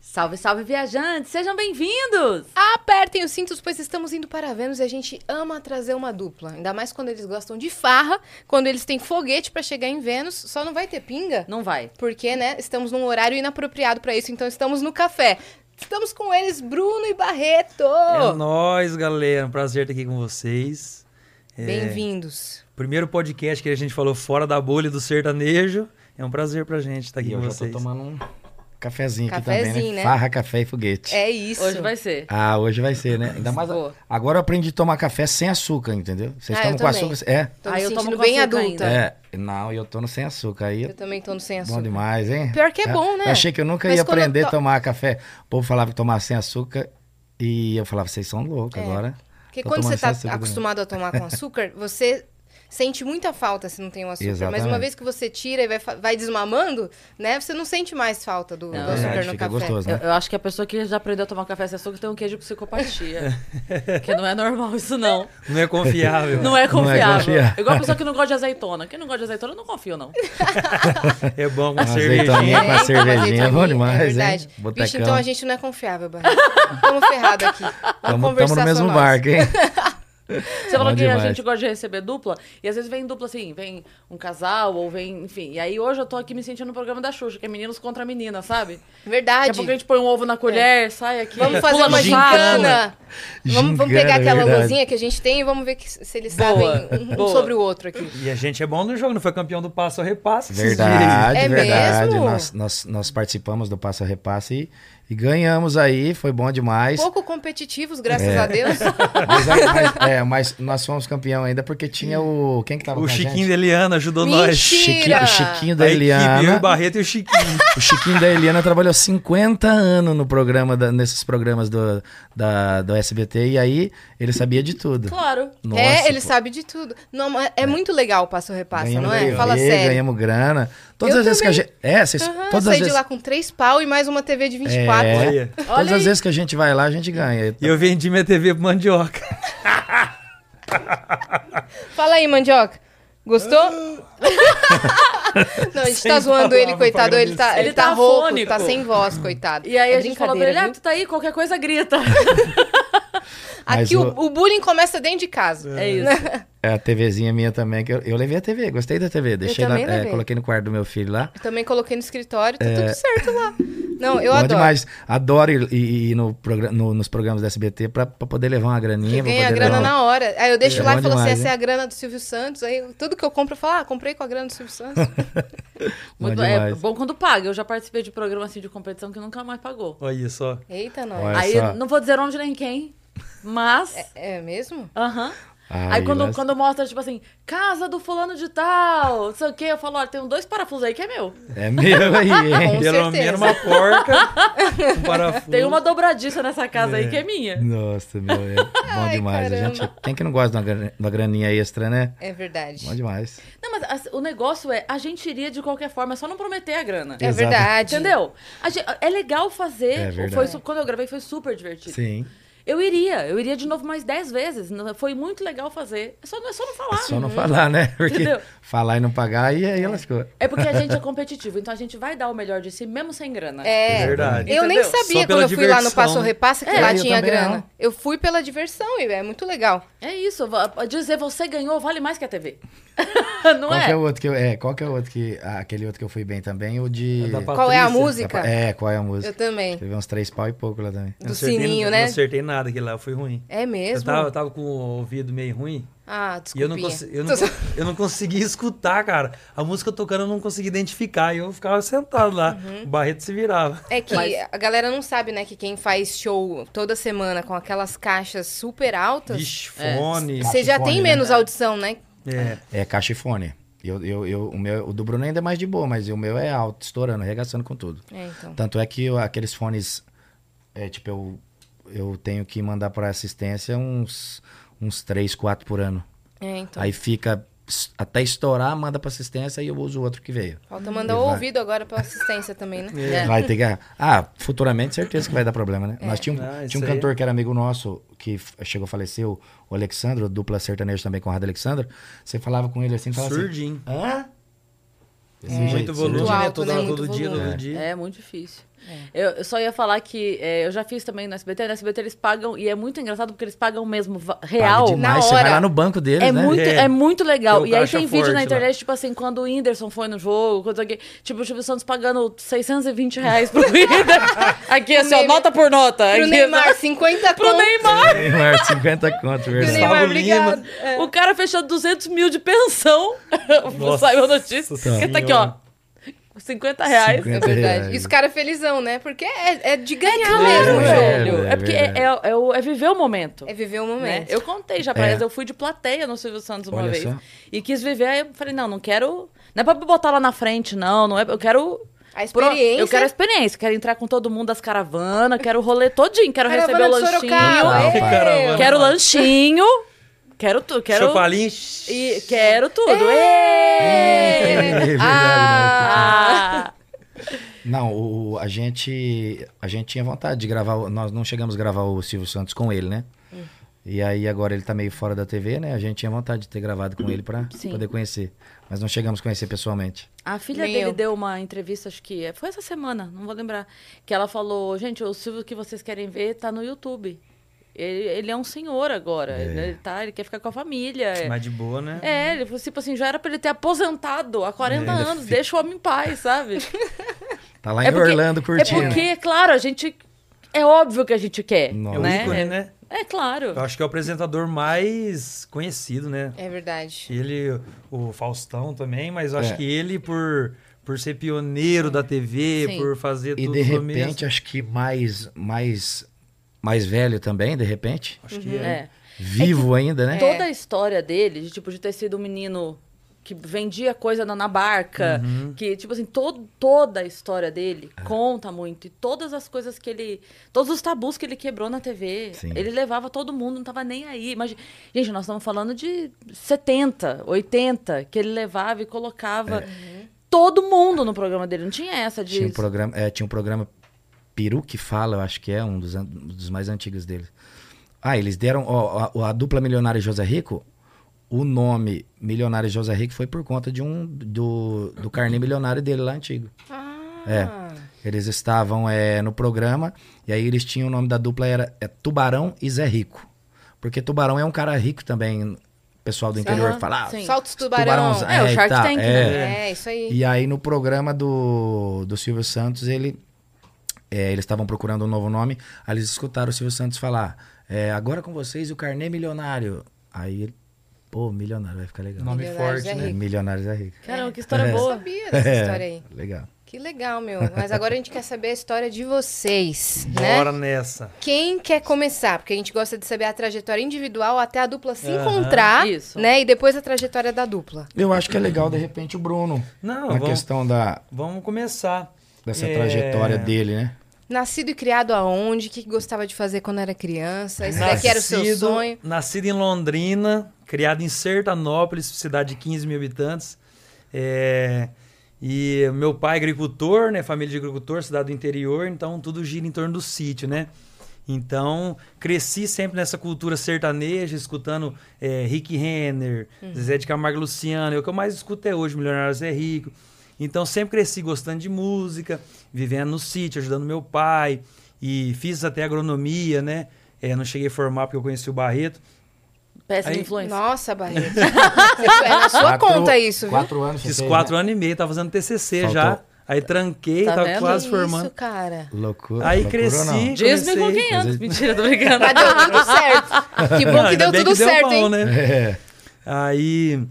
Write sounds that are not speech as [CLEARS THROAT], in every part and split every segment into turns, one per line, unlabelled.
Salve, salve, viajantes! Sejam bem-vindos!
Apertem os cintos, pois estamos indo para Vênus e a gente ama trazer uma dupla. Ainda mais quando eles gostam de farra, quando eles têm foguete para chegar em Vênus. Só não vai ter pinga,
Não vai.
porque, né, estamos num horário inapropriado para isso, então estamos no café. Estamos com eles, Bruno e Barreto!
É nóis, galera. Um prazer estar aqui com vocês.
É.
Bem-vindos.
Primeiro podcast que a gente falou fora da bolha do sertanejo. É um prazer pra gente estar aqui
E eu
com
já
vocês.
tô tomando um cafezinho aqui
Cafezinho,
também,
né?
né? Farra, café e foguete.
É isso.
Hoje vai ser.
Ah, hoje vai ser, né? Ainda mais
Boa.
agora eu aprendi a tomar café sem açúcar, entendeu? Vocês
Ah, eu
tomam com
também.
açúcar? É.
Tô
Ah,
me
eu tomo
sentindo
com
bem
açúcar
adulta.
ainda.
É. Não, eu tô no sem açúcar aí.
Eu também tô no sem
É. Bom
açúcar.
demais, hein?
Pior que é
Eu-
bom, né?
Eu achei que eu nunca
Mas
ia
quando eu
aprender
to-
a tomar café. O povo falava que tomar sem açúcar e eu falava, vocês são loucos
É.
agora.
Porque
Tô
quando
tomando
você
sem
tá
açúcar também.
acostumado a tomar com
[LAUGHS]
açúcar, você sente muita falta se não tem o açúcar. Mas uma
Exatamente.
vez que você tira e vai, fa- vai desmamando, né? Você não sente mais falta do,
Não,
do
é
açúcar
verdade,
no
fica
café.
gostoso,
Eu,
né?
eu acho que a pessoa que já aprendeu a tomar café sem açúcar tem um queijo de psicopatia. que não é normal isso, não.
Não é
[LAUGHS]
confiável.
Não é
Não é
confiável.
confiável.
Igual a pessoa que não gosta de azeitona. Quem não gosta de azeitona, eu não confio, não.
É bom com
Uma azeitoninha
cervejinha.
com a cervejinha. É bom demais,
é verdade.
hein?
Bicho,
Botecão.
então a gente não é confiável, [LAUGHS] Barreto. Estamos ferrados aqui. Vamos
Tamo,
conversar
tamo no mesmo
só nós. [LAUGHS]
barco, hein?
Você falou
Bom
que a
demais.
gente gosta de receber dupla, e às vezes vem dupla assim, vem um casal, ou vem, enfim. E aí hoje eu tô aqui me sentindo no programa da Xuxa, que é meninos contra meninas, sabe? Daqui a
Verdade.
pouco a gente põe um ovo na colher, sai aqui.
Vamos fazer
pula
uma
no
gincana.
vaso.
gincana. Vamos, vamos
Gincana, é
pegar aquela
verdade.
luzinha que a gente tem e vamos ver que- se eles
Boa,
sabem um- um
boa.
sobre o outro aqui.
E a gente é bom no jogo, não foi campeão do passo ao repasse. esses dias.
Verdade,
É
verdade.
mesmo?
Nós, nós, nós participamos do Passa Repasse e, e ganhamos aí, foi bom demais.
Pouco competitivos, graças
É.
a
[LAUGHS]
Deus.
Mas, a- mas- é, mas nós fomos campeão ainda porque tinha o. Quem que tava
O
com a
Chiquinho
gente?
da Eliana ajudou
Mentira!
nós.
Chiquinho, o Chiquinho da
A equipe, eu, o
Eliana.
Barreto e o Chiquinho.
O Chiquinho da Eliana trabalhou 50 anos no programa, da- nesses programas do, da, do SBT, e aí ele sabia de tudo.
Claro.
Nossa,
é, ele
pô.
sabe de tudo. Não, mas é, muito legal o passo repassa,
Ganhamos
não é?
TV,
Fala sério.
Ganhamos grana. Todas
Eu
as vezes que a gente. É, vocês,
Aham,
todas
saí
as
de
vezes.
lá com três pau e mais uma TV de 24.
É.
Olha.
Olha
Todas
aí.
as vezes que a gente vai lá, a gente ganha.
E eu vendi minha TV pro mandioca.
Fala aí, mandioca. Gostou?
[LAUGHS]
não, a gente tá
Sem
zoando ele,
palavra
coitado.
pra
Ele tá,
agradecer.
ele
Ele
tá
tá
rouco,
afônico.
tá sem voz, coitado.
E aí
É
a gente falou pra ele,
brincadeira,
ah, tu tá aí, qualquer coisa
[LAUGHS]
grita.
viu?
Mas
Aqui o...
o-
o bullying começa dentro de casa.
É isso.
É a TVzinha minha também, que eu, eu levei a TV, gostei da TV. Deixei lá,
também
é,
levei.
coloquei no quarto do meu filho lá.
Eu também coloquei no escritório,
É.
tá tudo certo lá. Não, eu
Bom
adoro.
demais. Adoro ir, ir- ir no progra- no- nos programas da SBT pra, pra poder levar uma graninha. pra
Ganha a
poder
grana
levar-
na hora. Aí eu deixo
É
lá e
bom
falo assim,
demais,
essa é a grana do Silvio Santos. Aí eu- tudo que eu compro, eu falo, ah, comprei com a grana do Silvio
[LAUGHS]
Santos.
Bom
Muito- é
demais.
bom quando paga. Eu já participei de programa assim de competição que nunca mais pagou.
Olha só.
Eita, nós.
Olha
aí,
só.
não vou dizer onde nem quem, mas...
É mesmo?
Aham.
Ai,
Aí quando,
mas-
quando mostra, tipo assim, casa do fulano de tal, não sei o quê, eu falo, olha, tem dois parafusos aí que é meu.
É meu
[LAUGHS]
aí,
Com
hein?
certeza.
Pelo menos uma porca,
[LAUGHS]
um parafuso.
Tem uma dobradiça nessa casa aí que é minha.
Nossa, meu, é bom
Ai,
demais. A gente,
caramba.
quem que não gosta de uma gran- de uma graninha extra, né?
É verdade.
Bom demais.
Não, mas assim, o negócio é, a gente iria de qualquer forma, é só não prometer a grana.
É
Exato.
verdade.
Entendeu? A gente- é legal fazer.
É verdade.
foi su- quando eu gravei foi super divertido.
Sim.
Eu iria, eu iria de novo mais 10 vezes. Não- Foi muito legal fazer. É só, é só não
É
falar.
só não falar, né?
[LAUGHS]
Porque
Entendeu?
falar e não pagar, e aí lascou.
É porque a gente é competitivo, então a gente vai dar o melhor de si, mesmo sem grana.
É.
Verdade.
Eu nem
Entendeu?
sabia
Só
quando
pela
eu fui lá no
diversão,
Passo
né?
Repassa que
É,
lá
eu
tinha
também
grana.
não.
Eu fui pela diversão e é muito legal.
É isso. va- Dizer você ganhou vale mais que a TV. [LAUGHS] não
qual
é?
que é o outro que eu, é, qual que é o outro que ah, aquele outro que eu fui bem também, o de
da Patrícia.
Qual é a
Da
música?
pa- É, qual é a música?
Eu também.
Teve uns três pau e pouco lá também.
Eu
Do
acertei-
sininho,
Não
né?
acertei nada aquele lá, foi ruim.
É
Eu
mesmo?
tava, eu tava com o ouvido meio ruim
Ah,
e eu não,
desculpinha.
consi- eu, não,
Tô-
con- eu não consegui escutar, cara. A música tocando eu não consegui identificar e eu ficava sentado lá. O Barreto se virava.
É que
Mas-
a galera não sabe, né, que quem faz show toda semana com aquelas caixas super altas,
Vixe, fone.
você já tem
Cachifone, né?
menos audição, né?
É.
É cachifone. Eu, eu, eu, o, meu, o do Bruno ainda é mais de boa, mas o meu é alto, estourando, arregaçando com tudo.
É, então.
Tanto é que eu- aqueles fones, é, tipo, eu, eu tenho que mandar pra assistência uns, uns três, quatro por ano.
É, então.
Aí fica s- até estourar, manda pra assistência e eu uso o outro que veio.
Falta mandar o
Vai.
ouvido agora pra assistência também, né?
É.
Vai ter que. Ah, futuramente certeza que vai dar problema, né? Nós tínhamos
Ah,
tinha um,
isso aí.
cantor que era amigo nosso, que f- chegou a falecer, o, o Alexandre, o dupla sertanejo também, Conrado Alexandre. Você falava com ele assim, falava assim.
Surdinho.
Hã? É. Desse jeito,
Muito volume,
Muito
surdo.
né?
alto,
Todo,
né? Muito
todo dia,
volume.
todo dia.
É muito difícil. Eu, eu só ia falar que é, eu já fiz também no SBT. No SBT eles pagam, e é muito engraçado porque eles pagam mesmo va- real.
Paga demais,
na
você vai
hora.
lá no banco deles,
É,
né?
muito, é.
É.
muito
Tem
legal.
o
E aí
caixa
tem vídeo
forte
na
lá.
internet, tipo assim, quando o Whindersson foi no jogo, coisa que, tipo, o Silvio Santos pagando 620 reais pro [LAUGHS] Whindersson. Aqui, assim, ó,
Neymar.
nota por nota.
Pro
Aqui, né?
Neymar, 50
Pro
conto.
Neymar.
[LAUGHS] Neymar, 50 conto,
Pro
verdade.
Neymar,
Gustavo Lima.
obrigado.
O cara fechou 200 mil de pensão. [LAUGHS]
Nossa
Saiu a notícia.
Senhora.
Que tá aqui, ó. 50 reais.
50
É verdade.
reais.
E os caras felizão, né? Porque é, é de ganhar
Claro,
mesmo o jogo.
velho.
é
É porque é,
verdade.
é- é o- é viver o momento.
É viver o
né?
momento.
Eu contei já pra
É.
eles, eu fui de plateia no Silvio Santos uma
Olha
vez.
só.
E quis viver, aí eu falei, não, não quero. Não é pra botar lá na frente, não. não é, eu quero.
A
pro-
experiência. é
Eu quero a experiência, quero entrar com todo mundo das caravanas, quero o rolê todinho, quero
Caravana de
receber o lanchinho.
Sorocaba.
Ah,
é.
caravana.
Quero o lanchinho. Quero tudo, quero.
Chocolinho.
E quero tudo.
[LAUGHS] É
Ê!
verdade,
Ah!
Não, o, o- a gente a gente tinha vontade de gravar, o- nós não chegamos a gravar o Silvio Santos com ele, né? E aí agora ele tá meio fora da TV, né? A gente tinha vontade de ter gravado com ele pra
Sim.
poder conhecer, mas não chegamos a conhecer pessoalmente.
A filha
Nem
dele
eu.
deu uma entrevista, acho que é- foi essa semana, não vou lembrar, que ela falou, gente, o Silvio que vocês querem ver tá no YouTube. Ele, ele é um senhor agora, né? ele, tá, ele quer ficar com a família. é.
Mas de boa, né?
É, ele falou tipo assim, já era pra ele ter aposentado há 40
Ainda
anos,
fica-
deixa o homem em paz, sabe?
Tá lá em Orlando curtindo.
É porque, é claro, a gente... É óbvio que a gente quer,
né? Nossa.
É o
né?
ícone, né?
É, é claro.
Eu acho que é o apresentador mais conhecido, né?
É verdade.
Ele, o Faustão também, mas eu acho
É.
que ele por, por ser pioneiro da TV,
Sim.
por fazer
E
tudo
de
no
repente, é acho que mais mais mais velho também, de repente,
Acho que
Uhum.
é.
É.
vivo ainda, né?
Toda a história dele, de, tipo, de ter sido um menino que vendia coisa na, na barca,
Uhum.
que, tipo assim, to, toda a história dele
É.
conta muito. E todas as coisas que ele. Todos os tabus que ele quebrou na TV.
Sim.
Ele levava todo mundo, não tava nem aí. Imagina, gente, nós estamos falando de 70, 80, que ele levava e colocava. Todo mundo no programa dele, não tinha essa de.
É. Tinha um programa, é, tinha um programa Peru que fala, eu acho que é um dos, an- um dos mais antigos deles. Ah, eles deram ó, a, a dupla Milionário e José Rico. O nome Milionário e José Rico foi por conta de um do, do carnê milionário dele lá antigo.
Ah.
É. Eles estavam é, no programa e aí eles tinham o nome da dupla era é, Tubarão e Zé Rico. Porque Tubarão é um cara rico também. O pessoal do interior
Aham,
fala. "Ah,
sim.
Solta os tubarão.
tubarão,
É, o
e
Shark Tank, né?
é."
É, isso aí.
E aí no programa do, do Silvio Santos, ele, é, eles estavam procurando um novo nome, aí eles escutaram o Silvio Santos falar, é, agora com vocês o carnê milionário. Aí ele, pô, milionário, vai ficar legal.
Nome
Milionários
forte,
é
né?
rico.
Milionários é rico. É,
Caramba, que história
Eu não
boa.
sabia
[LAUGHS]
dessa história aí.
Legal.
Que legal, meu. Mas agora a gente quer saber a história de vocês, né?
Bora nessa.
Quem quer começar? Porque a gente gosta de saber a trajetória individual até a dupla se
Aham.
encontrar,
Isso.
né? E depois a trajetória da dupla.
Eu acho que é legal, de repente, o Bruno.
Não, Ah,
a
vamos-
questão da,
Vamos começar.
dessa
É,
trajetória dele, né?
Nascido e criado aonde? O que gostava de fazer quando era criança? Isso daqui é era o seu
nascido-
sonho?
Nascido em Londrina, criado em Sertanópolis, cidade de 15 mil habitantes. É, e meu pai é agricultor, né? Família de agricultor, cidade do interior, então tudo gira em torno do sítio, né? Então, cresci sempre nessa cultura sertaneja, escutando é, Rick Renner,
Uhum.
Zezé de Camargo e Luciano. É o que eu mais escuto até hoje, Milionários é Rico. Então, sempre cresci gostando de música, vivendo no sítio, ajudando meu pai. E fiz até agronomia, né? É, não cheguei a formar porque eu conheci o Barreto.
Péssima
Aí-
influência.
Nossa, Barreto. Você foi- é na sua
Quatro-
conta isso, viu?
Quatro anos.
Fiz
você fez,
quatro
né?
anos e meio, tava fazendo TCC
Faltou.
já. Aí tranquei,
Tá
tava
vendo?
quase
Que
formando.
É Isso, cara.
Loucura.
Aí
loucura ou
cresci.
[LAUGHS] não?
Diz-me com
comecei-
quem antes. Mentira, tô brincando.
Mas deu tudo certo. Que bom
Ah,
que
ainda
deu
bem
tudo certo,
bom,
hein?
né?
É.
Aí.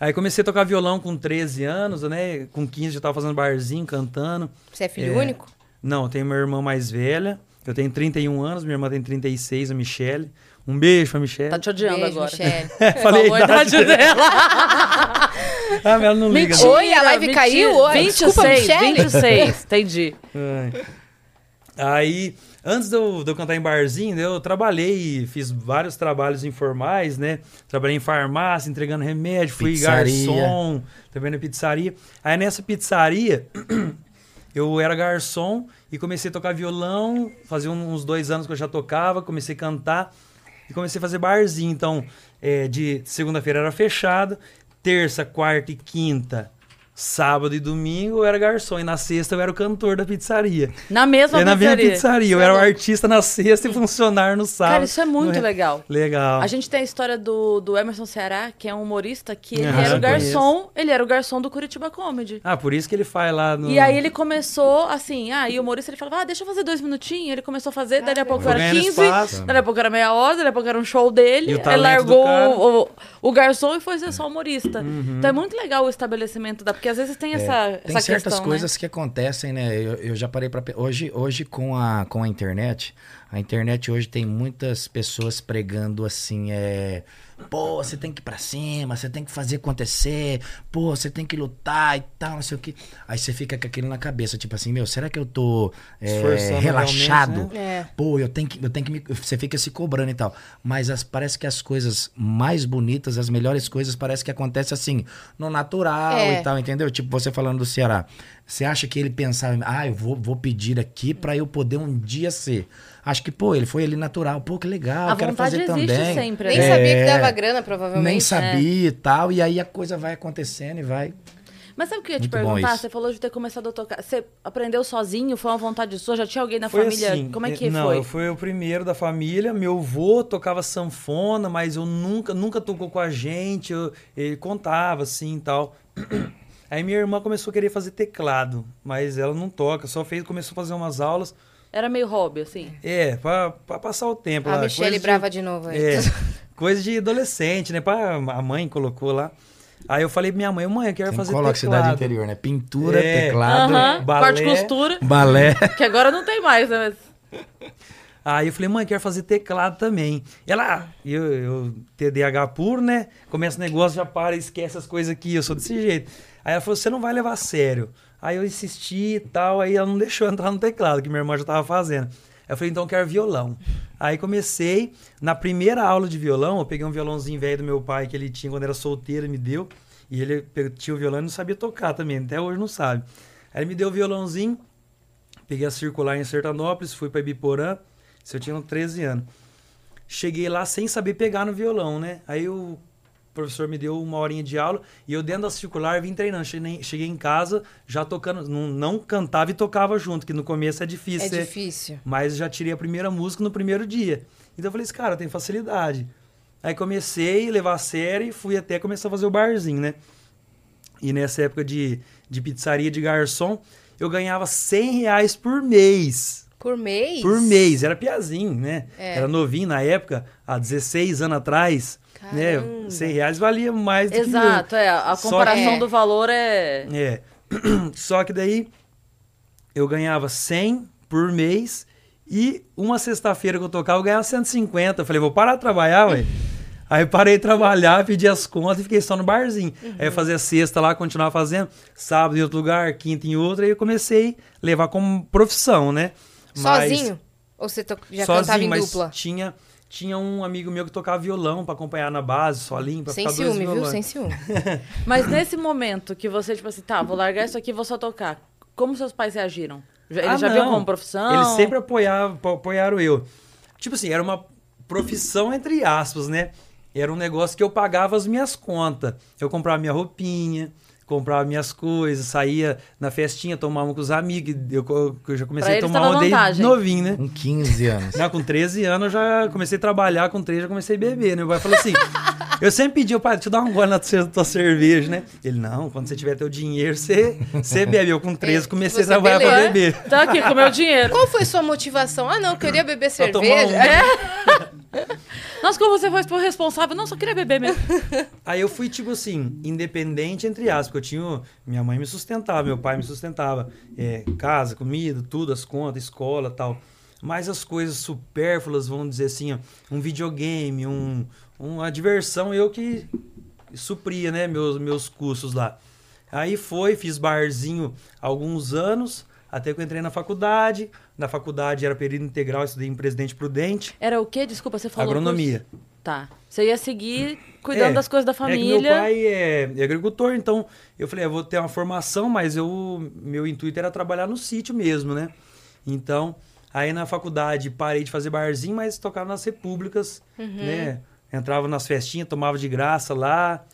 Aí comecei a tocar violão com 13 anos, né? Com 15 já tava fazendo barzinho, cantando.
Você é filho
É.
único?
Não, eu tenho minha irmã mais velha. Eu tenho 31 anos, minha irmã tem 36, a Michelle. Um beijo pra Michelle.
Tá te odiando
Beijo,
agora.
Michele.
[LAUGHS] Falei a
Falou a
idade
idade
[LAUGHS]
dela.
Ah, mas ela não liga.
Mentira.
não.
Oi, a live caiu? Oi,
26,
desculpa, Michele.
26, entendi.
Ai. Aí, antes de eu, de eu cantar em barzinho, né, eu trabalhei, fiz vários trabalhos informais, né? Trabalhei em farmácia, entregando remédio, fui
Pizzaria.
garçom, também na pizzaria. Aí nessa pizzaria, eu era garçom e comecei a tocar violão. Fazia um- uns dois anos que eu já tocava, comecei a cantar e comecei a fazer barzinho. Então, é, de segunda-feira era fechado, terça, quarta e quinta Sábado e domingo eu era garçom e na sexta eu era o cantor da pizzaria.
Na mesma
é na minha
pizzaria.
pizzaria. Eu era o artista na sexta e funcionário no sábado.
Cara, isso é muito
tá? Não
legal.
Legal.
A gente tem a história do, do Emerson Ceará, que é um humorista que ele
Aham,
era o
conheço.
garçom, ele era o garçom do Curitiba Comedy.
Ah, por isso que ele faz lá no.
E aí ele começou assim, ah, e o humorista ele falava, ah, deixa eu fazer dois minutinhos. Ele começou a fazer, daí a
Caramba.
pouco era
Ganhando
15,
espaço.
daí a pouco era meia hora, daí a pouco era um show dele.
E o
Ele
talento do
largou
cara. Uhum.
o, o, o garçom e foi ser só humorista. Então é muito legal o estabelecimento da. Porque às vezes tem essa,
É. Tem
essa
certas
questão. né?
coisas que acontecem, né? Eu, eu já parei para hoje, hoje com a com a internet, a internet hoje tem muitas pessoas pregando assim, é, pô, você tem que ir pra cima, você tem que fazer acontecer, pô, você tem que lutar e tal, não sei o que. Aí você fica com aquilo na cabeça, tipo assim, meu, será que eu tô é,
Esforçando
relaxado?
realmente,
[LAUGHS] É.
Pô, eu tenho que, eu tenho que me, você fica se cobrando e tal. Mas as- parece que as coisas mais bonitas, as melhores coisas, parece que acontece assim, no natural
É.
e tal, entendeu? Tipo você falando do Ceará. Você acha que ele pensava, ah, eu vou, vou pedir aqui pra eu poder um dia ser. Acho que, pô, ele foi ali natural. Pô, que legal,
A
eu quero
vontade
fazer
existe
também.
sempre,
Nem
né?
sabia que dava
É.
grana, provavelmente. né?
Nem sabia e tal. E aí a coisa vai acontecendo e vai.
Mas sabe o que eu ia te
Muito bom
perguntar?
isso.
Você falou de ter começado a tocar. Você aprendeu sozinho? Foi uma vontade sua? Já tinha alguém na
Foi
família?
assim,
Como é
eh,
que
não,
foi?
eu fui o primeiro da família. Meu avô tocava sanfona, mas eu nunca, nunca tocou com a gente. eu- ele contava assim e tal. [CLEARS THROAT] Aí minha irmã começou a querer fazer teclado, mas ela não toca, só fez, começou a fazer umas aulas.
Era meio hobby, assim.
É, pra, pra passar o tempo.
A
lá,
Michelle
coisa de-
Ah, brava de novo [LAUGHS] aí.
É, [LAUGHS] coisa de adolescente, né? Pra, a mãe colocou lá. Aí eu falei pra minha mãe, mãe, eu quero
Sempre
fazer
coloca cidade
teclado.
interior, né? Pintura,
É.
teclado,
Aham,
balé.
corte e costura,
balé. [LAUGHS]
que agora não tem mais, né? Mas-
Aí eu falei, mãe, quero fazer teclado também. Ela, e eu, eu TDAH puro, né? Começa o negócio, já para, esquece as coisas aqui, eu sou desse jeito. Aí ela falou, você não vai levar a sério. Aí eu insisti e tal, aí ela não [LAUGHS] deixou eu entrar no teclado, que minha irmã já tava fazendo. Aí eu falei, então eu quero violão. Aí comecei, na primeira aula de violão, eu peguei um violãozinho velho do meu pai que ele tinha quando era solteiro, ele me deu. E ele pe- tinha o violão e não sabia tocar também, até hoje não sabe. Aí ele me deu o violãozinho, Peguei a circular em Sertanópolis, fui pra Ibiporã, isso eu tinha 13 anos. Cheguei lá sem saber pegar no violão, né? Aí o professor me deu uma horinha de aula e eu dentro da circular vim treinando. Cheguei, cheguei em casa já tocando, não, não cantava e tocava junto, que no começo é difícil.
É
você-
difícil.
mas já tirei a primeira música no primeiro dia. Então eu falei, assim, cara, tem facilidade. Aí comecei a levar a sério e fui até começar a fazer o barzinho, né? E nessa época de, de pizzaria de garçom, eu ganhava 100 reais por mês.
Por mês?
Por mês, era piazinho, né?
É.
Era novinho na época, há 16 anos atrás, né?
Caramba.
100 reais valia mais do que milhão.
Exato, é. A
Só
comparação
que-
do valor é.
É. [CLEARS THROAT] Só que daí eu ganhava 100 por mês e uma sexta-feira que eu tocava eu ganhava 150. Eu falei, vou parar de trabalhar,
[LAUGHS]
ué. Aí parei de trabalhar, pedi as contas e fiquei só no barzinho.
Uhum.
Aí eu fazia sexta lá, continuava fazendo, sábado em outro lugar, quinta em outro, aí eu comecei a levar como profissão, né? Mas-
Sozinho? Ou você to- já
sozinho,
cantava em
mas tipo,
dupla?
tinha tinha um amigo meu que tocava violão pra acompanhar na base, solinho, pra
Sem
ficar dois
ciúme, viu?
violões.
Sem ciúme.
Mas nesse momento que você, tipo assim, tá, vou largar isso aqui e vou só tocar. Como seus pais reagiram? Já- Eles
Ah,
já viam
não.
como profissão?
Eles sempre apoiavam, apo- apoiaram eu. Tipo assim, era uma profissão entre aspas, né? Era um negócio que eu pagava as minhas contas. Eu comprava minha roupinha, comprava minhas coisas, saía na festinha, tomava com os amigos. Eu, co- eu já comecei a
eles
tomar
tava
uma desde
vantagem.
novinho, né?
Com 15 anos.
Não, com 13 anos eu já comecei a trabalhar, com 13 já comecei a beber, né? Meu pai falou assim: eu sempre pedi, "Ô, pai, deixa eu dar um gole na tua tua cerveja, né? Ele, não, quando você tiver teu dinheiro, você, você bebe. Eu com 13
É,
comecei a
Você
trabalhar pra
beleza.
beber.
Tá aqui com o meu dinheiro.
Qual foi sua motivação? Ah, não, eu queria beber
Pra tomar
cerveja.
um.
É.
Nossa, como você foi pro responsável? Não, só queria beber mesmo.
Aí eu fui, tipo assim, independente, entre aspas, porque eu tinha. Minha mãe me sustentava, meu pai me sustentava. É, casa, comida, tudo, as contas, escola tal. Mas as coisas supérfluas, vamos dizer assim, ó, um videogame, um, uma diversão, eu que supria, né, meus, meus custos lá. Aí foi, fiz barzinho alguns anos, até que eu entrei na faculdade. Na faculdade era período integral, estudei em Presidente Prudente.
Era o quê? Desculpa, você falou.
Agronomia.
curso. Tá. Você ia seguir cuidando
É,
das coisas da
É que meu
família.
pai é, é agricultor, então eu falei, eu vou ter uma formação, mas eu meu intuito era trabalhar no sítio mesmo, né? Então, aí na faculdade parei de fazer barzinho, mas tocava nas repúblicas, né? Entrava nas festinhas, tomava de graça lá,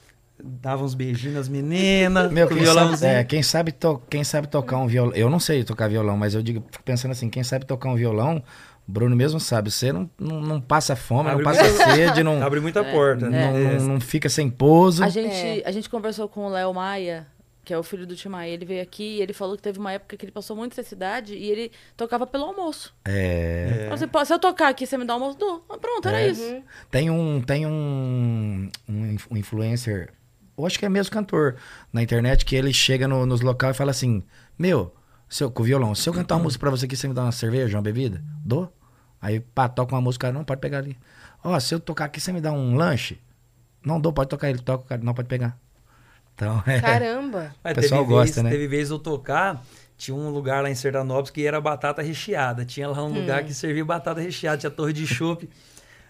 Dava uns beijinhos nas meninas,
[LAUGHS] Meu, quem sabe,
violãozinho.
é, quem, sabe to- quem sabe tocar um violão. Eu não sei tocar violão, mas eu digo, fico pensando assim, quem sabe tocar um violão, Bruno mesmo sabe, você não, não, não passa fome,
Abre
não passa
muita-
sede,
[LAUGHS]
não,
Abre muita porta.
não,
né?
não- não fica sem pouso.
É.
A gente, a gente conversou com o Léo Maia, que é o filho do Tim Maia. Ele veio aqui e ele falou que teve uma época que ele passou muito necessidade e ele tocava pelo almoço.
É,
É.
Então, Você, pode- se eu tocar aqui, você me dá o almoço? Dou. Ah, Pronto, era isso.
Tem um, tem um, um inf- um influencer, eu acho que é mesmo cantor, na internet, que ele chega no- nos locais e fala assim, meu, se eu- com o violão, se eu cantar uma música pra você aqui, você me dá uma cerveja, uma bebida? Dou. Aí, pá, toca uma música, o cara, não, pode pegar ali. Ó, se eu tocar aqui, você me dá um lanche? Não dou, pode tocar, ele toca, o cara, não, pode pegar. Então, [LAUGHS]
um.
[LAUGHS]
é...
Caramba.
Mas
O pessoal
teve
gosta,
vez,
né?
Teve vez eu tocar, tinha um lugar lá em Sertanópolis que era batata recheada. Tinha lá um lugar que servia batata recheada, tinha torre de chope.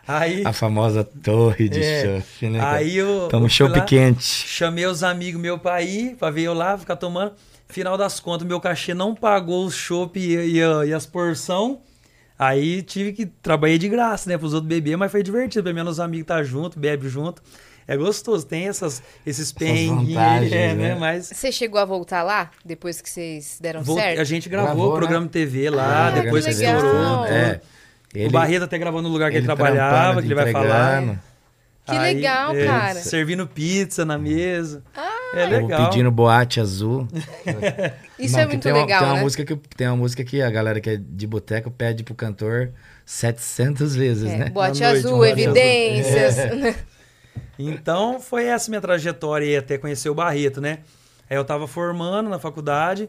Aí,
A famosa torre de
É.
chope, né? cara?
aí eu...
Toma um
eu fui
chope
lá,
quente.
Chamei os amigos meu pra ir, pra ver eu lá, ficar tomando. Final das contas, meu cachê não pagou o chopp e, e a- e as porção. Aí tive que trabalhar de graça, né? Pros outros beber, mas foi divertido. Pelo menos os amigos tá junto, bebe junto. É gostoso, tem essas, esses perrenguinhos aí,
vantagens,
é, né?
né?
Mas
Você chegou a voltar lá depois que vocês deram
Vol-
Tá certo?
A gente gravou,
Gravou,
o
né?
programa de TV lá,
Ah,
depois
que
que
legal.
estourou.
É.
o Barreto até gravou no lugar que ele,
trampando,
trabalhava, que ele vai falar.
entregando.
Que legal, cara.
é,
Ah,
Servindo pizza na mesa. é
Ou
legal.
pedindo boate azul.
Isso
Não,
é
que
muito
tem uma-
legal,
tem uma
né?
música que tem uma música que a galera que é de boteco pede pro cantor 700 vezes,
É,
né?
Boate
Na noite,
azul,
boate
evidências.
Então foi essa minha trajetória aí até conhecer o Barreto, né? Aí eu tava formando na faculdade,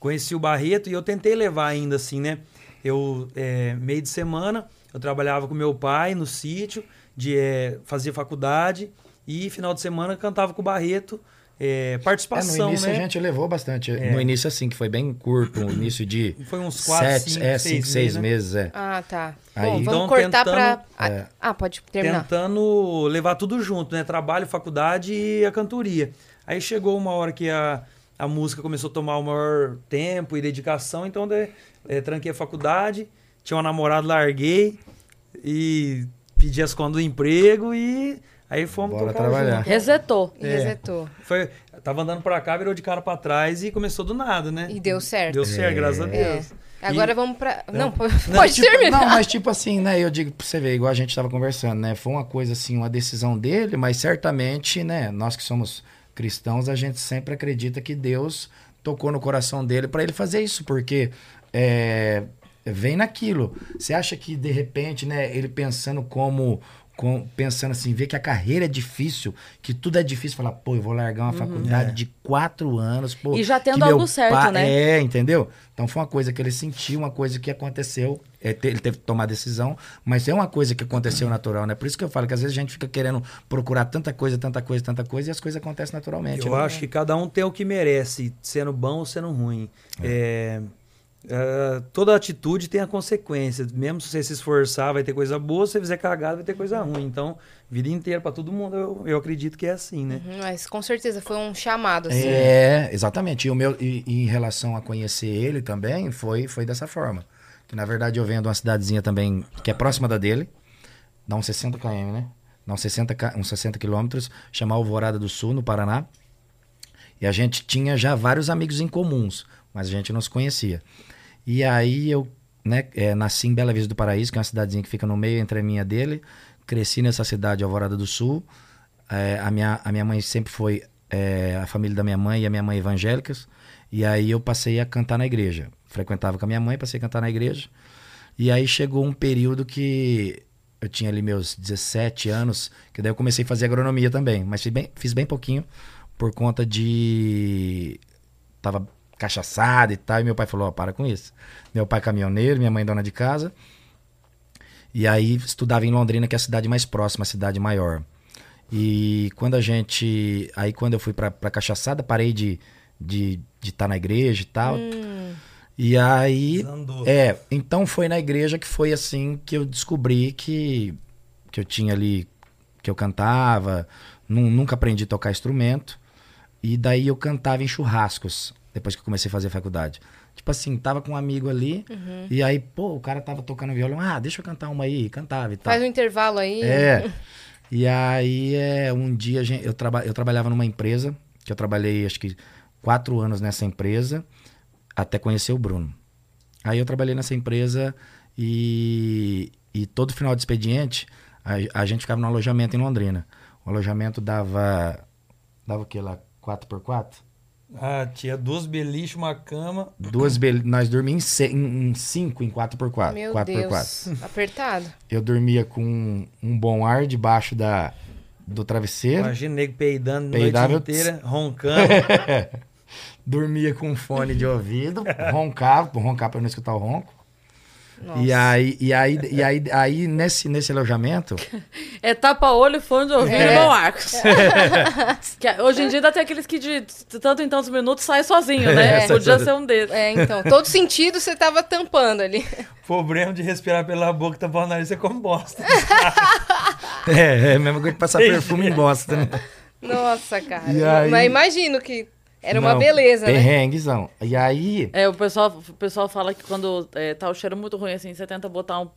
conheci o Barreto e eu tentei levar ainda assim, né? Eu, é, meio de semana, eu trabalhava com meu pai no sítio, de, é, fazia faculdade e final de semana eu cantava com o Barreto, é,
É, no
participação,
início
né?
a gente levou bastante.
É.
No início, assim, que foi bem curto, o início de
Foi uns 4,
sete,
5,
é,
6
cinco,
meses.
seis
né?
meses, é.
[LAUGHS] Ah, tá.
Aí-
Bom,
Então,
vamos cortar
tentando-
pra...
É.
Ah, pode terminar.
Tentando levar tudo junto, né? Trabalho, faculdade e a cantoria. Aí chegou uma hora que a, a música começou a tomar o maior tempo e dedicação, então de- eh, tranquei a faculdade, tinha uma namorada, larguei e pedi as contas do emprego e aí fomos
Bora
tocar
trabalhar.
junto.
Resetou.
E
é.
resetou.
Foi, tava andando pra cá, virou de cara pra trás e começou do nada, né?
E deu certo.
Deu certo, graças a
É.
Deus.
Agora
E-
vamos pra... Não,
[LAUGHS]
Não.
pode
Mas, tipo,
terminar.
Não, mas tipo assim, né? Eu digo pra você ver, igual a gente tava conversando, né? Foi uma coisa assim, uma decisão dele, mas certamente, né? Nós que somos cristãos, a gente sempre acredita que Deus tocou no coração dele pra ele fazer isso, porque é, vem naquilo. Você acha que de repente, né? Ele pensando como com- pensando assim, ver que a carreira é difícil, que tudo é difícil, falar, pô, eu vou largar
Uhum.
uma faculdade de quatro anos, pô,
E já tendo
que meu
algo certo,
pai-
né?
É, entendeu? Então foi uma coisa que ele sentiu, uma coisa que aconteceu. é, te- ele teve que tomar decisão, mas é uma coisa que aconteceu natural, né? Por isso que eu falo que às vezes a gente fica querendo procurar tanta coisa, tanta coisa, tanta coisa, e as coisas acontecem naturalmente.
Eu
né?
acho que cada um tem o que merece, sendo bom ou sendo ruim. É, é, toda atitude tem a consequência. Mesmo se você se esforçar, vai ter coisa boa. Se você fizer cagada, vai ter coisa ruim. Então, vida inteira pra todo mundo, eu, eu acredito que é assim, né?
Mas com certeza foi um chamado, assim.
tipo- É, exatamente. E, o meu, e, e em relação a conhecer ele também, foi, foi dessa forma. Que na verdade eu venho de uma cidadezinha também que é próxima da dele, dá uns 60 km, né? Dá uns 60, ca- uns 60 quilômetros, chamar Alvorada do Sul, no Paraná. E a gente tinha já vários amigos em comuns, mas a gente não se conhecia. E aí eu né, eh, nasci em Bela Vista do Paraíso, que é uma cidadezinha que fica no meio entre a minha dele. Cresci nessa cidade, Alvorada do Sul. Eh, a, minha, a minha mãe sempre foi eh, a família da minha mãe e a minha mãe evangélicas. E aí eu passei a cantar na igreja. Frequentava com a minha mãe, passei a cantar na igreja. E aí chegou um período que eu tinha ali meus 17 anos, que daí eu comecei a fazer agronomia também, mas fiz bem, fiz bem pouquinho por conta de tava cachaçado e tal, e meu pai falou, ó, para com isso. Meu pai caminhoneiro, minha mãe dona de casa. E aí estudava em Londrina, que é a cidade mais próxima, a cidade maior. E quando a gente, aí quando eu fui pra, pra cachaçada, parei de de estar na igreja e tal. E aí
Desandou.
é, então foi na igreja que foi assim que eu descobri que, que eu tinha ali, que eu cantava, nu- nunca aprendi a tocar instrumento, e daí eu cantava em churrascos, depois que eu comecei a fazer faculdade. Tipo assim, tava com um amigo ali, e aí, pô, o cara tava tocando violão, ah, deixa eu cantar uma aí, e cantava e tal.
Faz um intervalo aí.
É. E aí, é, um dia, a gen- eu, traba, eu trabalhava numa empresa, que eu trabalhei acho que quatro anos nessa empresa, até conhecer o Bruno. Aí eu trabalhei nessa empresa e, e todo final de expediente, a, a gente ficava num alojamento em Londrina. O alojamento dava, dava o que lá? 4x4?
Ah, tinha duas beliches, uma cama.
Duas bel... Nós dormíamos em se- em em cinco, em 4x4.
Meu
4x4.
Deus. Apertado.
Eu dormia com um, um bom ar debaixo da, do travesseiro.
É. Imagina nego peidando
Peidava, eu-
noite inteira, [LAUGHS] roncando.
Dormia com um fone
[LAUGHS]
de ouvido,
É.
roncava, pra roncar pra eu não escutar o ronco.
Nossa.
E aí, e aí, e aí, aí nesse,
[LAUGHS]
nesse alojamento,
É tapa-olho, fone de ouvido
É.
e bom arcos. [LAUGHS] Que hoje em dia ainda tem aqueles que de t- tanto em tantos minutos sai sozinho, né?
É.
Podia ser um desses.
É, então, todo sentido você tava tampando ali. [LAUGHS]
Problema de respirar pela boca, tá tampar o nariz, você come bosta.
é, é a mesma coisa que passar perfume em bosta, né?
Nossa, cara.
E aí-
Mas imagino que era uma
Não,
beleza, né?
Perrenguezão. E aí,
É, o pessoal, o pessoal fala que quando é, tá o cheiro muito ruim, assim, você tenta botar um,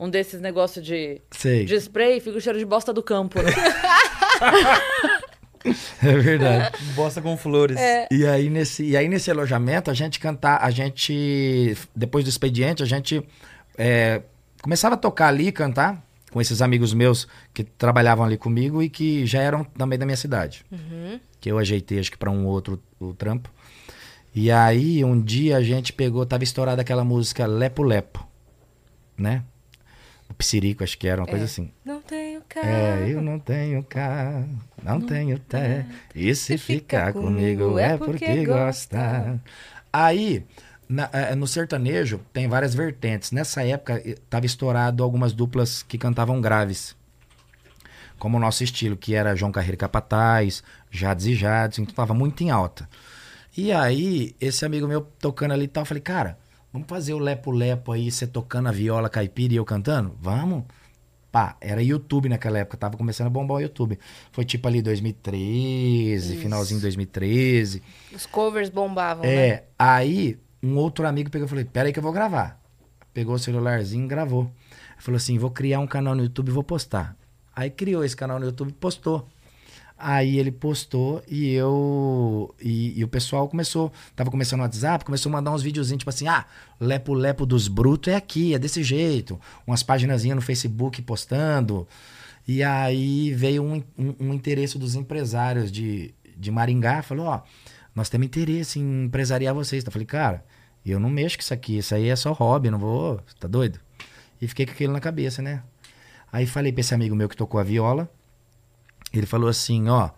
um desses negócios de,
sei,
de spray, fica o cheiro de bosta do campo, né?
é verdade.
Bosta com flores.
E aí, nesse, e aí nesse alojamento, a gente cantar, a gente, depois do expediente, a gente é, começava a tocar ali, cantar, com esses amigos meus que trabalhavam ali comigo e que já eram também da minha cidade. Que eu ajeitei, acho que para um outro o trampo. E aí, um dia a gente pegou, tava estourada aquela música Lepo Lepo, né? O Psirico, acho que era uma coisa assim.
Não tenho cara.
É, eu não tenho carro, não tenho té. E se ficar comigo é porque gosta. Aí, na- eh, no sertanejo, tem várias vertentes. Nessa época, eh, tava estourado algumas duplas que cantavam graves. Como o nosso estilo, que era João Carreiro e Capataz, Jades e Jades, então tava muito em alta. E aí, esse amigo meu tocando ali e tal, eu falei, cara, vamos fazer o lepo-lepo aí, você tocando a viola caipira e eu cantando? Vamos? Pá, era YouTube naquela época, tava começando a bombar o YouTube. Foi tipo ali 2013,
Isso.
finalzinho de 2013.
Os covers bombavam, né?
É, aí um outro amigo pegou e falou: Pera aí que eu vou gravar. Pegou o celularzinho e gravou. Falou assim: Vou criar um canal no YouTube e vou postar. Aí criou esse canal no YouTube e postou. Aí ele postou e eu. E, e o pessoal começou. Tava começando o WhatsApp, começou a mandar uns videozinhos, tipo assim: ah, lepo-lepo dos brutos é aqui, é desse jeito. Umas paginazinhas no Facebook postando. E aí veio um, um, um interesse dos empresários de, de Maringá, falou: ó, nós temos interesse em empresariar vocês. Então, eu falei, cara, eu não mexo com isso aqui, isso aí é só hobby, não vou. cê Tá doido? E fiquei com aquilo na cabeça, né? Aí falei pra esse amigo meu que tocou a viola. Ele falou assim, ó,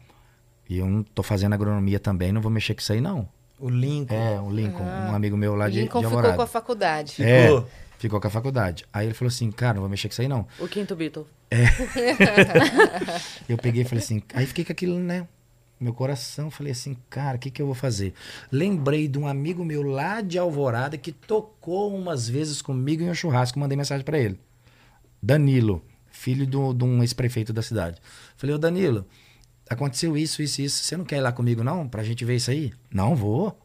eu não tô fazendo agronomia também, não vou mexer com isso aí, não.
O Lincoln.
É, o Lincoln, um amigo meu lá
Ah. O
de, de
Lincoln ficou
Alvorada.
com a faculdade.
Ficou.
É, ficou com a faculdade. Aí ele falou assim, cara, não vou mexer com isso aí, não.
O quinto Beatle.
Eu peguei e falei assim, aí fiquei com aquilo, né? Meu coração, falei assim, cara, o que, que eu vou fazer? Lembrei de um amigo meu lá de Alvorada que tocou umas vezes comigo em um churrasco, mandei mensagem pra ele. Danilo, filho do- de um ex-prefeito da cidade. Falei, ô Danilo, aconteceu isso, isso, isso. Você não quer ir lá comigo, não? Pra gente ver isso aí? Não, vou.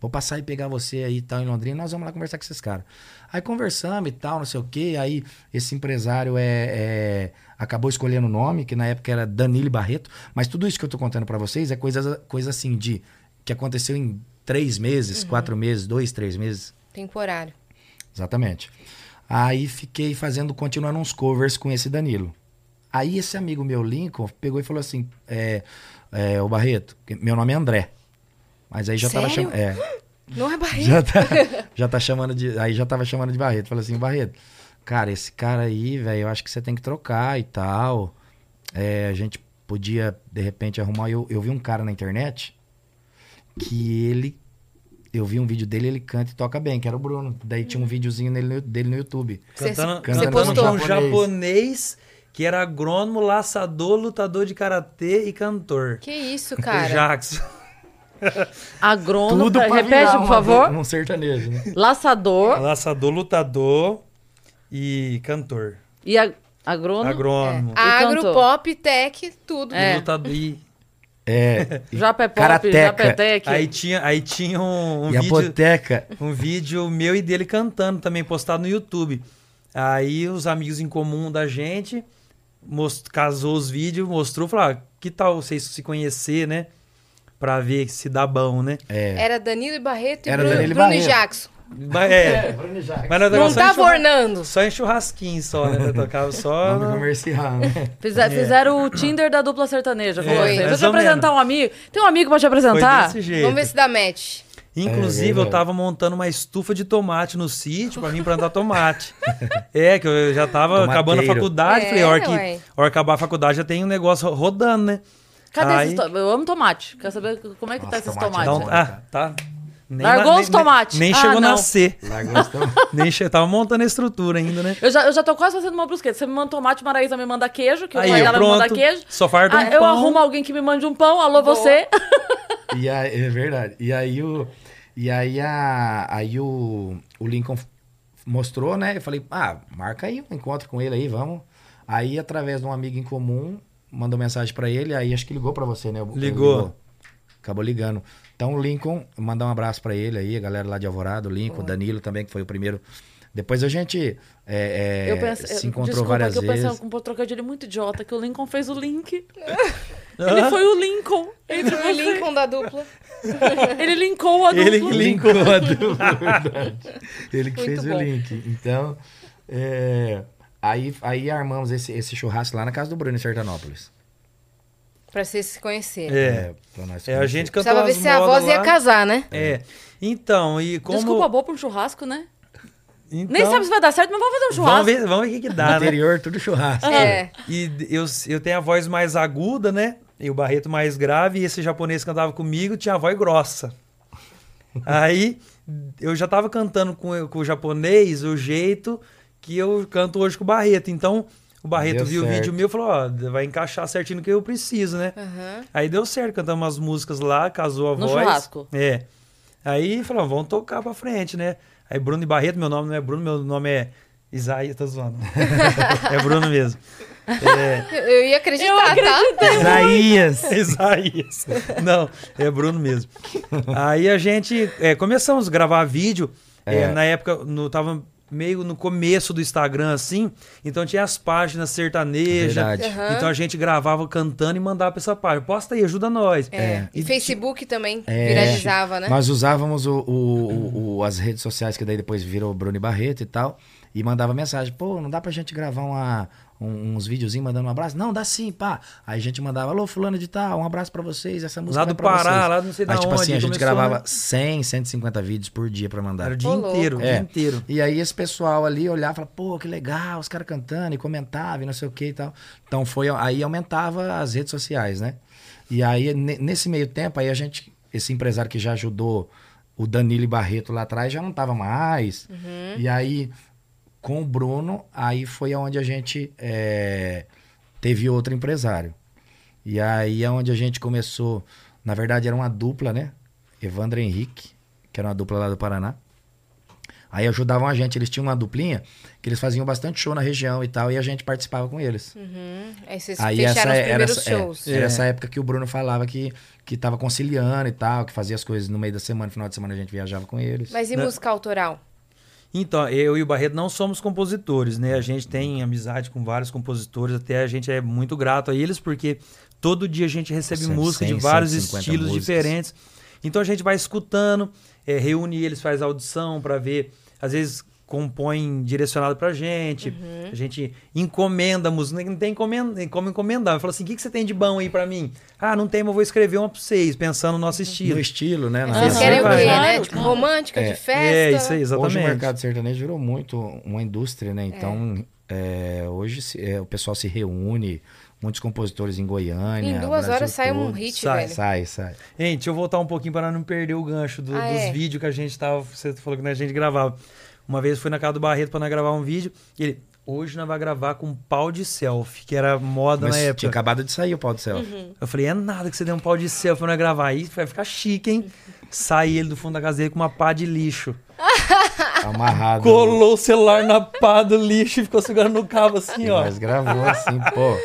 Vou passar e pegar você aí e tal em Londrina, nós vamos lá conversar com esses caras. Aí conversamos e tal, não sei o quê. Aí esse empresário é, é- acabou escolhendo o nome, que na época era Danilo Barreto. Mas tudo isso que eu tô contando pra vocês é coisa, coisa assim de. que aconteceu em três meses, quatro meses, dois, três meses.
Temporário.
Exatamente. Aí fiquei fazendo, continuando uns covers com esse Danilo. Aí esse amigo meu, Lincoln, pegou e falou assim: é, é, Ô Barreto, que meu nome é André. Mas aí já tava
Sério?
chamando. É,
Não é barriga.
[LAUGHS] já tá, já tá chamando de. Aí já tava chamando de Barreto. Falei assim, Barreto, cara, esse cara aí, velho, eu acho que você tem que trocar e tal. É, a gente podia, de repente, arrumar. Eu, eu vi um cara na internet que ele. Eu vi um vídeo dele, ele canta e toca bem, que era o Bruno. Daí tinha um videozinho nele no- dele no YouTube.
Você-
Cantando,
você
cantando
postou.
com um japonês que era agrônomo, laçador, lutador de karatê e cantor.
Que isso,
O
cara.
Jackson.
Agrônomo.
pra
Repete,
virar
por
uma-
favor.
Um sertanejo, né?
Laçador
Laçador, lutador e cantor.
e ag- agrônomo.
Agrônomo.
Agro,
cantor?
pop, tech, tudo.
E lutador. E...
É.
Japé pop,
Karateca.
japetec.
Aí tinha, aí tinha [LAUGHS] um, um
e a
vídeo.
boteca.
um vídeo meu e dele cantando também, postado no YouTube. Aí os amigos em comum da gente most- casou os vídeos, mostrou, falou, ah, que tal vocês se conhecer, né? Pra ver se dá bom, né?
É.
Era Danilo e Barreto e
Era
Bruno,
Danilo e
Bruno e
Barreto.
Jackson.
Mas, é, mas nós
Não tá
tocava só em
tava
churra-
ornando.
Só em churrasquinho, só, né? Nós tocava só...
[LAUGHS] Nome comercial, né?
Fize- Fizeram o Tinder da dupla sertaneja. Falou
Foi.
assim, Deixa eu
É. Mais
te
ou
apresentar um amigo. Tem um amigo pra te
Foi
apresentar?
desse jeito.
Vamos ver se dá match.
É,
Inclusive, eu
verdade.
tava montando uma estufa de tomate no sítio pra mim plantar tomate. [LAUGHS] é, que eu já tava
Tomateiro.
acabando a faculdade.
É,
falei, a hora,
ué.
que, a hora que acabar a faculdade já tem um negócio ro- rodando, né?
Cadê
Aí-
esses tomates? Eu amo tomate. Quero saber como é que
Nossa,
tá esses
tomate
tomates.
é
Dá um-
bom.
ah, tá. Nem
Largou
na-
os
nem-
tomates.
Nem
Ah,
chegou a
não.
nascer.
Largou os tom-
Nem che... Tava montando a estrutura ainda, né?
Eu, já, eu já tô quase fazendo uma brusqueta. Você me manda tomate, uma Maraísa me manda queijo, [LAUGHS] que o
Aí,
pai
ó,
dela me manda
pronto.
queijo.
Só farta
Ah,
um
eu
pão.
arrumo alguém que me mande um pão. Alô,
Boa.
você.
E aí, é verdade. E aí o. E aí a. Aí o, o Lincoln f- mostrou, né? Eu falei, ah, marca aí um encontro com ele aí, vamos. Aí, através de um amigo em comum, mandou mensagem pra ele, aí acho que ligou pra você, né? O-
Ligou.
Acabou ligando. Então, o Lincoln, mandar um abraço pra ele aí, a galera lá de Alvorada, o Lincoln, o Danilo também, que foi o primeiro. Depois a gente é, é,
eu penso,
se
eu-
encontrou
desculpa,
várias
que eu pensei
vezes.
um trocadilho muito idiota, que o Lincoln fez o
[LAUGHS]
link. Ele foi o Lincoln. Entre
Bruno e
você.
Lincoln da dupla.
Ele linkou a dupla.
Ele que
linkou a [LAUGHS] dupla, verdade. Ele que
Muito
fez
bom.
o link. Então, é, aí, aí armamos esse, esse churrasco lá na casa do Bruno, em Sertanópolis.
Pra vocês se conhecerem.
É.
pra nós
É, a gente cantou
Precisava ver
as
se a
modas
voz ia
lá.
casar, né?
É. Então, e como...
Desculpa boa pra um churrasco, né?
Então,
Nem sabe se vai dar certo, mas vamos fazer um
Vamos
churrasco.
ver, vamos ver o que, que dá, né?
Interior, tudo churrasco.
É.
E eu, eu tenho a voz mais aguda, né? E o Barreto mais grave. E esse japonês que cantava comigo tinha a voz grossa. Aí eu já tava cantando com, com o japonês o jeito que eu canto hoje com o Barreto. Então o Barreto
Deu
viu o
certo.
vídeo meu e falou: Ó, vai encaixar certinho no que eu preciso, né?
Aham.
Aí deu certo, cantamos umas músicas lá, casou a
No
voz.
churrasco.
É. Aí falou, vamos tocar pra frente, né? Aí Bruno e Barreto, meu nome não é Bruno, meu nome é Isaías, tá zoando. [LAUGHS] é Bruno mesmo. É,
Eu, eu ia acreditar,
Eu
tá?
Isaías.
Isaías. Não, é Bruno mesmo. Aí a gente é, começamos a gravar vídeo. é,
É.
na época, no, tava meio no começo do Instagram, assim. Então tinha as páginas sertanejas.
Verdade.
Aham.
Então a gente gravava cantando e mandava pra essa página. Posta aí, ajuda nós.
É. E
E
Facebook também
É.
viralizava, né?
Nós usávamos o, o- o- o- as redes sociais, que daí depois virou Bruno e Barreto e tal, e mandava mensagem. Pô, não dá pra gente gravar uma- um- uns videozinhos mandando um abraço? Não, dá sim, pá. Aí a gente mandava, alô, fulano de tal, um abraço pra vocês, essa música
Lá
vai
do
pra
Pará,
vocês.
lá não sei da
Aí, tipo
onde,
assim, a gente
começou,
gravava
né?
100, 150 vídeos por dia pra mandar.
Era o dia
Ô, louco.
inteiro, o
É.
dia inteiro.
E aí esse pessoal ali olhava e falava, pô, que legal, os caras cantando e comentava e não sei o que e tal. Então foi, aí aumentava as redes sociais, né? E aí, ne- nesse meio tempo, aí a gente, esse empresário que já ajudou o Danilo e Barreto lá atrás, já não tava mais. E aí, com o Bruno, aí foi onde a gente é, teve outro empresário. E aí é onde a gente começou, na verdade era uma dupla, né? Evandro e Henrique, que era uma dupla lá do Paraná. Aí ajudavam a gente. Eles tinham uma duplinha que eles faziam bastante show na região e tal, e a gente participava com eles.
Uhum. Aí vocês
Aí
fecharam os
é- era,
primeiros
essa, é,
shows.
era
É.
essa época que o Bruno falava que, que tava conciliando e tal, que fazia as coisas no meio da semana, final de semana a gente viajava com eles.
Mas e música autoral?
Então, eu e o Barreto não somos compositores, né? A gente tem amizade com vários compositores, até a gente é muito grato a eles, porque todo dia a gente recebe
Cem-
música
cem,
de vários
150
estilos
músicas.
diferentes. Então a gente vai escutando, é, reúne eles, faz audição pra ver, às vezes compõe direcionado pra gente, a gente encomenda música, não tem encomenda, como encomendar. Fala assim, o que, que você tem de bom aí pra mim? Ah, não tem, mas eu vou escrever uma pra vocês, pensando no nosso estilo.
No estilo, né? Na
Vocês
Vocês
região.
querem o
vai,
quê,
vai.
né? Tipo, romântica,
É.
de festa?
É, isso aí,
Hoje
exatamente.
o mercado sertanejo virou muito uma indústria, né? Então, é, hoje se- é, o pessoal se reúne, muitos compositores em Goiânia.
Em
o
duas
Brasil
horas sai um
todo.
hit,
Sai,
velho.
Sai, sai.
Gente, deixa eu voltar um pouquinho para não perder o gancho do-
Ah,
dos
é.
vídeos que a gente tava. Você falou que né, a gente gravava. Uma vez fui na casa do Barreto para gravar um vídeo. E ele, hoje nós vamos gravar com um pau de selfie, que era moda
Mas
na
tinha
época.
acabado de sair o pau do céu.
Uhum.
Eu falei, é nada que você dê um pau de selfie pra nós gravar. Aí vai ficar chique, hein? Saí ele do fundo da casa dele com uma pá de lixo.
Tá Amarrado.
Colou o celular na pá do lixo e ficou segurando no cabo assim,
E
[LAUGHS]
ó.
nós gravou assim, pô.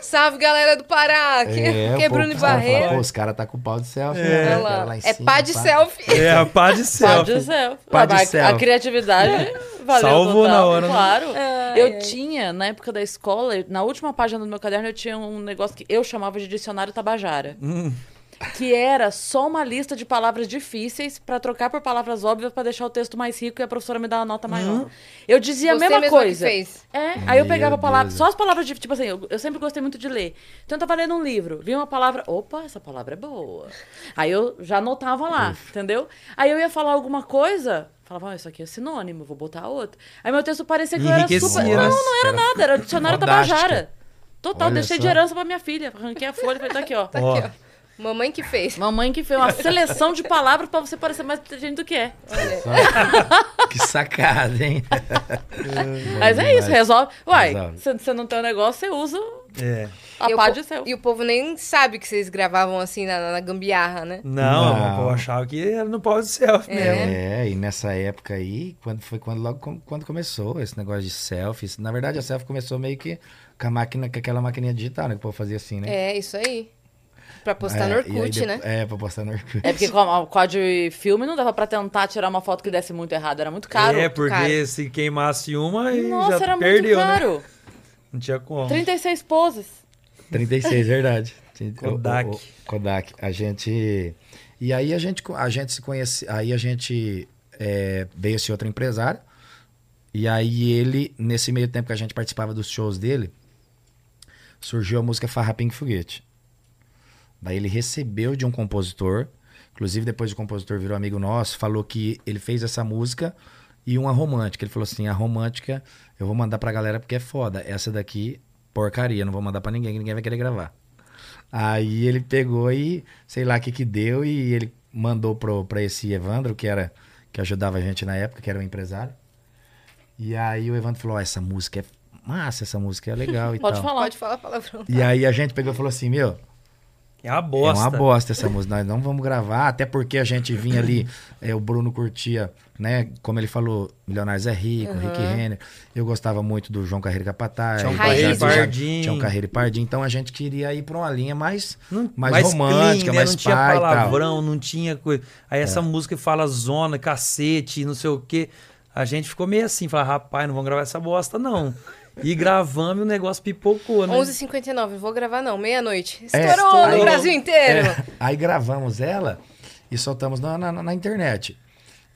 Salve, galera do Pará. Aqui é, aqui é
pô,
Bruno e
os caras falam,
Barreiro.
"Pô, os caras tá com pau de selfie.
É,
né?
Olha
Os
lá.
caras lá em
É
cima,
pá de selfie.
É, a pá de
Pá
selfie.
de selfie.
Pá de
Ah, a-
selfie.
A criatividade valeu
Salvou
total,
É. na hora, né?
Claro.
Ai,
eu
ai.
tinha, na época da escola, eu- na última página do meu caderno, eu tinha um negócio que eu chamava de dicionário Tabajara.
Hum.
Que era só uma lista de palavras difíceis pra trocar por palavras óbvias pra deixar o texto mais rico e a professora me dar uma nota
Hum.
maior. Eu dizia
Você
a mesma
mesma que
coisa.
fez.
É, aí eu
Meu
pegava
Deus.
palavras, só as palavras de, tipo assim, eu, eu sempre gostei muito de ler. Então eu tava lendo um livro, vi uma palavra, opa, essa palavra é boa. Aí eu já anotava lá, entendeu? Aí eu ia falar alguma coisa, falava, ó, isso aqui é sinônimo, vou botar outro. Aí meu texto parecia que eu era
Enriquecia,
super...
né?
Não, não era
Era
nada, era dicionário
fodástica.
Tabajara. Total,
Olha
deixei
só.
de herança pra minha filha, arranquei a folha e falei, tá aqui, ó.
Ó,
Mamãe que fez.
Mamãe que fez uma seleção de palavras pra você parecer mais inteligente do que é.
né?"
só- [LAUGHS] que sacada,
[LAUGHS]
hein?
Mas é isso, resolve. Uai,
Resolve.
se você não tem um negócio, você usa
é.
a
E o
pá
po-
de seu.
E o povo nem sabe que vocês gravavam assim na, na gambiarra, né?
Não,
Não.
eu achava que era no pau de selfie mesmo.
né?
É, e nessa época aí, quando foi quando logo com- quando começou esse negócio de selfies. Na verdade, a selfie começou meio que com a máquina, com aquela maquininha digital, né? Que o povo fazia assim, né?
É, isso aí. Pra postar no
É, e aí
Orkut,
depo-
né?
É, pra postar no Orkut.
É porque com a, com a de filme não dava pra tentar tirar uma foto que desse muito errado, era muito caro.
é, porque
caro.
se queimasse uma, aí
Nossa,
já
era
perdeu,
muito
né?
caro.
Não tinha como.
36 poses.
36, verdade.
Kodak.
O- o- o- Kodak. A gente. E aí a gente, co- a gente se conhece. Aí a gente é, veio esse outro empresário. E aí ele, nesse meio tempo que a gente participava dos shows dele, surgiu a música Farrapinho e Foguete. Daí ele recebeu de um compositor, inclusive depois o compositor virou amigo nosso, falou que ele fez essa música e uma romântica. Ele falou assim: a romântica eu vou mandar pra galera porque é foda. Essa daqui, porcaria, não vou mandar pra ninguém, que ninguém vai querer gravar. Aí ele pegou e sei lá o que que deu e ele mandou pro, pra esse Evandro, que era que ajudava a gente na época, que era o empresário. E aí o Evandro falou: ó, essa música é massa, essa música é legal
[LAUGHS]
e
Pode
tal.
falar.
Pode falar palavrão.
E aí a gente pegou e falou assim: meu,
É uma bosta.
é uma bosta essa música. Nós não vamos gravar, até porque a gente vinha ali, é, o Bruno curtia, né? Como ele falou, Milionários é Rico, Rick Renner. Eu gostava muito do João Carreiro Capataz.
Tinha um
do
Carreiro
Jorge
Pardinho.
É, Tinha um Carreiro e Pardinho. Então a gente queria ir pra uma linha mais,
Não-
mais,
clean,
romântica,
né?
mais
Não tinha
pai e tal. É.
palavrão, não tinha coisa. Aí essa música fala zona, cacete, não sei o quê. A gente ficou meio assim, fala, rapaz, não vamos gravar essa bosta, não. E gravamos e o negócio pipocou, né?
11h59, não vou gravar não, meia-noite.
É,
Estourou no
estourou.
Brasil inteiro.
Aí gravamos ela e soltamos na, na- na internet.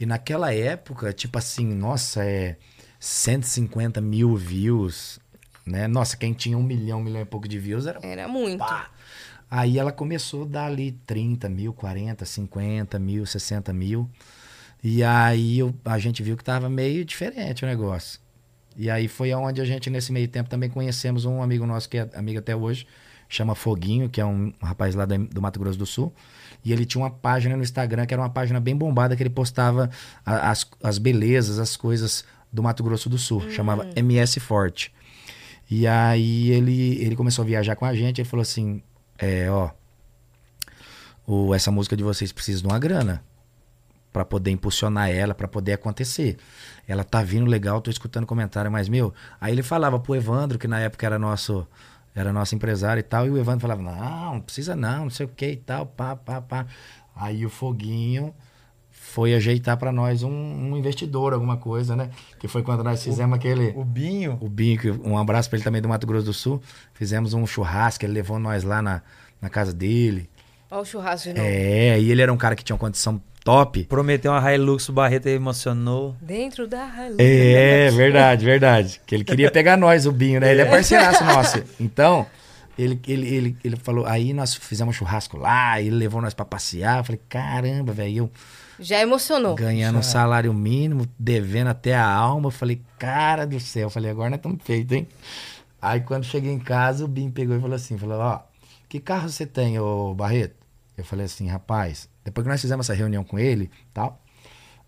E naquela época, tipo assim, nossa, é 150 mil views, né? Nossa, quem tinha um milhão, um milhão e pouco de views era
Era muito.
Pá. Aí ela começou a dar ali 30 mil, 40, 50 mil, 60 mil. E aí eu- a gente viu que tava meio diferente o negócio. E aí foi onde a gente, nesse meio tempo, também conhecemos um amigo nosso que é amigo até hoje, chama Foguinho, que é um rapaz lá da- do Mato Grosso do Sul. E ele tinha uma página no Instagram, que era uma página bem bombada, que ele postava a- as, as belezas, as coisas do Mato Grosso do Sul. Chamava MS Forte. E aí ele, ele começou a viajar com a gente, ele falou assim, é, ó, o, essa música de vocês precisa de uma grana Pra poder impulsionar ela, pra poder acontecer. Ela tá vindo legal, tô escutando comentário, mas meu, aí ele falava pro Evandro, que na época era nosso era nosso empresário e tal, e o Evandro falava: "Não, não precisa não, não sei o que e tal, pá, pá, pá". Aí o Foguinho foi ajeitar pra nós um, um investidor, alguma coisa, né? Que foi quando nós fizemos aquele
O Binho.
o Binho, que- um abraço pra ele também do Mato Grosso do Sul. Fizemos um churrasco, ele levou nós lá na, na casa dele.
Olha o churrasco de novo.
É, e ele era um cara que tinha uma condição top.
Prometeu uma Hilux, o Barreto aí emocionou.
Dentro da raiva.
É, verdade, verdade. Que ele queria pegar nós, o Binho, né? Ele é [LAUGHS] parceiraço nosso. Então, ele, ele, ele, ele falou, aí nós fizemos um churrasco lá, ele levou nós pra passear. Eu falei, caramba, velho,
Já emocionou.
eu ganhando um salário mínimo, devendo até a alma. Eu falei, cara do céu. Eu falei, agora nós estamos feitos, hein? Aí quando cheguei em casa, o Binho pegou e falou assim, falou, ó, que carro você tem, ô Barreto? Eu falei assim, rapaz, depois que nós fizemos essa reunião com ele, tal,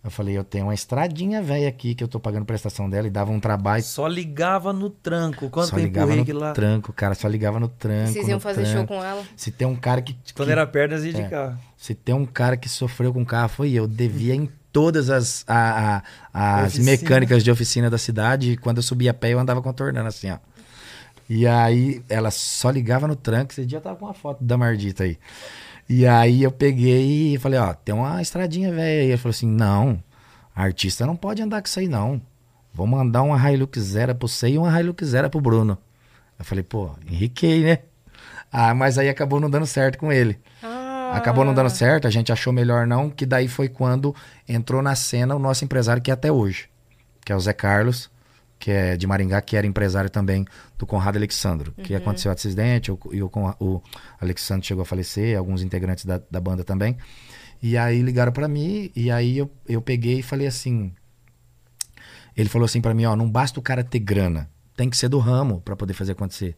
eu falei, eu tenho uma estradinha velha aqui que eu tô pagando prestação dela e dava um trabalho.
Só ligava no tranco. Quando
só
eu
ligava
empurrei
no
aqui lá.
tranco, cara, só ligava no tranco.
Vocês iam
no
fazer
tranco.
show com ela.
Se tem um cara que,
Quando
que-
era pernas ia de
É.
carro.
se tem um cara que sofreu com carro, foi eu. Devia em todas as, a- a- as
Oficina.
mecânicas de oficina da cidade. E quando eu subia a pé, eu andava contornando assim, ó. E aí ela só ligava no tranco. Esse dia eu tava com uma foto da Mardita aí. E aí eu peguei e falei, ó, tem uma estradinha velha aí. Ele falou assim, não, artista não pode andar com isso aí não. Vou mandar uma Hilux Zera pro você e uma Hilux Zera pro Bruno. Eu falei, pô, enriquei, né? Ah, mas aí acabou não dando certo com ele.
Ah,
Acabou não dando certo, a gente achou melhor não, que daí foi quando entrou na cena o nosso empresário que é até hoje, que é o Zé Carlos, que é de Maringá, que era empresário também do Conrado Alexandro, que aconteceu o acidente, o, e o, Con- o Alexandro chegou a falecer, alguns integrantes da, da banda também. E aí ligaram pra mim, e aí eu, eu peguei e falei assim, ele falou assim pra mim, ó, não basta o cara ter grana, tem que ser do ramo pra poder fazer acontecer.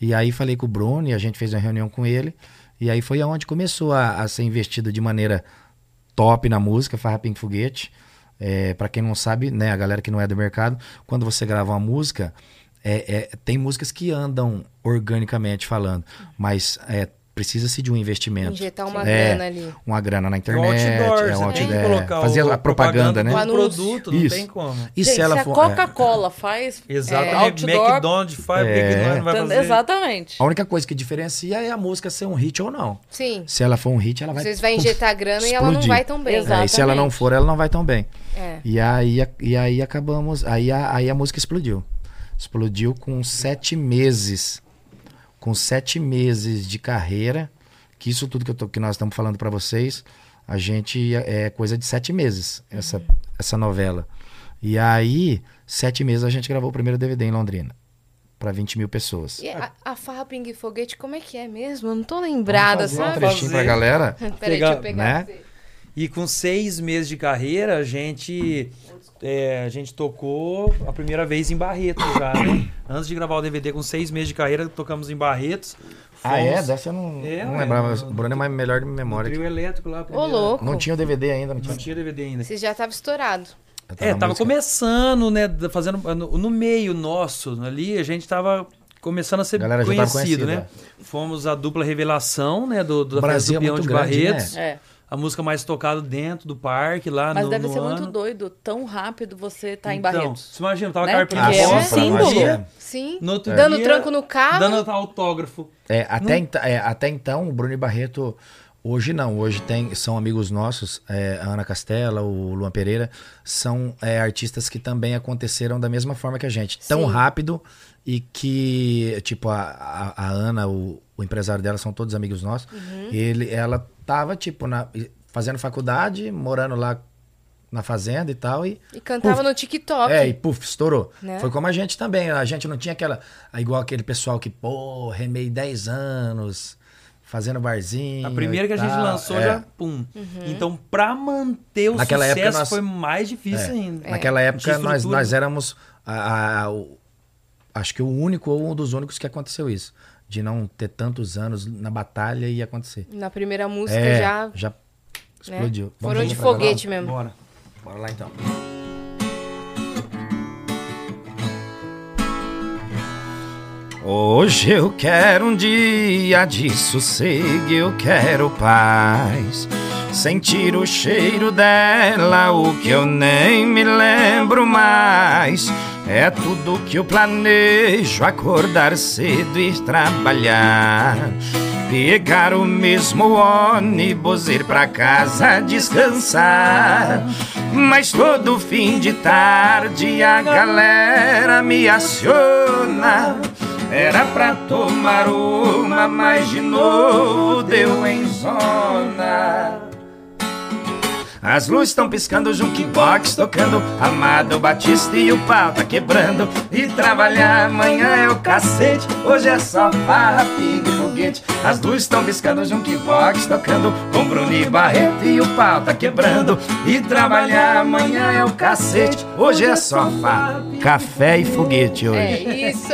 E aí falei com o Bruno e a gente fez uma reunião com ele. E aí foi aonde começou a, a ser investido de maneira top na música, Farrapim Foguete. É, para quem não sabe, né, a galera que não é do mercado, quando você grava uma música, é, é, tem músicas que andam organicamente falando, mas é, precisa-se de um investimento.
Injetar uma
É,
grana ali.
Uma grana na
É um
internet,
outdoor,
é um
você tem que
outdoor,
colocar
fazer
o-
a propaganda, né?
do
né?
produto, não
Isso.
tem como.
E
Gente, se, a
for- é.
Coca-Cola faz.
Exatamente.
é, outdoor,
McDonald's faz, por
É.
que que nós não vai fazer?
Exatamente.
A única coisa que diferencia é a música ser um hit ou não.
Sim.
Se ela for um hit, ela vai
Vocês vão injetar grana e ela não
explodir.
vai tão bem.
Exato.
É, e se ela não for, ela não vai tão bem.
É.
E aí, e aí acabamos. Aí a, aí a música explodiu. Explodiu com sete meses. Com sete meses de carreira. Que isso tudo que, eu tô- que nós estamos falando para vocês, a gente é coisa de sete meses, essa,
Uhum.
essa novela. E aí, sete meses a gente gravou o primeiro DVD em Londrina. para 20 mil pessoas.
E a, a farra pingue foguete, como é que é mesmo? Eu não tô lembrada,
Vamos fazer
Um
uma
sabe?
trechinho pra
[LAUGHS]
galera.
Peraí, deixa eu
Pegar,
pegar.
né?
E com seis meses de carreira, a gente, é, a gente tocou a primeira vez em Barretos já, né? Antes de gravar o DVD, com seis meses de carreira, tocamos em Barretos.
Ah, é?
Fomos
Dessa eu não,
É,
não
ué,
lembrava.
no-
O Bruno é mais melhor de
no
memória.
trio elétrico lá. a
Ô,
primeira-
louco.
Não tinha o DVD ainda, não tinha.
Não tinha DVD ainda.
Você já tava estourado.
Eu tava
É,
na
tava
música.
começando, né? da- Fazendo no, no meio nosso ali, a gente tava começando a ser
A galera já tava
conhecido, né? Fomos a dupla revelação, né? Do, do, da festa
Brasil
do
é
Peão
muito
de
grande,
Barretos.
né?
É.
A música mais tocada dentro do parque lá
Mas
no,
deve
no
ser
ano.
muito doido, tão rápido você tá em
Então,
Barretos.
Você imagina, tava
Né?
carpinho
Porque é um
fora,
símbolo. É.
dia,
Sim.
No outro
Dando
dia,
tranco no carro.
Dando autógrafo.
É, até, enta- é, até então, o Bruno e Barreto. Hoje não, hoje tem, são amigos nossos, é, a Ana Castela, o Luan Pereira, são é, artistas que também aconteceram da mesma forma que a gente, tão
Sim.
rápido e que, tipo, a, a- a Ana, o, o empresário dela, são todos amigos nossos. Ele, ela tava, tipo, na- fazendo faculdade, morando lá na fazenda e tal, e
E cantava no TikTok.
É, e puf, estourou.
Né?
Foi como a gente também. A gente não tinha aquela. ah, Igual aquele pessoal que, pô, remei 10 anos, fazendo barzinho.
A primeira
e
que a gente
tal.
lançou
É.
já, pum.
Uhum.
Então, pra manter o
Naquela época
sucesso
nós- É.
foi mais difícil ainda.
É
Naquela
É.
época,
Tinha
nós,
estrutura.
nós éramos. a- a- o- acho que o único ou um dos únicos que aconteceu isso. De não ter tantos anos na batalha e acontecer.
Na primeira música
É,
já.
já
Né?
explodiu. Vamos
Foram de
pra galera?
foguete mesmo.
Bora.
Bora lá então. Hoje eu quero um dia de sossego, eu quero paz. Sentir o cheiro dela, o que eu nem me lembro mais. É tudo que eu planejo: acordar cedo e ir trabalhar. Pegar o mesmo ônibus, ir pra casa descansar. Mas todo fim de tarde a galera me aciona. Era pra tomar uma, mas de novo deu em zona. As luzes estão piscando, jukebox tocando Amado Batista e o pau tá quebrando E trabalhar amanhã é o cacete Hoje é só farra, pingue e foguete As luzes estão piscando, jukebox tocando Com Bruno e Barreto e o pau tá quebrando E trabalhar amanhã é o cacete Hoje é só farra, café e foguete
É isso!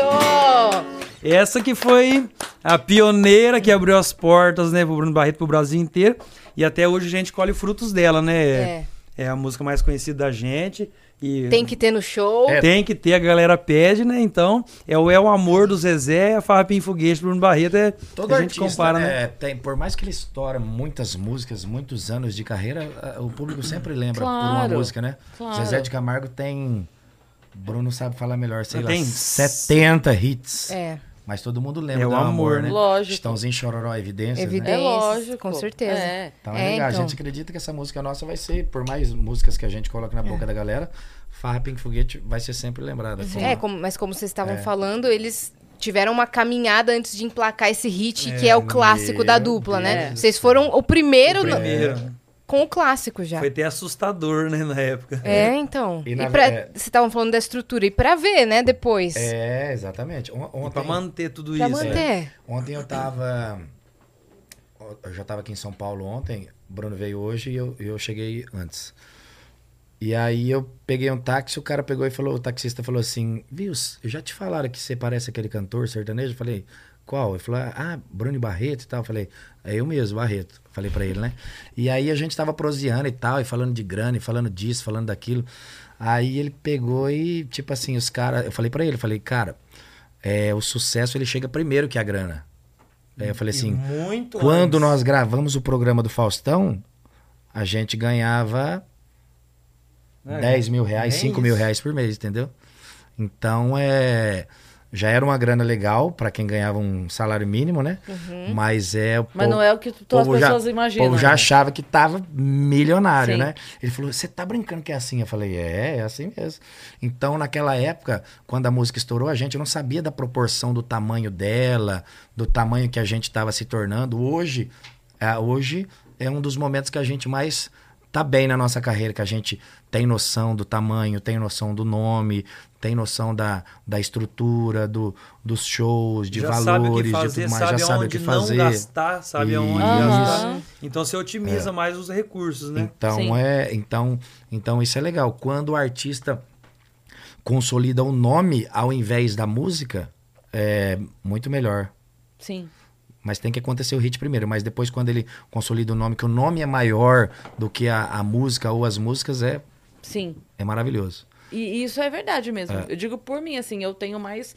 Essa que foi a pioneira que abriu as portas, né, pro Bruno Barreto pro Brasil inteiro. E até hoje a gente colhe frutos dela, né?
É.
É a música mais conhecida da gente. E
Tem que ter no show.
É.
tem que ter, a galera pede, né? Então, é o É o Amor do Zezé, a Farrapinha e Foguete do Bruno Barreto. É,
Todo
a gente
artista,
compara, né?
né? Tem, por mais que ele estoura muitas músicas, muitos anos de carreira, a- o público sempre lembra por
Claro,
uma música, né?
claro.
Zezé de
Ah,
Camargo tem. Bruno sabe falar melhor, sei
Ele
lá.
tem
70 hits.
É.
Mas todo mundo lembra
É o
do
amor,
amor,
né?
né?
Lógico.
Estãozinho Chororó, evidências, né?
Evidências.
É lógico.
com certeza.
É.
Então,
É,
é legal.
então.
A gente acredita que essa música nossa vai ser, por mais músicas que a gente coloca
É.
na boca da galera, Farra Pink Foguete vai ser sempre lembrada. como-
É, como- mas como vocês estavam falando, eles tiveram uma caminhada antes de emplacar esse hit, que é o clássico da
meu
dupla, né?
Deus.
Vocês foram o primeiro,
O
no-
primeiro.
com o clássico já.
Foi até assustador, né, na época.
É, então.
E
E
na-
pra-
é.
Vocês estavam falando da estrutura. E pra ver, né, depois.
É, exatamente. On-
E
Ontem,
Pra manter tudo
pra
isso.
manter.
né?
ontem eu tava. Eu já tava aqui em São Paulo ontem, Bruno veio hoje e eu, eu cheguei antes. E aí eu peguei um táxi, o cara pegou e falou, o taxista falou assim, viu, já te falaram que você parece aquele cantor sertanejo? Eu falei, qual? Ele falou, ah, Bruno Barreto e tal. Eu falei, é eu mesmo, Barreto. Falei pra ele, né? E aí a gente tava proseando e tal, e falando de grana, e falando disso, falando daquilo. Aí ele pegou e, tipo assim, os caras, eu falei pra ele, eu falei, cara, é, o sucesso ele chega primeiro que a grana. Aí eu falei
E
assim,
muito
quando
antes.
nós gravamos o programa do Faustão, a gente ganhava
É,
10 mil reais,
nem
5 mil
isso.
reais por mês, entendeu? Então é. Já era uma grana legal pra quem ganhava um salário mínimo, né?
Uhum.
Mas é o
Mas
povo-
não é o que tu- as
povo já-
pessoas imaginam. né?
O povo já achava que tava milionário,
Sim.
né? Ele falou: Você tá brincando que é assim? Eu falei: É, é assim mesmo. Então, naquela época, quando a música estourou, a gente não sabia da proporção do tamanho dela, do tamanho que a gente tava se tornando. Hoje, ah, hoje é um dos momentos que a gente mais tá bem na nossa carreira, que a gente tem noção do tamanho, tem noção do nome, tem noção da, da estrutura, do, dos shows, de
já sabe o que
valores,
fazer,
de tudo mais,
sabe
já sabe o
onde
que fazer.
não gastar, sabe
Isso.
aonde gastar.
Aham.
Então você otimiza
É.
mais os recursos, né?
Então
Sim.
é, então, então isso é legal. Quando o artista consolida o nome ao invés da música, é muito melhor.
Sim.
Mas tem que acontecer o hit primeiro. Mas depois, quando ele consolida o nome, que o nome é maior do que a, a música ou as músicas, é,
Sim.
é maravilhoso.
E e isso é verdade mesmo. Eu digo por mim, assim, eu tenho mais.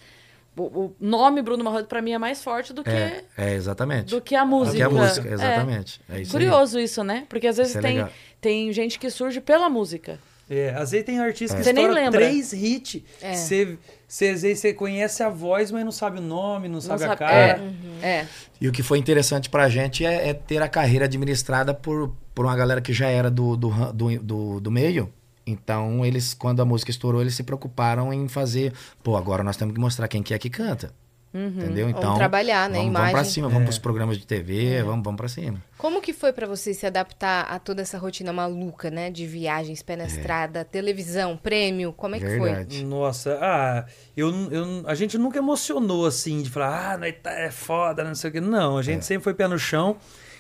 O, o nome Bruno Marrodo pra mim é mais forte do que,
É, é exatamente.
do que a
Do
música.
que a música,
É.
exatamente. É, isso aí.
Curioso isso, né? Porque às vezes
Isso é
tem,
legal.
tem gente que surge pela música.
É, às vezes tem artista que
Você nem
estoura
lembra.
três hits.
É.
Você, você, às vezes você conhece a voz, mas não sabe o nome, não sabe, a
sabe-
cara.
Uhum.
É. é.
E o que foi interessante pra gente é, é ter a carreira administrada por, por uma galera que já era do, do, ran- do, do, do meio. Então, eles, quando a música estourou, eles se preocuparam em fazer. Pô, agora nós temos que mostrar quem que é que canta. Entendeu?
Vamos
Então.
Uhum. trabalhar, né,
Vamos, vamos
imagem. É.
pra cima, vamos pros programas de TV, vamos, vamos pra cima.
Como que foi pra vocês se adaptar a toda essa rotina maluca, né? De viagens, pé na estrada, televisão, prêmio. Como é que foi?
É. Verdade.
Nossa, ah, eu, eu, a gente nunca emocionou assim, de falar, ah, nós tá- é foda, não sei o quê. Não, a gente sempre foi pé no chão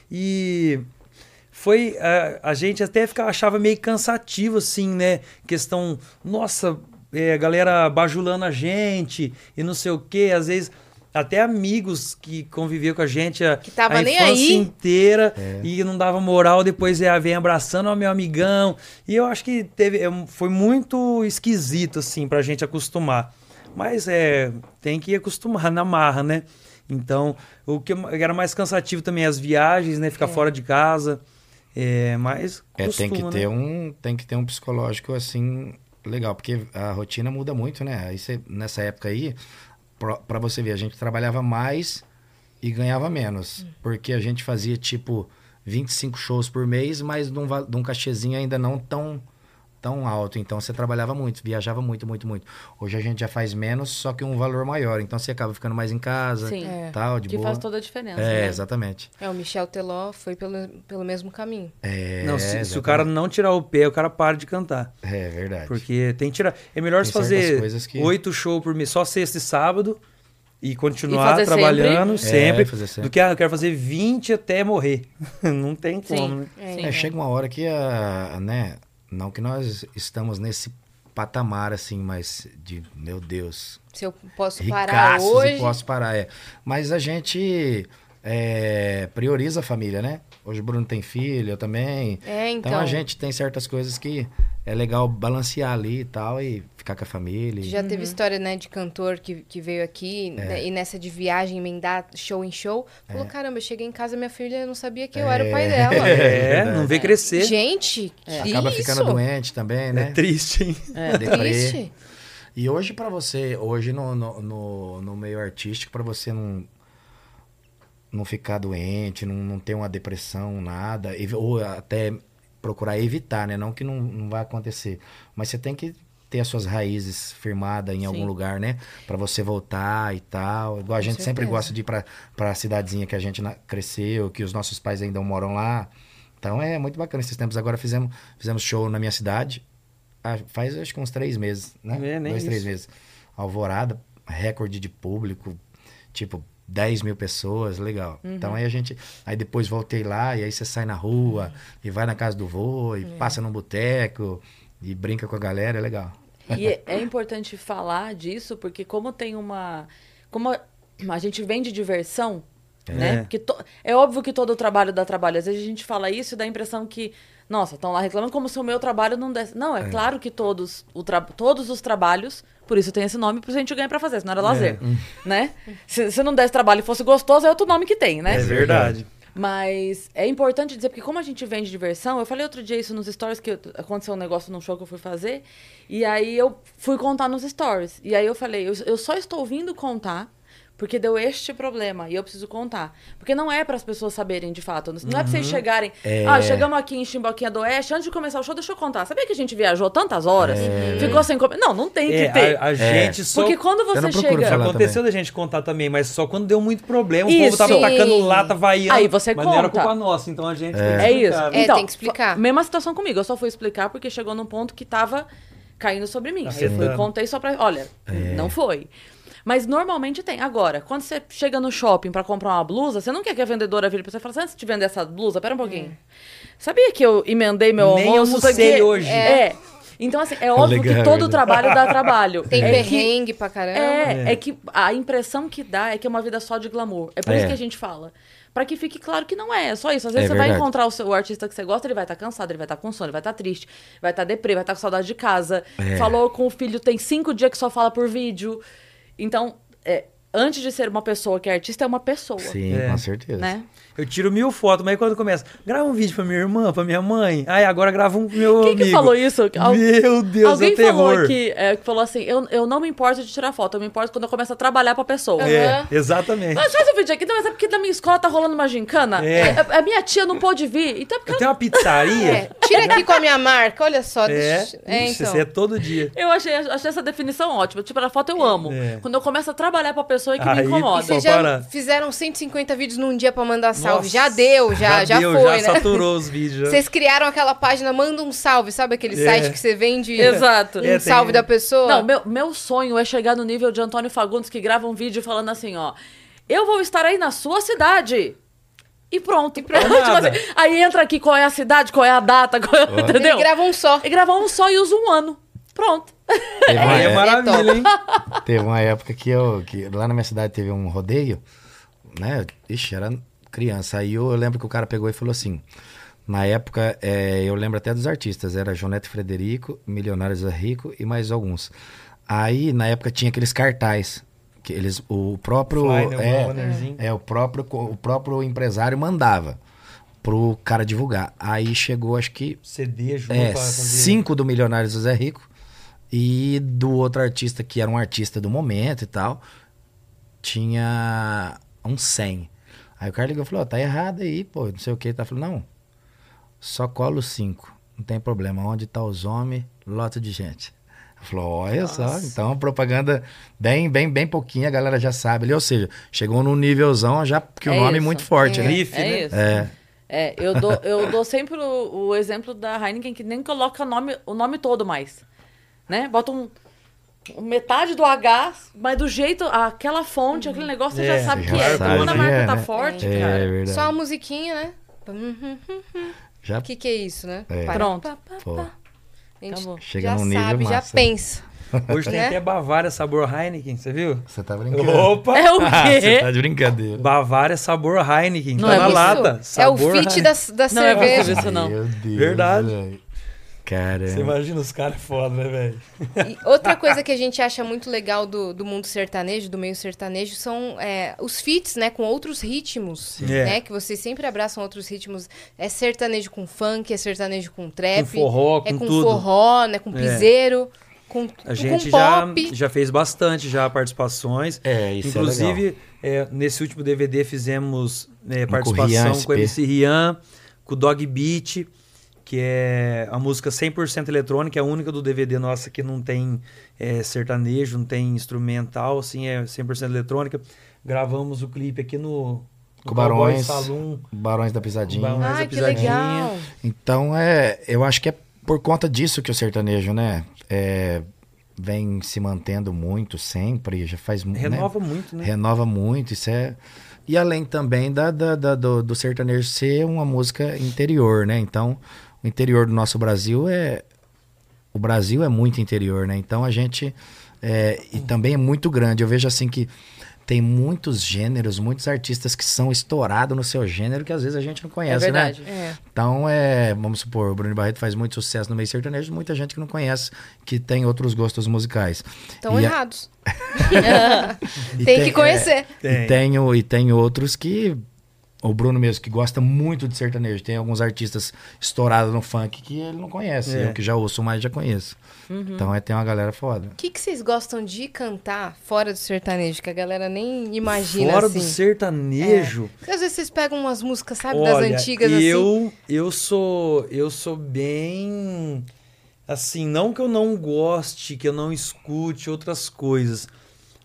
e foi. ah, A, gente até ficava, achava meio cansativo, assim, né? Questão, nossa, é, a galera bajulando a gente e não sei o quê. Às vezes, até amigos que conviviam com a gente a,
Que tava
a
nem
infância
aí.
inteira
É.
e não dava moral. Depois é, vem abraçando o meu amigão. E eu acho que teve, é, um- foi muito esquisito, assim, pra gente acostumar. Mas é, tem que acostumar na marra, né? Então, o que eu- era mais cansativo também as viagens, né? Ficar fora de casa. É, mas
É, tem que
costuma, né?
ter um, tem que ter um psicológico assim legal, porque a rotina muda muito, né? Aí você- nessa época aí, pro- pra você ver, a gente trabalhava mais e ganhava menos,
Hum.
porque a gente fazia tipo 25 shows por mês, mas num, va- num cachezinho ainda não tão tão alto, então você trabalhava muito, viajava muito, muito, muito. Hoje a gente já faz menos, só que um valor maior, então você acaba ficando mais em casa,
Sim. é.
tal, Uhum. de
que
boa.
faz toda a diferença.
é,
né?
exatamente.
É, o Michel Teló foi pelo, pelo mesmo caminho.
É,
Não, se, se o
exatamente.
cara não tirar o pé, o cara para de cantar.
é verdade.
Porque tem que tirar. É melhor
Tem
você fazer
certas coisas que-
oito shows por mês, só sexta e sábado, e
E
continuar
fazer
trabalhando
sempre.
sempre,
É, fazer sempre.
do que ah, eu quero fazer 20 até morrer. [LAUGHS] Não tem
Sim.
como, né?
É,
Sim.
É, chega uma hora que a, né, não que nós estamos nesse patamar assim, mas de, meu Deus,
Se eu posso parar
ricaços
hoje.
e posso parar, é. Mas a gente é, prioriza a família, né? Hoje o Bruno tem filho, eu também.
É, então.
Então a gente tem certas coisas que é legal balancear ali e tal e ficar com a família. e-
Já
Uhum.
teve história, né, de cantor que, que veio aqui né, e nessa de viagem, emendar show em show. Falou, caramba, eu cheguei em casa, minha filha não sabia que eu era o pai dela.
[LAUGHS] É, não vê crescer.
Gente, que
É. Acaba
isso?
ficando doente também,
É
né?
triste, hein?
É,
Triste.
E hoje pra você, hoje no, no, no, no meio artístico, pra você não não ficar doente, não, não ter uma depressão, nada, ev- ou até procurar evitar, né? Não que não, não vai acontecer, mas você tem que ter as suas raízes firmadas em algum
Sim.
lugar, né? Pra você voltar e tal. Igual a gente sempre
certeza.
gosta de ir pra, pra cidadezinha que a gente na- cresceu, que os nossos pais ainda moram lá. Então é muito bacana esses tempos. Agora fizemos, fizemos show na minha cidade, ah, faz acho que uns três meses, né?
É, nem
Dois, três
isso.
meses. Alvorada, recorde de público, tipo 10 mil pessoas, legal.
Uhum.
Então aí a gente. Aí depois voltei lá, e aí você sai na rua, e vai na casa do vô, e
É.
passa num boteco, e brinca com a galera, é legal.
E é- é importante falar disso, porque como tem uma. Como a, a gente vende diversão,
É.
né? Porque to- é óbvio que todo trabalho dá trabalho. Às vezes a gente fala isso e dá a impressão que, nossa, estão lá reclamando como se o meu trabalho não desse. Não, é, claro que todos, o tra- todos os trabalhos, por isso tem esse nome, por isso a gente ganha pra fazer,
É.
senão era lazer. Né? Se, se não desse trabalho e fosse gostoso, é outro nome que tem, né?
É verdade.
Mas é importante dizer, porque como a gente vende diversão, eu falei outro dia isso nos stories, que eu- aconteceu um negócio num show que eu fui fazer, e aí eu fui contar nos stories. E aí eu falei, eu, eu só estou vindo contar porque deu este problema e eu preciso contar. Porque não é para as pessoas saberem de fato. Não é para
Uhum.
vocês chegarem. Ah, chegamos aqui em Chimboquinha do Oeste, antes de começar o show, deixa eu contar. Sabia que a gente viajou tantas horas? Ficou sem comer. Não, não tem
É,
que ter.
a, a gente só.
Porque quando
não
você
procuro
chega.
falar
Aconteceu da gente contar também, mas só quando deu muito problema, o povo
Isso.
tava tacando
Sim.
lata, vaiando.
Aí você
mas não era
conta.
culpa nossa, então a gente tem que
É isso.
explicar, né?
É,
então,
tem que explicar.
fa- Mesma situação comigo. Eu só fui explicar porque chegou num ponto que tava caindo sobre mim. Aí eu fui,
Afetando.
contei só pra. Olha, não foi. Mas normalmente tem. Agora, quando você chega no shopping pra comprar uma blusa, você não quer que a vendedora vire pra você e fale assim, antes de vender essa blusa,
É.
pera um pouquinho. Sabia que eu emendei meu
Nem
almoço
almocei
aqui?
hoje.
É. Então, assim, é óbvio
Legal,
que todo
né?
trabalho dá trabalho.
Tem
é que-
perrengue pra caramba.
é, é que a impressão que dá é que é uma vida só de glamour. É por
É.
isso que a gente fala. Pra que fique claro que não é, é só isso. Às
É
vezes você vai
verdade.
encontrar o, seu- o artista que você gosta, ele vai estar cansado, ele vai estar com sono, ele vai estar triste, vai estar deprê, vai estar com saudade de casa.
É.
Falou com o filho, tem cinco dias que só fala por vídeo. Então, é, antes de ser uma pessoa que é artista, é uma pessoa.
Sim,
É.
com certeza.
Né?
Eu tiro mil fotos, mas aí quando começa, grava um vídeo pra minha irmã, pra minha mãe. Aí agora grava um pro meu
Quem
amigo.
que falou isso? Al-
Meu Deus, é
Alguém
o terror.
falou que, é, que falou assim: eu, eu não me importo de tirar foto, eu me importo quando eu começo a trabalhar pra pessoa.
É,
Aham.
exatamente.
Mas faz o vídeo aqui, não, mas é porque na minha escola tá rolando uma gincana.
É.
É, A, minha tia não pôde vir. Então é porque
Eu
eu,
tenho uma
É,
pizzaria.
Tira aqui com a minha marca, olha só.
É,
deixa- é,
Ixi,
então.
isso é todo dia.
eu achei, achei essa definição ótima. Tipo, na foto eu amo.
É.
Quando eu começo a trabalhar pra pessoa é que
Aí-
me
E
incomoda.
Só
vocês já
para-
fizeram 150 vídeos num dia pra mandar salve.
Nossa,
já deu, já, já,
deu,
foi,
já
né? [LAUGHS]
saturou os vídeos. já.
Vocês criaram aquela página Manda um Salve, sabe aquele
É.
site que você vende
Exato.
um
É, tem-
salve da pessoa?
Não, meu, meu sonho é chegar no nível de Antônio Fagundes que grava um vídeo falando assim, ó. Eu vou estar aí na sua cidade. E pronto. Tipo
nada.
assim, aí entra aqui qual é a cidade, qual é a data, qual é, entendeu?
Ele grava um só.
E gravar um só e usa um ano. Pronto. [LAUGHS]
Teve uma
Aí é
época-
maravilha, hein?
Teve uma época que eu. Que lá na minha cidade teve um rodeio, né? Ixi, era criança. Aí eu, eu lembro que o cara pegou e falou assim. Na época, eh, eu lembro até dos artistas, era Joneto Frederico, Milionários da Rico e mais alguns. Aí, na época, tinha aqueles cartaz. Que eles, o próprio.
Fly, né, o
é,
bannerzinho.
é, o próprio, co- o próprio empresário mandava pro cara divulgar. Aí chegou, acho que
CD junto
é,
pra fazer.
cinco do Milionários do Zé Rico e do outro artista que era um artista do momento e tal, tinha uns 100. Aí o cara ligou e falou, "Ó, tá errado aí, pô, não sei o que. Tá falando, não, só cola os cinco, não tem problema. Onde tá os homens, lota de gente. Ele Falou, olha só, então a propaganda bem, bem, bem pouquinha, a galera já sabe ali. Ou seja, chegou num nívelzão já, porque o
É
nome é
isso.
muito forte, né?
Grife, né?
É isso.
É.
É, eu dou, eu dou sempre o, o exemplo da Heineken que nem coloca o nome, o nome todo mais. Né? Bota um, um metade do H, mas do jeito, aquela fonte,
Uhum.
aquele negócio, você
É,
já sabe
você
que
já
é.
sabe
Quando a
que
marca
é,
tá
né?
forte,
É,
cara. um
verdade.
Só a musiquinha, né? Uhum.
Já
O que, que é isso, né?
É.
Para-
Pronto.
pá, pá,
Pô.
pá. A gente
Acabou.
Chega
já
num nível
sabe, já
massa.
pensa.
Hoje tem
Né?
até Bavária sabor Heineken, você viu?
você tá brincando.
Opa!
É o
Ah, você
quê?
tá de brincadeira.
Bavária sabor Heineken.
Não
tá
é
na
possível.
lata.
É o
Sabor
fit
Heineken.
da, da
Não é possível
cerveja.
isso, não.
Meu Deus.
Verdade.
velho.
Você
Caramba.
imagina os
é
caras foda, né, velho?
E outra coisa que a gente acha muito legal do, do mundo sertanejo, do meio sertanejo, são é, os feats, né? Com outros ritmos,
É.
né? Que vocês sempre abraçam outros ritmos. É sertanejo com funk, é sertanejo com trap.
Com forró,
é
com
com
tudo.
forró, né? Com
É.
piseiro, com,
A gente
com
já,
pop.
já fez bastante já participações.
É, isso é
Inclusive, é, nesse último DVD fizemos é,
com o Rian
participação com, o
SP.
MC Rian, com o Dog Beat, que é a música 100% eletrônica, é a única do DVD nossa que não tem é, sertanejo, não tem instrumental, assim, é 100% eletrônica. Gravamos o clipe aqui no, no Cowboy
Barões.
Saloon.
Barões da Pisadinha.
Barões. mais
Ai,
a
que
pisadinha.
legal.
Então é, eu acho que é por conta disso que o sertanejo, né, é, vem se mantendo muito sempre, já faz mu- né?
Renova muito, né?
renova muito, isso é e além também da, da- da- do, do sertanejo ser uma música interior, né? Então o interior do nosso Brasil é o Brasil é muito interior, né? Então a gente é, e também é muito grande. Eu vejo assim que tem muitos gêneros, muitos artistas que são estourados no seu gênero que às vezes a gente não
É
conhece, né?
verdade.
É.
Então, é, vamos supor, o Bruno Barreto faz muito sucesso no meio sertanejo, muita gente que não conhece, que tem outros gostos musicais.
Estão
E a- [LAUGHS]
errados.
E
Tem que conhecer.
é, e, tem, o- e tem outros que. O Bruno mesmo, que gosta muito de sertanejo. Tem alguns artistas estourados no funk que ele não conhece.
É.
Eu que já ouço mais, já conheço. Então, é, tem uma galera foda.
O que, que vocês gostam de cantar fora do sertanejo? Que a galera nem imagina
Fora
assim.
do sertanejo.
Porque às vezes vocês pegam umas músicas, sabe,
Olha,
das antigas assim.
eu, Eu sou, eu sou bem. Assim, não que eu não goste, que eu não escute outras coisas,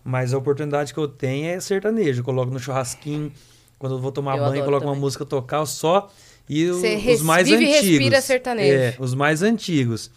mas a oportunidade que eu tenho é sertanejo. Eu coloco no churrasquinho, quando eu vou tomar
Eu
banho,
adoro
coloco uma
também.
música tocar só. E o-
Você
os mais
vive e
antigos.
respira sertanejo.
É, os mais antigos.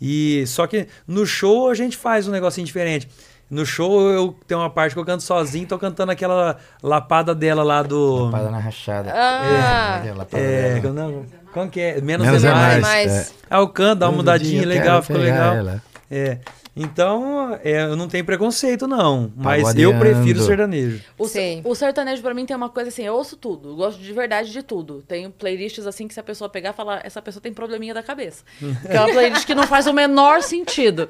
E só que no show a gente faz um negocinho diferente. No show eu tenho uma parte que eu canto sozinho, tô cantando aquela lapada dela lá do.
Parada na rachada.
Ah.
É, lá pra-
É, não, como que é? Menos,
Menos
é
é
mais.
mais.
é.
Ah, o canto, dá uma mudadinha,
Eu
legal,
quero
ficou
pegar
legal.
ela.
É. Então, é, eu não tenho preconceito, não. Mas eu
Pagodeando.
prefiro o sertanejo.
O, se-
Sim.
o sertanejo pra mim tem uma coisa assim, eu ouço tudo, eu gosto de verdade de tudo. Tenho playlists assim que se a pessoa pegar e falar, essa pessoa tem probleminha da cabeça. que é uma playlist que não faz o menor sentido.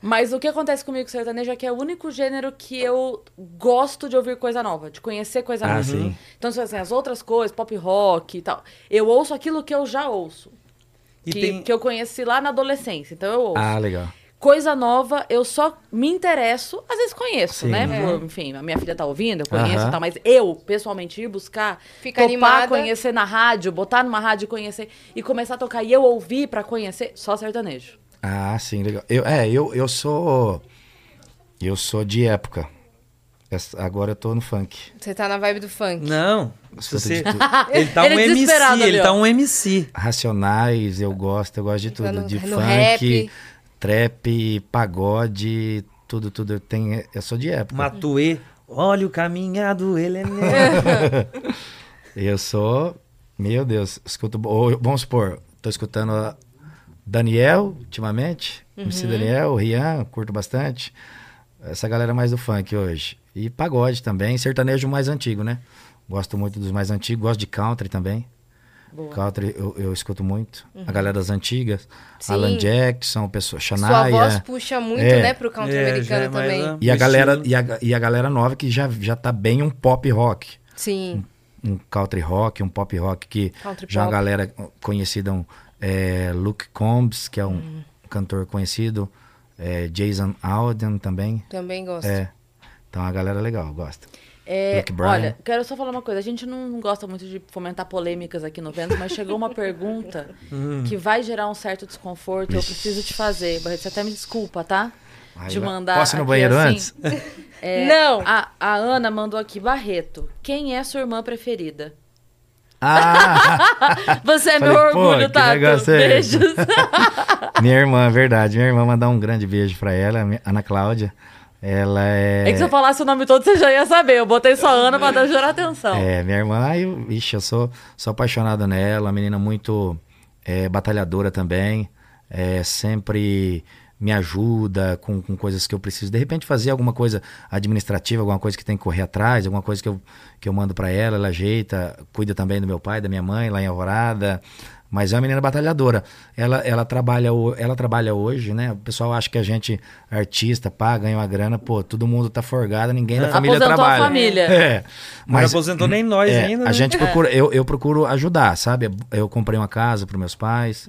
Mas o que acontece comigo com o sertanejo é que é o único gênero que eu gosto de ouvir coisa nova, de conhecer coisa
Ah,
nova.
sim.
Então, tipo assim, as outras coisas, pop rock e tal, eu ouço aquilo que eu já ouço.
E
que,
tem-
que eu conheci lá na adolescência. Então eu ouço.
Ah, legal.
Coisa nova, eu só me interesso, às vezes conheço,
Sim. É.
né? Por- enfim, a minha filha tá ouvindo, eu conheço
Aham.
e tal, mas eu, pessoalmente, ir buscar,
Fica
topar,
animada.
conhecer na rádio, botar numa rádio e conhecer, e começar a tocar e eu ouvir pra conhecer, só sertanejo.
Ah, sim, legal. Eu, é, eu, eu sou. Eu sou de época. Essa- agora eu tô no funk.
Você tá na vibe do funk.
Não. se
Escuta de
você-
tudo.
[LAUGHS] Ele tá
Ele
um
é
MC,
desesperado ali,
ele
ó.
tá um MC.
Racionais, eu gosto, eu gosto de
Tá
tudo.
no-
de
no
funk,
rap.
trap, pagode, tudo, tudo. Eu, tenho, eu sou de época.
Matuê. Olha o caminhado, ele é
[LAUGHS]
lento.
Eu sou. Meu Deus, escuto. ou, vamos supor, tô escutando a Daniel ultimamente. MC
Uhum.
Daniel, Rian, curto bastante. Essa galera mais do funk hoje. E pagode também, sertanejo mais antigo, né? Gosto muito dos mais antigos, gosto de country também.
Boa.
Country eu, eu escuto muito. A galera das antigas.
Uhum. Sim.
Alan Jackson, pessoa,
Sua
Shania.
voz puxa muito,
É.
né, pro country
É, já
americano
é mais
também.
a-
e, a
O
galera,
estilo.
e, a, e a galera nova que já, já tá bem um pop rock.
Sim.
um country rock, um pop rock que
Country
já
pop.
a galera conhecida um, é, Luke Combs, que é um
Hum.
cantor conhecido, é, Jason Alden também.
Também gosto.
É. Então a galera legal, gosta.
É,
Luke Bryan.
olha, quero só falar uma coisa. A gente não gosta muito de fomentar polêmicas aqui no Vênus, mas chegou uma pergunta
[LAUGHS] Hum.
que vai gerar um certo desconforto. e Eu
Ixi.
preciso te fazer, Barreto. Você até me desculpa, tá?
Aí
Te
vai-
mandar.
Posso ir no
aqui
banheiro
assim.
antes?
É,
Não!
A, a Ana mandou aqui, Barreto, quem é sua irmã preferida?
Ah, [LAUGHS]
Você é
Falei,
meu
pô,
orgulho,
que
Tato.
negócio é esse? [LAUGHS]
Beijos.
minha irmã, é verdade. Minha irmã mandar um grande beijo pra ela, mi- Ana Cláudia. Ela é.
É que se eu falasse o nome todo, você já ia saber. Eu botei só Ana pra dar gerar atenção.
É, minha irmã, eu, ixi, eu sou, sou apaixonado nela, uma menina muito é, batalhadora também, é, sempre me ajuda com, com coisas que eu preciso. De repente fazer alguma coisa administrativa, alguma coisa que tem que correr atrás, alguma coisa que eu, que eu mando pra ela, ela ajeita, cuida também do meu pai, da minha mãe lá em Alvorada. Mas é uma menina batalhadora. Ela, ela, trabalha, ho- ela trabalha hoje, né? O pessoal acha que a gente, artista, pá, ganha uma grana, pô, todo mundo tá forgado, ninguém da família
Uhum. Aposentou a
trabalha.
família.
É.
Não aposentou nem nós
É,
ainda.
A
[LAUGHS] né?
Uhum.
gente procura, eu, eu procuro ajudar, sabe? Eu comprei uma casa para meus pais,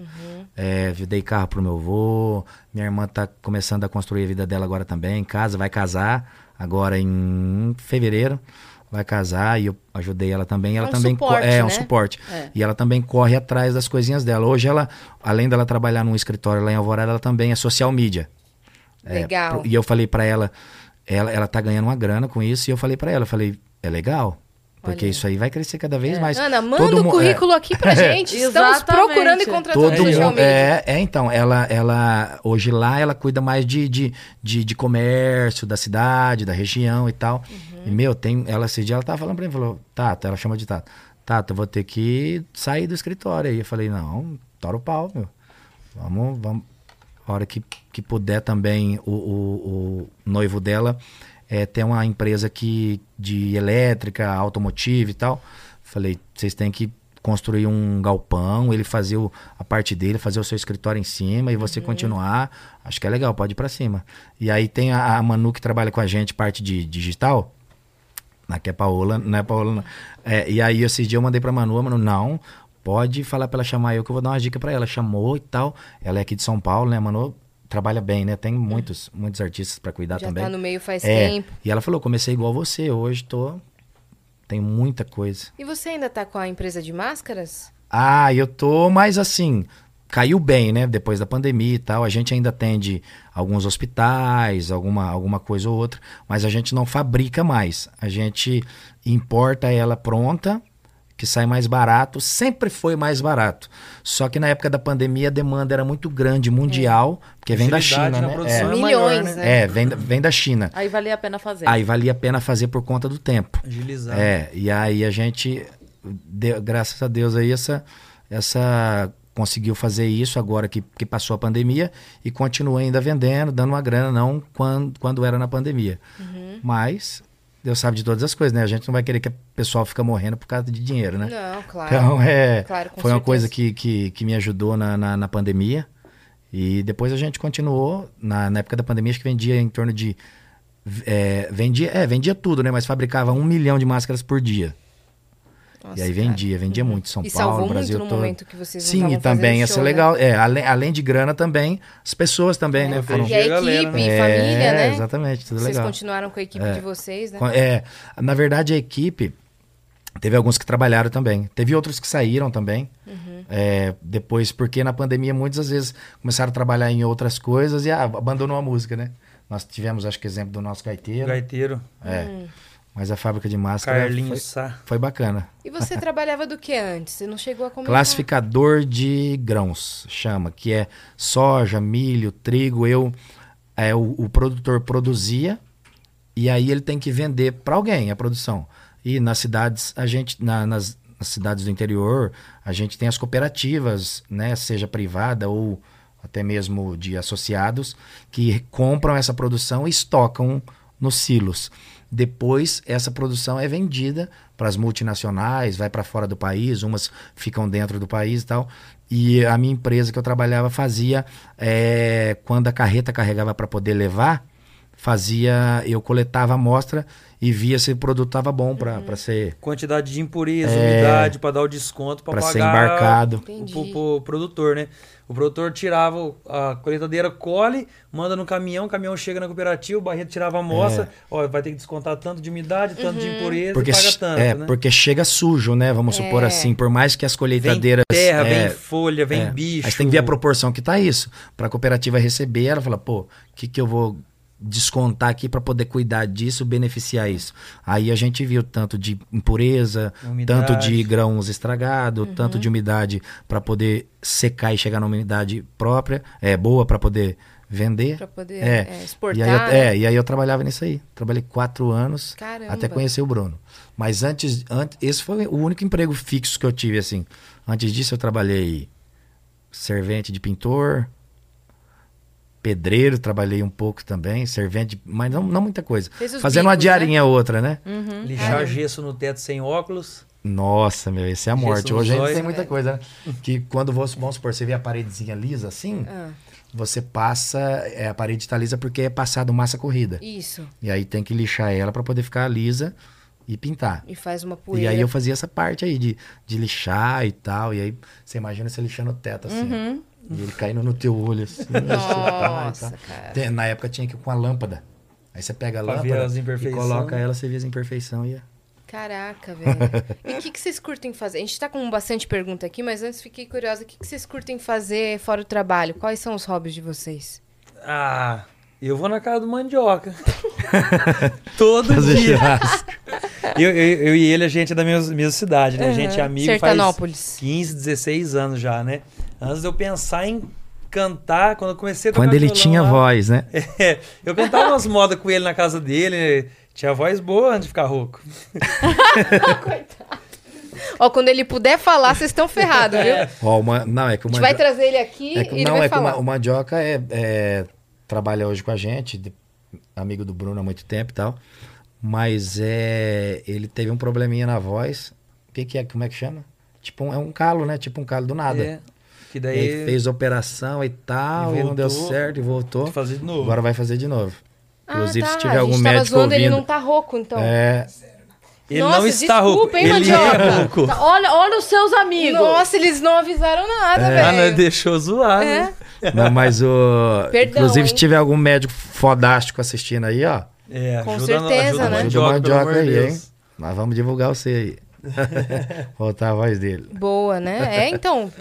É, dei carro pro meu avô. Minha irmã tá começando a construir a vida dela agora também. Casa, vai casar agora em fevereiro. Vai casar e eu ajudei ela também. Ela
É um
também co-
suporte,
é um
né?
suporte.
É.
E ela também corre atrás das coisinhas dela. Hoje ela, além dela trabalhar num escritório lá em Alvorada, ela também é social media. É,
Legal.
pro- e eu falei pra ela, ela, ela tá ganhando uma grana com isso, e eu falei pra ela, eu falei, é legal, porque
Olha. É.
isso aí vai crescer cada vez mais.
Ana, manda
Todo
o
mu-
currículo aqui
[LAUGHS]
pra gente. Estamos
Exatamente.
procurando e
É,
contratando
todo
social
mundo,
socialmente.
é, é, então, ela, ela, hoje lá, ela cuida mais de, de, de, de comércio, da cidade, da região e tal.
Uhum.
E, meu, tem, ela, esse dia, ela tava falando pra mim, falou, Tata, ela chama de Tata, Tata, eu vou ter que sair do escritório. Aí eu falei, não, tora o pau, meu. Vamos, vamos. A hora que, que puder também, o, o, o noivo dela é, tem uma empresa que, de elétrica, automotiva e tal. Falei, vocês têm que construir um galpão, ele fazer o- a parte dele, fazer o seu escritório em cima e você continuar. Acho que é legal, pode ir pra cima. E aí tem a, a Manu que trabalha com a gente, parte de digital. Na que é Paola, não é Paola. Não. É, e aí esse dia eu mandei pra Manu, a Manu, não, pode falar pra ela chamar eu que eu vou dar uma dica pra ela. Chamou e tal. Ela é aqui de São Paulo, né? A Manu trabalha bem, né? Tem muitos, muitos artistas pra cuidar
Já
também.
tá no meio faz
É,
tempo.
E ela falou, comecei igual você, hoje tô tem muita coisa.
E você ainda tá com a empresa de máscaras?
Ah, eu tô, mas assim, caiu bem, né? Depois da pandemia e tal. A gente ainda atende alguns hospitais, alguma, alguma coisa ou outra, mas a gente não fabrica mais. A gente importa ela pronta, que sai mais barato. Sempre foi mais barato. Só que na época da pandemia a demanda era muito grande, mundial, porque vem da
Agilidade
China,
na
né?
produção é
Milhões,
maior, né?
né?
É, é, vem, da- vem da China.
Aí valia a pena fazer.
Aí valia a pena fazer por conta do tempo.
Agilizar.
É, e aí a gente, deu- graças a Deus aí, essa, essa conseguiu fazer isso agora que, que passou a pandemia e continua ainda vendendo, dando uma grana, não quando, quando era na pandemia. Mas Deus sabe de todas as coisas, né? A gente não vai querer que o pessoal fica morrendo por causa de dinheiro, né?
Não, claro.
Então, é,
Ah, Claro, com
foi uma
certeza.
coisa que, que, que me ajudou na, na, na pandemia. E depois a gente continuou. Na, na época da pandemia, acho que vendia em torno de. é, vendia, é, vendia tudo, né? Mas fabricava um milhão de máscaras por dia.
Nossa,
e aí
cara. Uhum.
vendia, vendia muito. São
E
Paulo,
salvou
Brasil
muito no
todo.
momento que vocês não
Sim, e
estavam fazendo
também ia ser
show, né?
legal. É, além, além de grana também, as pessoas também, né?
Proteger
É, E a equipe,
galera, né?
e família,
É,
né?
Exatamente, tudo
Vocês
legal.
continuaram com a equipe de vocês, né?
Com- É, na verdade, a equipe teve alguns que trabalharam também. Teve outros que saíram também. É, depois, porque na pandemia, muitas às vezes começaram a trabalhar em outras coisas e ah, abandonou a música, né? Nós tivemos, acho que, exemplo do nosso gaiteiro.
Gaiteiro,
É. Mas a fábrica de máscara foi,
Carlinhos Sá.
foi bacana.
E você trabalhava do que antes? Você não chegou a comentar.
Classificador de grãos, chama, que é soja, milho, trigo. Eu, é, o, o produtor produzia e aí ele tem que vender para alguém a produção. E nas cidades, a gente, na- nas, nas cidades do interior, a gente tem as cooperativas, né, seja privada ou até mesmo de associados, que compram essa produção e estocam nos silos. Depois, essa produção é vendida para as multinacionais, vai para fora do país, umas ficam dentro do país e tal. E a minha empresa que eu trabalhava fazia, eh, quando a carreta carregava para poder levar, fazia, eu coletava a amostra e via se o produto estava bom para
Uhum.
ser,
Quantidade de impureza, umidade, pra dar o desconto, pra
para
pagar
É, ser embarcado.
o
Entendi.
pro, pro produtor, né? O produtor tirava o- a coletadeira, colhe, manda no caminhão, o caminhão chega na cooperativa, o barreto tirava a amostra, ó, vai ter que descontar tanto de umidade, tanto de impureza,
É. Porque,
e paga
che-
tanto,
é,
né?
porque chega sujo, né? Vamos supor assim, por mais que as
Vem
colheitadeiras.
terra,
é,
vem folha, vem
é,
bicho.
Aí você tem que ver a proporção que tá isso. Pra cooperativa receber, ela fala, pô, o que, que eu vou descontar aqui pra poder cuidar disso, beneficiar isso. Aí a gente viu tanto de impureza,
Umidade.
tanto de grãos estragados, tanto de umidade pra poder secar e chegar numa umidade própria, é boa pra poder vender.
Pra poder
É.
é,
E aí, eu,
exportar. né?
é, e aí eu trabalhava nisso aí. Trabalhei quatro anos
Caramba.
até conhecer o Bruno. Mas antes, antes, esse foi o único emprego fixo que eu tive, assim. Antes disso, eu trabalhei servente de pintor, pedreiro, trabalhei um pouco também, servente, de- mas não, não muita coisa.
Fez os
Fazendo uma
bicos,
diarinha ou outra, né?
Uhum.
Lixar gesso no teto sem óculos.
Nossa, meu, esse é a morte.
Jesus,
Hoje ainda
olha.
tem muita coisa, né? Que quando você, vamos supor, você vê a paredezinha lisa assim,
É. Ah,
você passa, é, a parede tá lisa porque é passado massa corrida.
Isso.
E aí tem que lixar ela pra poder ficar lisa e pintar.
E faz uma poeira.
E aí eu fazia essa parte aí de, de lixar e tal. E aí você imagina você lixando o teto assim. ó. E ele caindo no teu
[LAUGHS]
olho assim.
Uhum. Nossa,
tá.
cara.
Tem- na época tinha que ir com a lâmpada. Aí você pega a
Pra ver
lâmpada
as
e
imperfeições.
coloca ela, você vê as imperfeições e é-
Caraca, velho. E o que, que vocês curtem fazer? A gente tá com bastante pergunta aqui, mas antes fiquei curiosa. O que, que vocês curtem fazer fora o trabalho? Quais são os hobbies de vocês?
Ah, eu vou na casa do mandioca. [LAUGHS] Todo
fazer
dia.
churrasco.
[LAUGHS] Eu, eu- eu e ele, a gente é da mesma, mesma cidade, né? A gente é amigo faz
Sertanópolis.
15, 16 anos já, né? Antes de eu pensar em cantar, quando eu comecei a tocar
tá
Quando ele
violão
tinha
lá-
voz, né?
[LAUGHS] É, eu cantava umas modas com ele na casa dele, né? tinha voz boa antes de ficar rouco.
Ó, quando ele puder falar, vocês estão ferrados, viu? A
Ó, o man- Não, é que o
gente
mandioca-
vai trazer ele aqui
É que-
e ele
não,
vai
é que o
falar.
Ma- o Mandioca é, é, trabalha hoje com a gente, de- amigo do Bruno há muito tempo e tal. Mas é, ele teve um probleminha na voz. O que, que é? Como é que chama? Tipo, um- é um calo, né? Tipo um calo do nada.
É, que
E Ele
daí
fez operação e tal,
E
e, não deu
voltou.
certo e voltou.
fazer de novo.
Agora vai fazer de novo.
Ah,
Inclusive,
tá.
se tiver
a
algum
gente tava
médico
zoando, ele
ouvindo.
não tá rouco, então.
É,
Ele
Nossa,
não está
desculpa,
rouco,
hein,
ele
mandioca?
é rouco.
Tá, Olha, olha os seus amigos.
Nossa, eles não avisaram nada,
[LAUGHS] Ah, não,
velho.
deixou zoar, né?
não, mas o.
[LAUGHS] Perdão,
inclusive, se
hein?
tiver algum médico fodástico assistindo aí, ó.
É,
Com
ajuda, no-
certeza,
ajuda
né?
o
Ajuda o
mandioca, pelo
mandioca
amor de
aí,
Deus.
hein? Nós vamos divulgar
[LAUGHS]
você aí. Voltar a voz dele.
Boa, [LAUGHS] né? É, então.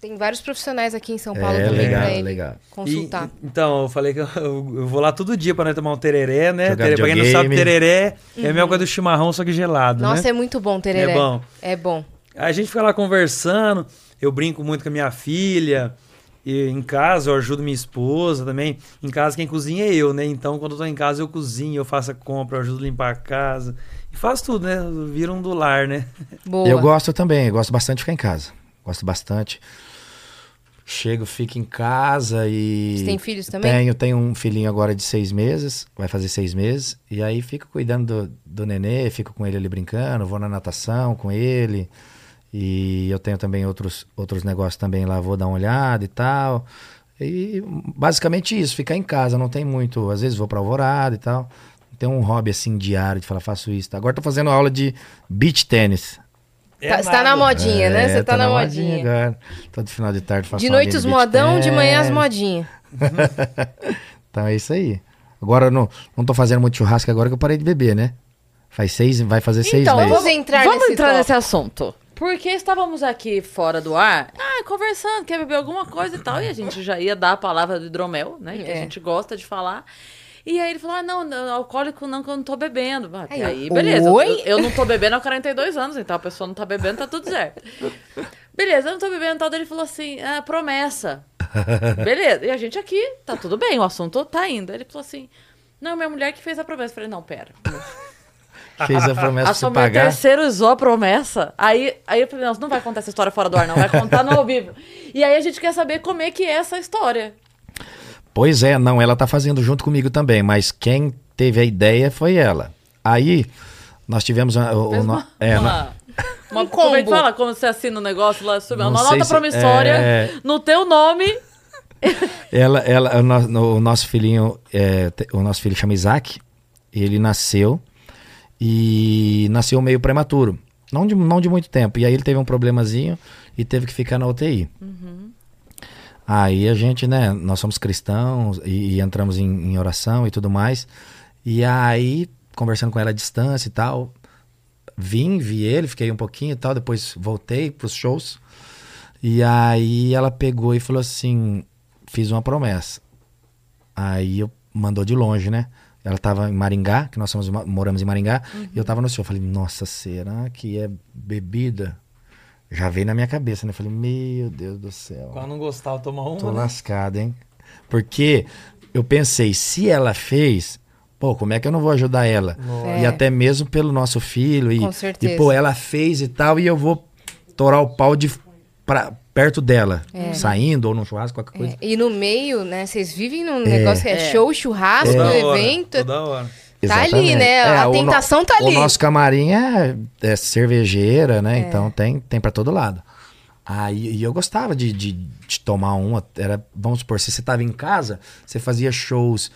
Tem vários profissionais aqui em São Paulo
É,
também
legal,
pra ele
legal.
consultar.
E- então, eu falei que [LAUGHS] eu, eu vou lá todo dia pra nós tomar um tereré, né?
Jogar
Tereré, pra quem não sabe,
videogame.
tereré é a mesma coisa do chimarrão, só que gelado,
Uhum. Nossa,
né?
é muito bom, Tereré.
É bom.
É bom.
A gente fica lá conversando, eu brinco muito com a minha filha, e em casa eu ajudo minha esposa também. Em casa quem cozinha é eu, né? Então, quando eu tô em casa, eu cozinho, eu faço a compra, eu ajudo a limpar a casa. E faço tudo, né? Vira um do lar, né?
Boa.
Eu gosto também, eu gosto bastante de ficar em casa. Gosto bastante. Chego, fico em casa e.
Você tem filhos também?
Tenho, tenho um filhinho agora de seis meses, vai fazer seis meses. E aí fico cuidando do, do nenê, fico com ele ali brincando, vou na natação com ele. E eu tenho também outros, outros negócios também lá, vou dar uma olhada e tal. E basicamente isso, ficar em casa, não tem muito. Às vezes vou pra alvorada e tal. Não Tem um hobby assim diário de falar, faço isso. tá? Agora tô fazendo aula de beach tênis.
[LAUGHS]
É
Tá- Você tá
nada.
na modinha, né?
É,
Você tá,
tô
na, modinha.
agora. Todo final de tarde faço
De
uma
noite
aulinha
os
beach
modão, de manhã as
tennis.
modinhas.
Então é isso aí. Agora eu não, não tô fazendo muito churrasco agora que eu parei de beber, né? Faz seis, vai fazer seis
Então,
meses.
vamos entrar
Vamos
nesse
entrar
tópico.
nesse assunto. Porque estávamos aqui fora do ar, ah, conversando, quer beber alguma coisa e tal, e a gente já ia dar a palavra do hidromel, né? Que a
É.
gente gosta de falar. E aí ele falou: ah, não, não, alcoólico não, que eu não tô bebendo. Ah, Aí,
Aí,
aí
ó.
beleza.
Oi?
Eu, eu não tô bebendo há 42 anos, então a pessoa não tá bebendo, tá tudo certo. Beleza, eu não tô bebendo e tal. Daí ele falou assim: ah, promessa. Beleza. E a gente aqui, tá tudo bem, o assunto tá indo. Aí Ele falou assim: não, minha mulher que fez a promessa. Eu falei: não, pera.
Fez a promessa
A
de
sua mulher
pagar.
terceirizou a promessa. Aí, aí eu falei, não, você não vai contar essa história é fora do ar, não. Vai contar no ao
[LAUGHS]
vivo. E aí a gente quer saber como é que é essa história.
Pois é, não, ela tá fazendo junto comigo também, mas quem teve a ideia foi ela. Aí nós tivemos a- o, o
Fez
no-
uma,
é,
uma,
na-
uma-
Um
Como é que
combo.
fala quando você assina o negócio lá? Sube,
Não
uma
sei
nota
se-
promissória
é.
no teu nome.
ela, ela, o, no- no- o nosso filhinho, é, te- o nosso filho chama Isaac. Ele nasceu e nasceu meio prematuro, não de, não de muito tempo. E aí ele teve um problemazinho e teve que ficar na UTI. Aí a gente, né, nós somos cristãos e, e entramos em, em oração e tudo mais. E aí, conversando com ela à distância e tal, vim, vi ele, fiquei um pouquinho e tal, depois voltei pros shows. E aí ela pegou e falou assim: fiz uma promessa. Aí eu mandou de longe, né? Ela tava em Maringá, que nós somos, moramos em Maringá, e eu tava no show. Falei, nossa, será que é bebida? Já veio na minha cabeça, né? Falei, meu Deus do céu.
Quando não gostava, tomar uma.
Tô
né?
lascado, hein? Porque eu pensei, se ela fez, pô, como é que eu não vou ajudar ela?
É.
E até mesmo pelo nosso filho. E,
Com certeza.
E, pô, ela fez e tal, e eu vou torar o pau de pra, perto dela. Saindo ou num churrasco, qualquer coisa.
É, E no meio, né? Vocês vivem num negócio que é, show, churrasco,
Toda hora,
evento.
Toda hora.
Tá ali, né?
É,
A
o no-
tentação tá ali. É.
O nosso camarim é, é cervejeira, né? Então tem, tem para todo lado. Aí e eu gostava de, de, de tomar uma. Era, vamos supor, se você tava em casa, você fazia shows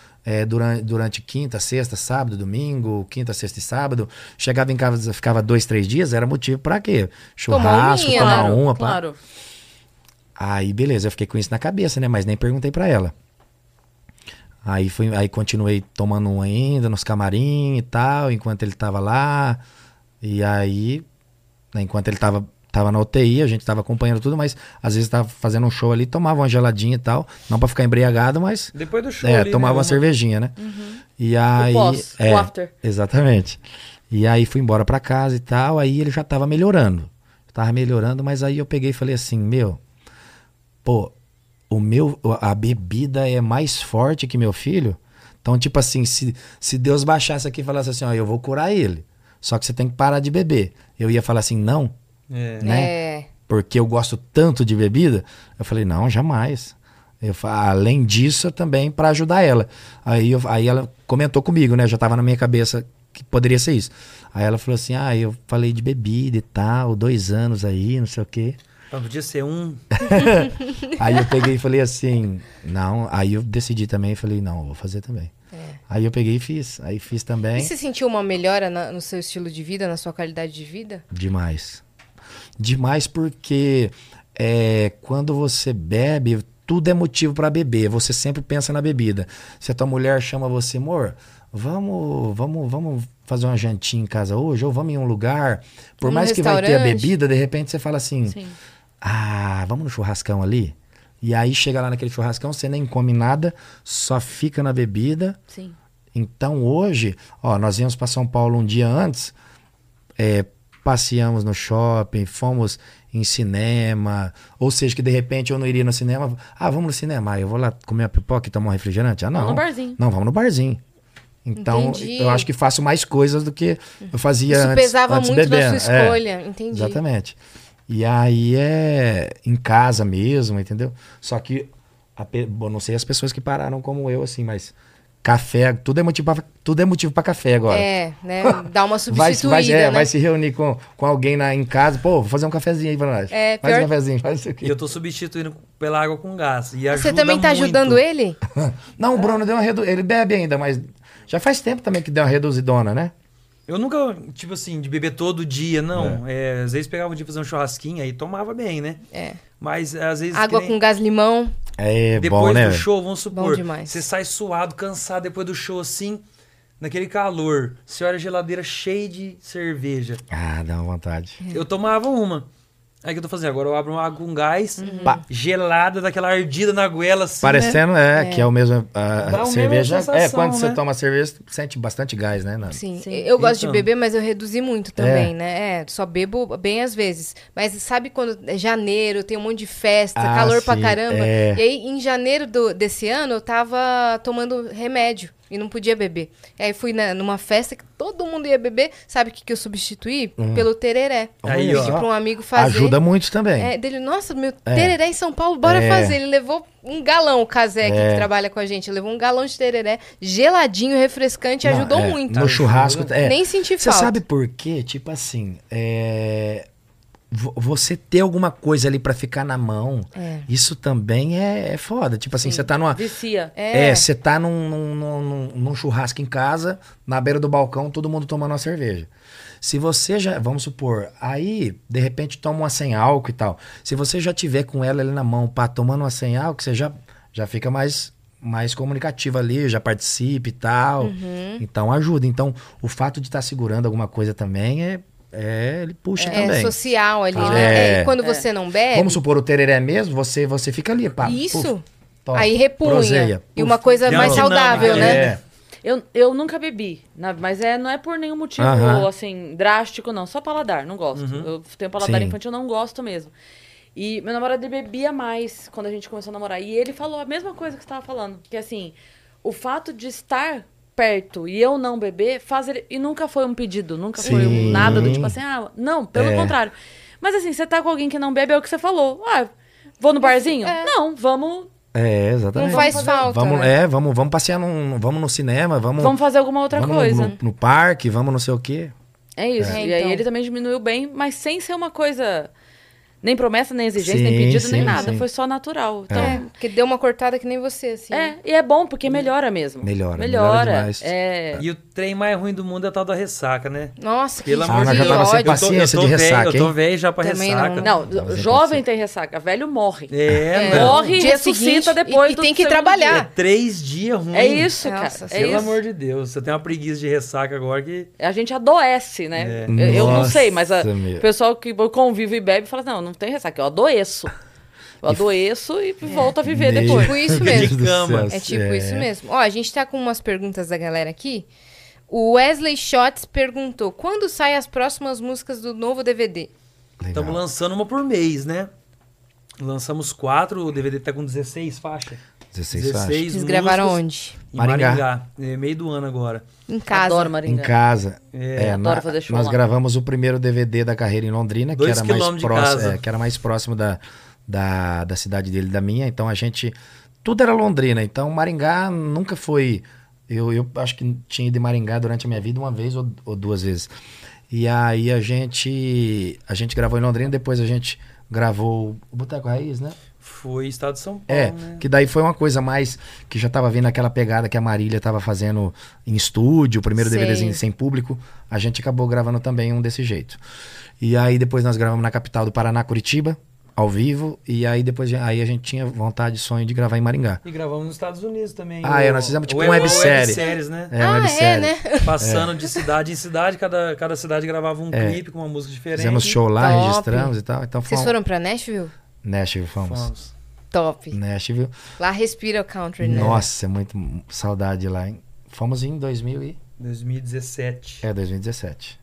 durante, durante quinta, sexta, sábado, domingo, quinta, sexta e sábado. Chegava em casa, ficava dois, três dias, era motivo para quê? Churrasco,
uma,
tomar
um né? claro,
uma. pá.
claro.
Aí, beleza, eu fiquei com isso na cabeça, né? Mas nem perguntei pra ela. Aí, fui, aí continuei tomando um ainda nos camarim e tal, enquanto ele tava lá. E aí, né, enquanto ele tava, tava na UTI, a gente tava acompanhando tudo, mas às vezes tava fazendo um show ali, tomava uma geladinha e tal. Não pra ficar embriagado, mas
Depois do show.
é,
ali, né,
tomava uma
vamos-
cervejinha, né? E aí.
Uhum. pós, o
é,
after.
Exatamente. E aí fui embora pra casa e tal, aí ele já tava melhorando. Tava melhorando, mas aí eu peguei e falei assim, meu, pô, o meu, a bebida é mais forte que meu filho. Então, tipo assim, se, se Deus baixasse aqui e falasse assim, ó, eu vou curar ele. Só que você tem que parar de beber. Eu ia falar assim, não,
É.
né?
É.
porque eu gosto tanto de bebida. Eu falei, não, jamais. Eu, fa- além disso, eu também para ajudar ela. Aí, eu- aí ela comentou comigo, né? Já tava na minha cabeça que poderia ser isso. Aí ela falou assim: ah, eu falei de bebida e tal, dois anos aí, não sei o quê.
Então, podia ser um.
Aí eu peguei e falei assim, não. Aí eu decidi também e falei, não, eu vou fazer também. Aí eu peguei e fiz. Aí fiz também.
E você sentiu uma melhora na- no seu estilo de vida, na sua qualidade de vida?
Demais. Demais porque é, quando você bebe, tudo é motivo pra beber. Você sempre pensa na bebida. Se a tua mulher chama você, amor, vamos, vamos, vamos fazer uma jantinha em casa hoje, ou vamos em um lugar. Por
Vamos no
mais que vai ter a
restaurante.
bebida, de repente você fala assim:
Sim.
ah, vamos no churrascão ali. E aí chega lá naquele churrascão, você nem come nada, só fica na bebida.
Sim.
Então hoje, ó, nós viemos para São Paulo um dia antes, é, passeamos no shopping, fomos em cinema, ou seja, que de repente eu não iria no cinema. Ah, vamos no cinema, ah, eu vou lá comer uma pipoca e tomar um refrigerante? Ah, não.
Vamos no barzinho.
Não, vamos no barzinho. Então,
Entendi.
eu acho que faço mais coisas do que eu fazia
Isso
antes.
pesava
antes
muito
bebendo.
na sua
É.
escolha, entendi.
Exatamente. E aí é em casa mesmo, entendeu? Só que, a pe- bom, não sei as pessoas que pararam como eu, assim, mas café, tudo é motivo pra, tudo é motivo pra café agora.
É, né? Dá uma
Vai,
substituída,
vai, é,
né?
vai se reunir com, com alguém na, em casa, pô, vou fazer um cafezinho aí pra nós.
É,
faz
pior-
um cafezinho, faz o
E
quê?
eu tô substituindo pela água com gás. E
Você
ajuda
também tá
muito.
ajudando ele?
[LAUGHS] Não, o Bruno deu uma redu... ele bebe ainda, mas já faz tempo também que deu uma reduzidona, né?
Eu nunca, tipo assim, de beber todo dia, não. É, às vezes pegava um dia fazer um churrasquinho aí tomava bem, né?
É.
Mas às vezes.
Água
que nem-
com gás limão.
É
Depois
bom, né?
do
velho?
show, vamos
Bom
supor.
demais.
Você sai suado, cansado depois do show assim, naquele calor. Você olha a geladeira cheia de cerveja.
Ah, dá uma vontade.
É.
Eu tomava uma. Aí o que eu tô fazendo agora? Eu abro uma água com gás,
Uhum.
pá, gelada, daquela ardida na goela assim. Né?
Parecendo, é, que é o mesmo. A
Dá a
cerveja.
mesma
é,
sensação,
quando você
né?
toma cerveja, você sente bastante gás, né? Nando?
Sim.
Sim.
Eu gosto
Então.
de beber, mas eu reduzi muito também, né? É, só bebo bem às vezes. Mas sabe quando é janeiro, tem um monte de festa,
Ah,
calor pra
sim,
caramba.
é.
E aí, em janeiro do- desse ano, eu tava tomando remédio e não podia beber. E aí fui na- numa festa que todo mundo ia beber. Sabe o que, que eu substituí? Pelo tereré.
Aí,
Olha
ó.
só.
Pra um amigo fazer.
Hum. Ah, Ajuda muito também.
É, dele, nossa, meu tereré em São Paulo, bora
É.
fazer. Ele levou um galão, o Casé aqui,
É.
que trabalha com a gente, levou um galão de tereré, geladinho, refrescante,
Não,
ajudou
é,
muito.
No churrasco. É,
Nem senti
Você
falta.
sabe por quê? Tipo assim, é, vo- você ter alguma coisa ali pra ficar na mão,
É.
isso também é, é foda. Tipo assim, você tá numa.
Vicia.
É.
É, você tá num, num, num- num- num churrasco em casa, na beira do balcão, todo mundo tomando uma cerveja. Se você já, vamos supor, aí, de repente, toma uma sem álcool e tal. Se você já tiver com ela ali na mão, pá, tomando uma sem álcool, você já, já fica mais, mais comunicativa ali, já participa e tal.
Uhum.
Então ajuda. Então, o fato de estar segurando alguma coisa também é. é ele puxa
É
também.
social ali,
Ah,
né?
é.
É, e quando você não bebe.
Vamos supor, o tereré mesmo, você, você fica ali, pá.
Isso.
puf, toma,
aí repunha.
proseia,
e
puf.
uma coisa
Deu
mais
uma dinâmica,
saudável, né?
É.
Eu, eu nunca bebi, na- mas é, não é por nenhum motivo,
Aham. Uhum.
assim, drástico, não. Só paladar, não gosto. Eu tenho paladar
Sim.
infantil, não gosto mesmo. E meu namorado ele bebia mais quando a gente começou a namorar. E ele falou a mesma coisa que você tava falando. Que assim, o fato de estar perto e eu não beber faz ele. E nunca foi um pedido, nunca foi um
Sim.
nada do tipo assim, ah, não, pelo
É.
contrário. Mas assim, você tá com alguém que não bebe, é o que você falou. Ah, vou no barzinho? Não, vamos,
É,
Não
exatamente.
faz falta.
Vamos,
né?
é, vamos, vamos passear num, vamos no cinema, vamos,
vamos fazer alguma outra
vamos no-
coisa.
No, no parque, vamos não sei o quê.
É isso.
É.
E
Então.
aí ele também diminuiu bem, mas sem ser uma coisa Nem promessa, nem exigência,
Sim,
nem pedido, nem
sim,
nada.
sim.
Foi só natural. Então,
É,
é.
porque deu uma cortada que nem você, assim.
e é bom porque melhora mesmo.
Melhora, melhora
Melhora.
demais.
é,
né? E o trem mais ruim do mundo é a tal da ressaca, né?
Nossa,
Pelo
que
amor de
Ah, já
que
tava sem
ódio.
Eu tô-
Paciência
eu tô
de
velho-
ressaca,
Eu tô
hein?
velho já pra
Também
ressaca.
não.
Não,
Mas é
jovem tem ressaca, velho morre.
É,
né?
É.
não.
Morre e
Dia
ressuscita
seguinte,
depois
e- e
do
tem que
segundo
trabalhar.
dia.
É três dias ruim.
É isso,
Nossa
cara.
senhora.
É
Pelo
isso.
amor de Deus. Eu tenho uma preguiça de ressaca agora que.
A gente adoece, né?
É.
Eu, eu não
Nossa,
sei, mas a-
meu.
o pessoal que convive e bebe fala: assim, não, não tem ressaca, eu adoeço. Eu adoeço e
É.
volto a viver
Meu
depois.
Tipo isso
[LAUGHS] Deus
mesmo.
do
cama.
céu,
É tipo
é.
isso mesmo. Ó, a gente tá com umas perguntas da galera aqui. O Wesley Shots perguntou: quando saem as próximas músicas do novo DVD?
É, Legal.
Estamos lançando uma por mês, né? Lançamos quatro, o DVD tá com 16 faixas.
16 faixas.
Vocês gravaram
músicas
onde?
Em
Maringá.
Maringá. É, meio do ano agora.
Em casa.
Adoro
Em
Maringá.
casa.
É.
É,
Adoro
na-
fazer show
nós
lá.
gravamos o primeiro DVD da carreira em Londrina, que
Dois
era, mais
quilômetros de
próximo,
casa.
é, que era mais próximo da, da, da cidade dele, da minha. Então a gente. Tudo era Londrina. Então Maringá nunca foi. Eu, eu acho que tinha ido em Maringá durante a minha vida uma vez ou, ou duas vezes. E aí a gente. A gente gravou em Londrina, depois a gente gravou o Boteco Raiz, né?
Foi estado de São Paulo.
É,
né?
que daí foi uma coisa mais que já tava vindo aquela pegada que a Marília tava fazendo em estúdio, o primeiro
Sei.
DVDzinho sem público, a gente acabou gravando também um desse jeito. E aí depois nós gravamos na capital do Paraná, Curitiba, ao vivo, e aí depois aí a gente tinha vontade e sonho de gravar em Maringá.
E gravamos nos Estados Unidos também.
Ah, é, nós fizemos tipo
o-
uma
o-
websérie.
webséries, né?
É,
ah, é,
websérie.
né?
Passando de cidade em cidade, cada, cada cidade gravava um clipe com uma música diferente.
É. Fizemos show lá,
Top.
registramos e tal. Então foi
Vocês
um-
foram pra Nashville?
Nashville, fomos.
Fomos.
Top.
Nashville.
Lá respira o country, né?
Nossa, é muito saudade lá, hein? Fomos em 2000 e...
2017.
É, 2017.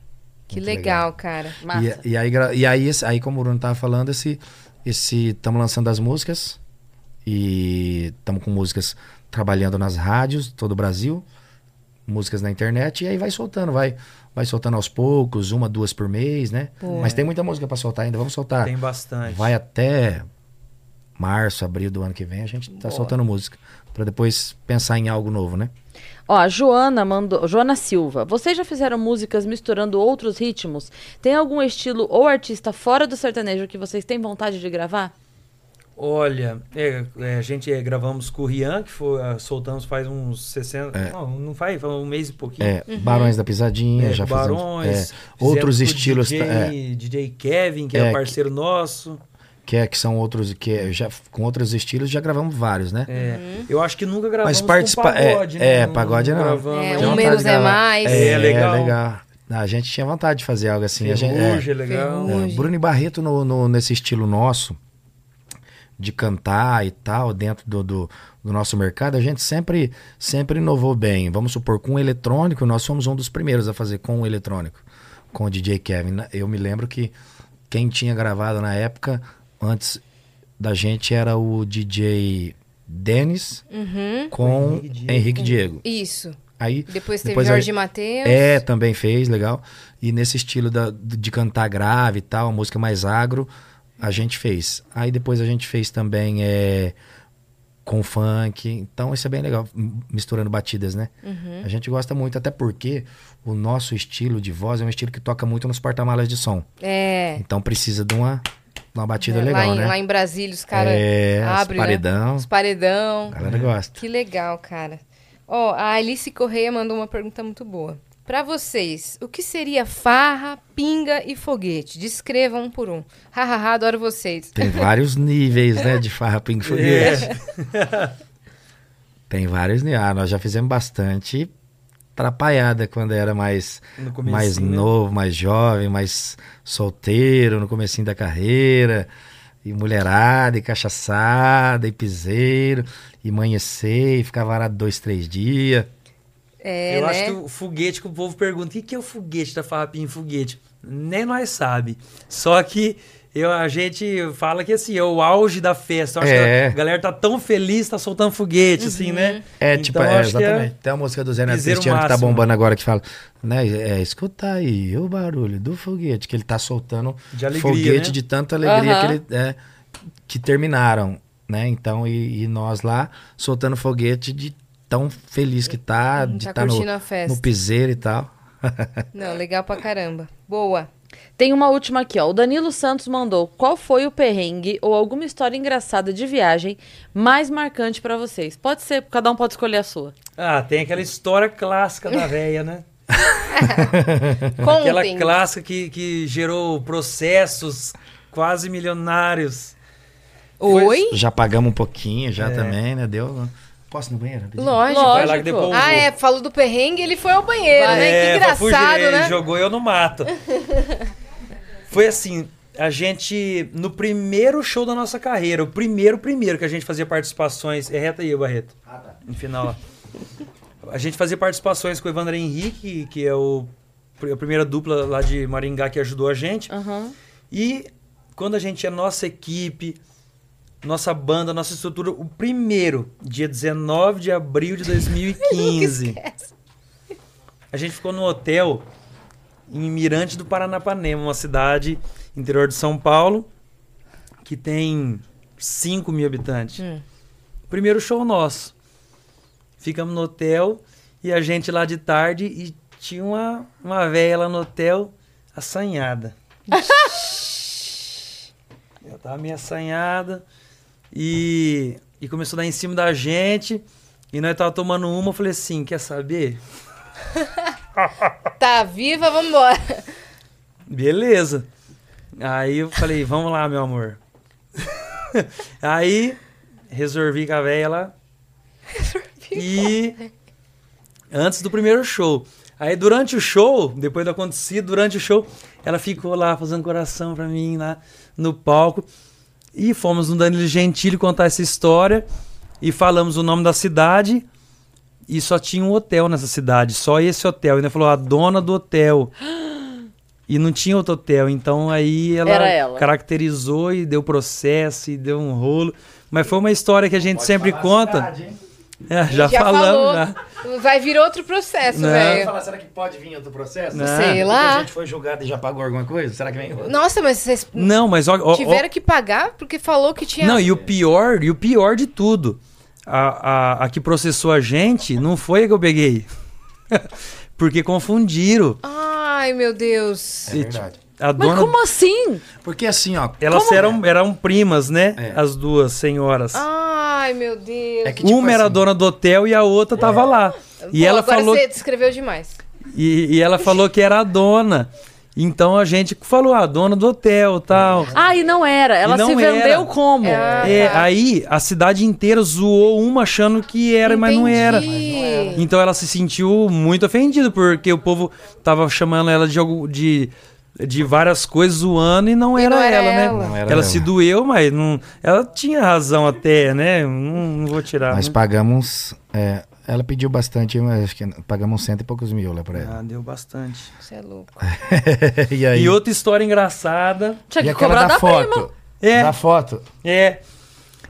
Que
Muito
legal, cara.
Massa.
E, e aí, gra- e aí, esse- aí, como o Bruno tava falando, esse estamos lançando as músicas e estamos com músicas trabalhando nas rádios de todo o Brasil, músicas na internet e aí vai soltando, vai vai soltando aos poucos, uma, duas por mês, né? Mas tem muita música para soltar ainda, vamos soltar.
Tem bastante.
tá. Vai até março, abril do ano que vem, a gente tá soltando música para depois pensar em algo novo, né?
Ó, a Joana mandou. Joana Silva, vocês já fizeram músicas misturando outros ritmos? Tem algum estilo ou artista fora do sertanejo que vocês têm vontade de gravar?
Olha, é, é, a gente é, gravamos com o Rian, que foi, ah, soltamos faz uns 60. Não, não faz, faz um mês e pouquinho.
É, Barões da Pisadinha,
É,
já fizemos,
Barões,
é,
fizemos
outros
com o
estilos,
DJ,
é,
DJ Kevin, que
É,
é,
que-
parceiro nosso.
que, é, que são outros que é- já com outros estilos já gravamos vários, né?
É,
Uhum.
Eu acho que nunca gravamos
Mas participa-
com pagode,
é,
né?
é, pagode não. tá
gravamos,
É,
né?
Tinha
um
vontade
menos
de
é
gravar.
mais.
É,
É,
legal. Ah,
legal.
A gente tinha vontade de fazer algo assim. A gente, é,
Ferrugem, legal.
é,
Ferrugem.
Bruno e Barreto no, no- nesse estilo nosso de cantar e tal dentro do, do, do nosso mercado, a gente sempre sempre inovou bem. Vamos supor com o eletrônico, nós fomos um dos primeiros a fazer com o eletrônico, com o DJ Kevin. Na- Eu me lembro que quem tinha gravado na época antes da gente era o DJ Dennis
Uhum.
com
Henrique Diego.
Henrique Diego.
Isso.
Aí
Depois teve
Depois a-
Jorge Matheus.
é, também fez, legal. E nesse estilo da- de cantar grave e tal, música mais agro, a gente fez. Aí depois a gente fez também é, com funk. Então isso é bem legal, m- misturando batidas, né?
Uhum.
A gente gosta muito, até porque o nosso estilo de voz é um estilo que toca muito nos porta-malas de som.
É.
Então precisa de uma, de uma batida
É,
legal,
lá, em,
né?
lá em Brasília, os caras
é, os
abrem. né?
paredão.
Os paredão.
A galera
[LAUGHS]
gosta.
Que legal, cara. Ó, a Alice Correia mandou uma pergunta muito boa. Pra vocês, o que seria farra, pinga e foguete? Descrevam um por um. Hahaha, adoro vocês.
Tem vários níveis, né, de farra ping
um
É.
É.
foguete. Tem vários níveis. Ah, nós já fizemos bastante atrapalhada quando era mais,
[LAUGHS] No comecinho,
mais
né?
novo, mais jovem, mais solteiro, no comecinho da carreira. E mulherada, e cachaçada, e piseiro, e manhecer, e ficar varado dois, três dias.
É,
eu
né?
acho que o foguete que o povo pergunta, o que que é o foguete da Farrapinha em foguete? Nem nós sabe. Só que eu, a gente fala que assim, é o auge da festa. Eu acho que
É.
a galera tá tão feliz, tá soltando foguete,
Uhum.
assim, né?
É,
Então,
tipo,
eu
é,
acho que
exatamente. Tem a música do Zé Neto
piseiro
Cristiano que tá
máximo.
bombando agora, que fala, né? É, escuta aí o barulho do foguete, que ele tá soltando
De alegria,
foguete
né?
de tanta alegria que
Aham.
ele. é, que terminaram, né? Então, e, e nós lá soltando foguete de tão feliz que tá, de
tá
tá no,
curtindo a festa.
no piseiro e tal.
Não, legal pra caramba. Boa.
Tem uma última aqui, ó. O Danilo Santos mandou: "Qual foi o perrengue ou alguma história engraçada de viagem mais marcante pra vocês?" Pode ser, cada um pode escolher a sua.
Ah, tem aquela história
[LAUGHS]
clássica da véia, né? Aquela
Contem.
clássica que, que gerou processos quase milionários.
Oi?
Já pagamos um pouquinho,
É.
já também, né? Deu. Posso ir no banheiro? rapidinho?
Lógico.
Lógico.
Vai lá que depois
Ah, é, falou do perrengue, ele foi ao banheiro, né? Que
É, pra fugir,
engraçado,
ele
né?
jogou eu
[LAUGHS]
no mato. Foi assim, a gente, no primeiro show da nossa carreira, o primeiro, primeiro que a gente fazia participações, é reta aí, Barreto. Ah, tá. No final, lá. A gente fazia participações com o Evandro Henrique, que é o, a primeira dupla lá de Maringá que ajudou a gente.
Aham.
E quando a gente é nossa equipe, nossa banda, nossa estrutura, o primeiro, dia 19 de abril de 2015. a gente ficou no hotel em Mirante do Paranapanema, uma cidade interior de São Paulo, que tem 5 mil habitantes. Primeiro show nosso. Ficamos no hotel e a gente lá de tarde e tinha uma, uma véia lá no hotel assanhada. Ela tava meio assanhada e, e começou a dar em cima da gente. E nós tava tomando uma, eu falei assim, quer saber?
Tá viva, vambora.
Beleza. Aí eu falei, vamos lá, meu amor. [LAUGHS] Aí resolvi com a véia lá.
[LAUGHS]
E antes do primeiro show. Aí durante o show, depois do acontecido, durante o show, ela ficou lá fazendo coração pra mim lá no palco. E fomos no Danilo Gentili contar essa história e falamos o nome da cidade. E só tinha um hotel nessa cidade, só esse hotel. E ainda falou a dona do hotel. E não tinha outro hotel, então aí ela,
Era ela.
caracterizou e deu processo e deu um rolo. Mas foi uma história que a gente sempre conta. É, [LAUGHS] já, falamos, né? já.
falou. Vai vir outro processo,
Não.
velho.
Será que pode vir outro processo?
Não.
É. Sei
Porque
lá.
foi julgado e já pagou alguma coisa? Será que vem outro?
Nossa, mas vocês
Não, mas ó, ó, ó-
tiveram que pagar porque falou que tinha.
não e o pior e o pior de tudo, a, a, a que processou a gente não foi a que eu peguei, [LAUGHS] porque confundiram.
Ai, meu Deus.
É verdade.
A
Mas
dona,
como assim?
Porque assim, ó.
elas eram eram primas, né?
É.
As duas senhoras.
Ah, Ai, meu Deus.
É que, tipo
Uma era
assim,
dona do hotel e a outra tava lá. E
Pô,
ela
Ah, agora
falou
você descreveu demais.
e, e ela falou que era a dona. Então a gente falou a dona do hotel, tal.
Ah, e não era. Ela
não
se vendeu
era.
como?
Ah,
É,
tá.
aí a cidade inteira zoou uma achando que era, mas não era.
Entendi.
Então ela se sentiu muito ofendida, porque o povo tava chamando ela de algo de, de várias coisas zoando e não
E
era
não era
ela,
ela.
né?
Não
ela
era
se
ela.
doeu, mas não, ela tinha razão até, né? Não, não vou tirar.
Nós
né?
pagamos. é, ela pediu bastante, mas acho que pagamos cento e poucos mil lá pra ela.
Ah, deu bastante.
Você é louco.
[LAUGHS] e aí?
E outra história engraçada.
Tinha
e
que
aquela
cobrar
da
da
foto.
prima.
É,
Da foto.
é.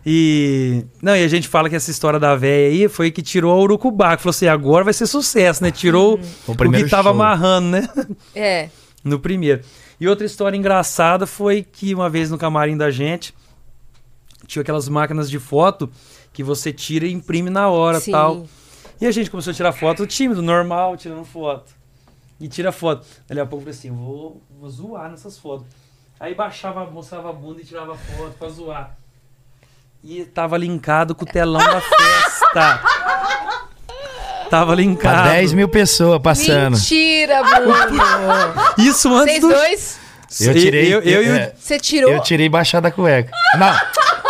E. Não, e a gente fala que essa história da véia aí foi que tirou a Urucubá. Que falou assim: agora vai ser sucesso, né? Tirou o, que
primeiro
tava
show.
amarrando, né?
É.
No primeiro. E outra história engraçada foi que uma vez no camarim da gente, tinha aquelas máquinas de foto que você tira e imprime na hora
Sim.
tal. E a gente começou a tirar foto tímido, normal, tirando foto. E tira foto. Dali a pouco eu falei assim, vou, vou zoar nessas fotos. Aí baixava, mostrava a bunda e tirava foto pra zoar. E tava linkado com o telão da
[LAUGHS]
festa. Tava
Pra
linkado.
10 mil pessoas passando.
Mentira,
Ah,
Bruno.
Isso antes
Vocês
do...
dois,
Eu tirei.
Eu, eu, e o-
é,
você tirou.
eu tirei baixada cueca. Não,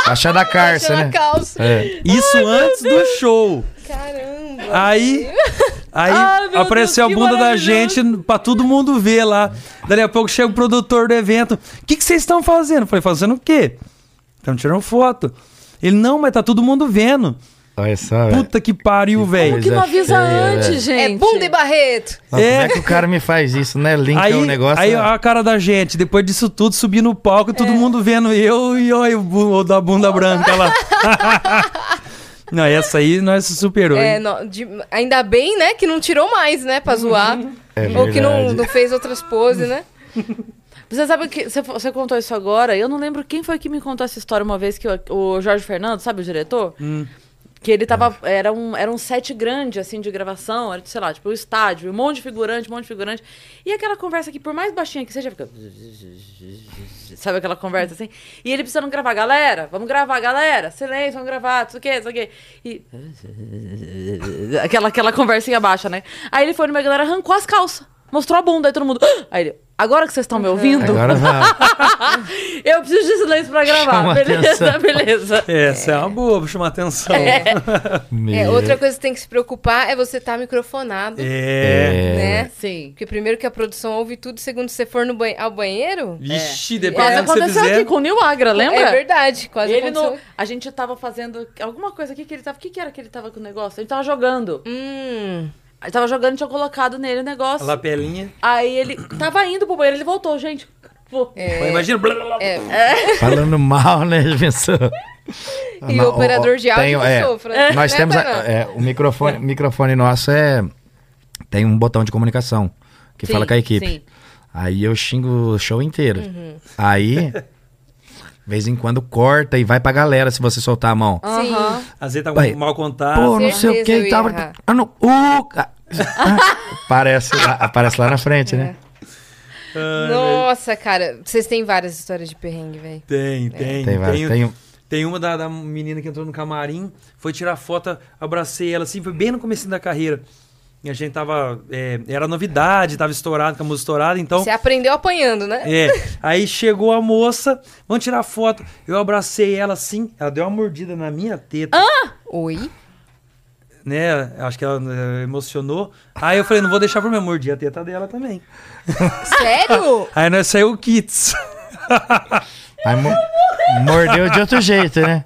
baixada carça,
tirou a
né?
calça.
É.
Isso antes do show.
Caramba.
Aí, aí
Ai, meu
apareceu
Deus,
a bunda
que
da
maravilhoso.
gente pra todo mundo ver lá. Dali a pouco chega o produtor do evento. O que que vocês estão fazendo? Eu falei, fazendo o quê? Estamos tirando foto. Ele, não, mas tá todo mundo vendo.
Olha só, velho.
Puta que pariu,
Por
velho.
que não avisa
É. Coisa feia,
antes,
velho.
gente?
É bunda e barreto.
Mas
É.
Como é que o cara me faz isso, né? Linka
Aí,
o negócio.
aí
né?
a cara da gente, depois disso tudo, subi no palco,
É.
todo mundo vendo eu e olha o bu- o da bunda branca
[LAUGHS]
lá. não, essa aí nós superou.
É,
hein?
não, de- ainda bem, né, que não tirou mais, né, pra zoar.
[LAUGHS] É
Ou que não,
verdade.
não fez outras poses, né?
Você sabe que você, você contou isso agora? Eu não lembro quem foi que me contou essa história uma vez que o, o Jorge Fernando, sabe o diretor? Que ele tava.
É.
Era um, era um set grande, assim, de gravação. Era, sei lá, tipo, o estádio, um monte de figurante, um monte de figurante. E aquela conversa que, por mais baixinha que seja, fica. [LAUGHS] Sabe aquela conversa assim? E ele precisando gravar, galera, vamos gravar, galera, silêncio, vamos gravar, não sei o quê, não sei o quê. E. [LAUGHS] Aquela, aquela conversinha baixa, né? Aí ele foi no meio da galera, arrancou as calças, mostrou a bunda, aí todo mundo. "Ah!" Aí ele. Agora que vocês estão me ouvindo,
Uhum. Agora vai.
[LAUGHS]
[LAUGHS]
eu preciso de silêncio pra gravar.
Chama
beleza,
atenção.
beleza.
Essa é. uma boa, vou chamar atenção. É.
É, outra coisa que tem que se preocupar é você estar
É.
microfonado,
É.
né?
Sim.
Porque primeiro que a produção ouve tudo, segundo se você for no banhe- ao banheiro...
Mas
Vixe,
É,
dependendo do que você
É, aconteceu
fizer.
aqui com o Nil Agra, lembra?
É verdade, quase
ele
aconteceu.
não. A gente tava fazendo alguma coisa aqui que ele tava. O que, que era que ele tava com o negócio? A gente tava jogando.
Hum,
A gente tava jogando e tinha colocado nele o negócio.
A lapelinha.
Aí ele [CLEARS THROAT] tava indo pro banheiro, ele voltou, gente. Pô.
É,
Mas Imagina. blá, blá, blá,
É.
Falando mal, né, Benção? Ah,
E o operador de áudio que sofra, né?
Nós
Não é
temos a-
pra não.
é, o microfone, o microfone nosso é tem um botão de comunicação que
Sim,
fala com a equipe.
sim.
Aí eu xingo o show inteiro.
Uhum.
Aí vez em quando corta e vai pra galera se você soltar a mão.
sim.
Às vezes tá
Vai.
com mal contado.
Pô, não sei o
certeza
que
eu
e
ia
tava.
errar.
Ah, não. Uh, ca- [LAUGHS] Ah, aparece, lá, aparece lá na frente, né?
Nossa, cara, vocês têm várias histórias de perrengue, velho.
É.
Tem,
É.
tem.
Tem várias,
tem,
tem um-
tem uma da, da menina que entrou no camarim, foi tirar foto, abracei ela assim, foi bem no comecinho da carreira. E a gente tava. é, era novidade, tava estourado, com a música estourada, então.
Você aprendeu apanhando, né?
É, aí chegou a moça, vamos tirar foto. Eu abracei ela assim, ela deu uma mordida na minha teta,
Oi?
né? Acho que ela eh, emocionou. Aí eu falei, não vou deixar por mim, eu mordi a teta dela também.
[LAUGHS]
Sério?
Aí nós saiu o [LAUGHS] Kits.
Aí mo- mordeu de outro jeito, né?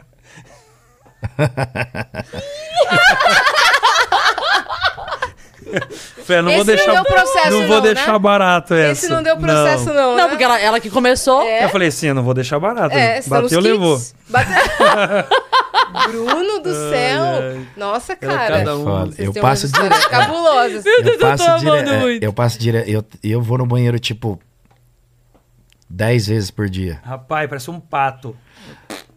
Falei, não vou
Esse não
deixar,
deu processo
não vou
não, né?
deixar barato essa.
Esse não deu processo,
Não.
não.
Não,
né?
porque ela, ela que começou.
É.
Eu falei assim, eu não vou deixar barato.
É, estamos
Bateu,
kits.
levou.
[LAUGHS] Bate- Bruno do céu!
ai.
Nossa,
Era
cara.
cada um.
É Foda.
Vocês
Eu
têm umas
passo direto.
histórias cabulosas.
Eu passo,
tava
dire...
amando
é,
muito.
eu passo dire... eu, eu vou no banheiro, tipo, 10 vezes por dia.
Rapaz, parece um pato.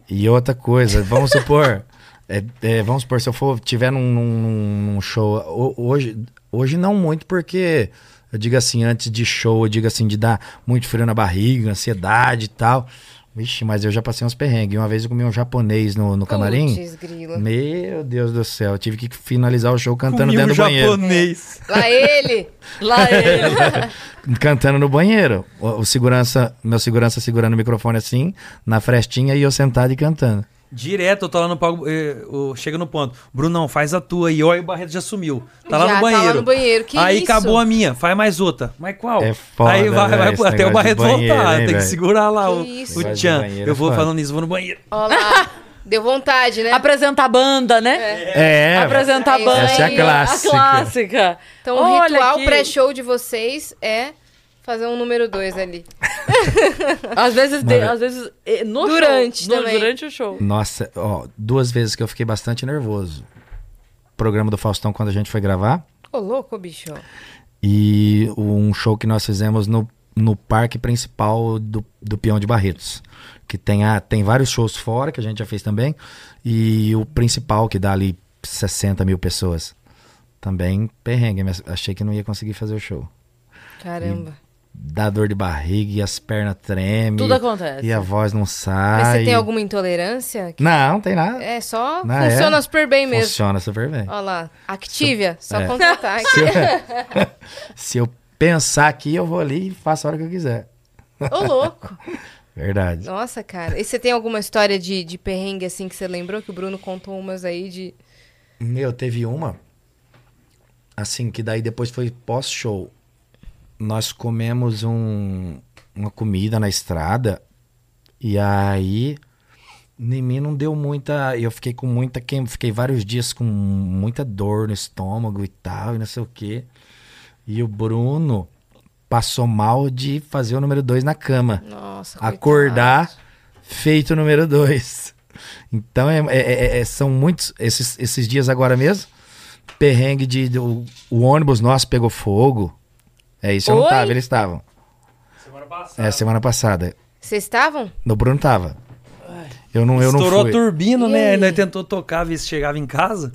E outra coisa, vamos supor, é, é, vamos supor, se eu for, tiver num, num- num show, ho- hoje, hoje não muito, porque eu digo assim, antes de show, eu digo assim, de dar muito frio na barriga, ansiedade e tal. Vixe, mas eu já passei uns perrengues. Uma vez eu comi um japonês no, no camarim.
Puts, grila.
Meu Deus do céu, eu tive que finalizar o show cantando
Comi um
dentro do banheiro.
japonês.
Lá ele!
Lá ele.
[LAUGHS]
cantando no banheiro. O, o segurança, meu segurança segurando o microfone assim, na frestinha, e eu sentado e cantando.
Direto, eu tô lá no palco. eh, o- chega no ponto. Brunão, faz a tua. E olha, o Barreto já sumiu. Tá lá
Já
no
tá
banheiro.
lá no banheiro, que
Aí
isso?
acabou a minha, faz mais outra. Mas qual?
É foda,
Aí vai,
né,
vai
esse
até
negócio
o
de
Barreto
banheiro,
voltar.
hein,
tem que
velho?
segurar lá o,
Que isso.
o
Negócio de
Tchan.
banheiro é
Eu vou
foda.
falando nisso, vou no banheiro.
Ó lá. Deu vontade, né?
Apresentar a banda, né?
É,
Apresentar a
Essa
banda.
é a
clássica.
A clássica.
Então
Olha
o ritual
que-
pré-show de vocês é fazer um número dois ali.
Às vezes, de- às vezes eh, no
Durante
show, no-
também.
durante o show.
Nossa, ó, duas vezes que eu fiquei bastante nervoso. Programa do Faustão quando a gente foi gravar.
Ô, louco, bicho.
E um show que nós fizemos no, no parque principal do, do Peão de Barretos. Que tem, a, tem vários shows fora, que a gente já fez também. E o principal, que dá ali 60 mil pessoas. Também perrengue, mas achei que não ia conseguir fazer o show.
Caramba.
dá dor de barriga e as pernas tremem.
Tudo acontece.
E a voz não sai.
Mas você tem alguma intolerância?
Não, não tem nada.
É só
Não, é.
funciona super bem mesmo.
Funciona super bem.
Olha lá. Activia, só
É.
contratar.
Se eu, [LAUGHS] se eu pensar aqui, eu vou ali e faço a hora que eu quiser.
Ô, louco.
Verdade.
Nossa, cara. E você tem alguma história de, de perrengue assim que você lembrou? Que o Bruno contou umas aí de.
Meu, teve uma. Assim, que daí depois foi pós-show. Nós comemos um, uma comida na estrada. E aí. Em mim não deu muita. Eu fiquei com muita. quem- Fiquei vários dias com muita dor no estômago e tal, e não sei o quê. E o Bruno passou mal de fazer o número 2 na cama
Nossa, coitado.
acordar feito número dois. Então é- é- é- é- são muitos esses, esses dias agora mesmo. Perrengue de, do- o ônibus nosso pegou fogo. É isso, eu não
Oi?
tava, eles estavam.
Semana passada.
É semana passada.
Vocês estavam?
No Bruno tava. Eu não, eu não
Estourou
fui.
a turbina,
E
né?
aí?
Aí nós tentou tocar, ver se chegava em casa.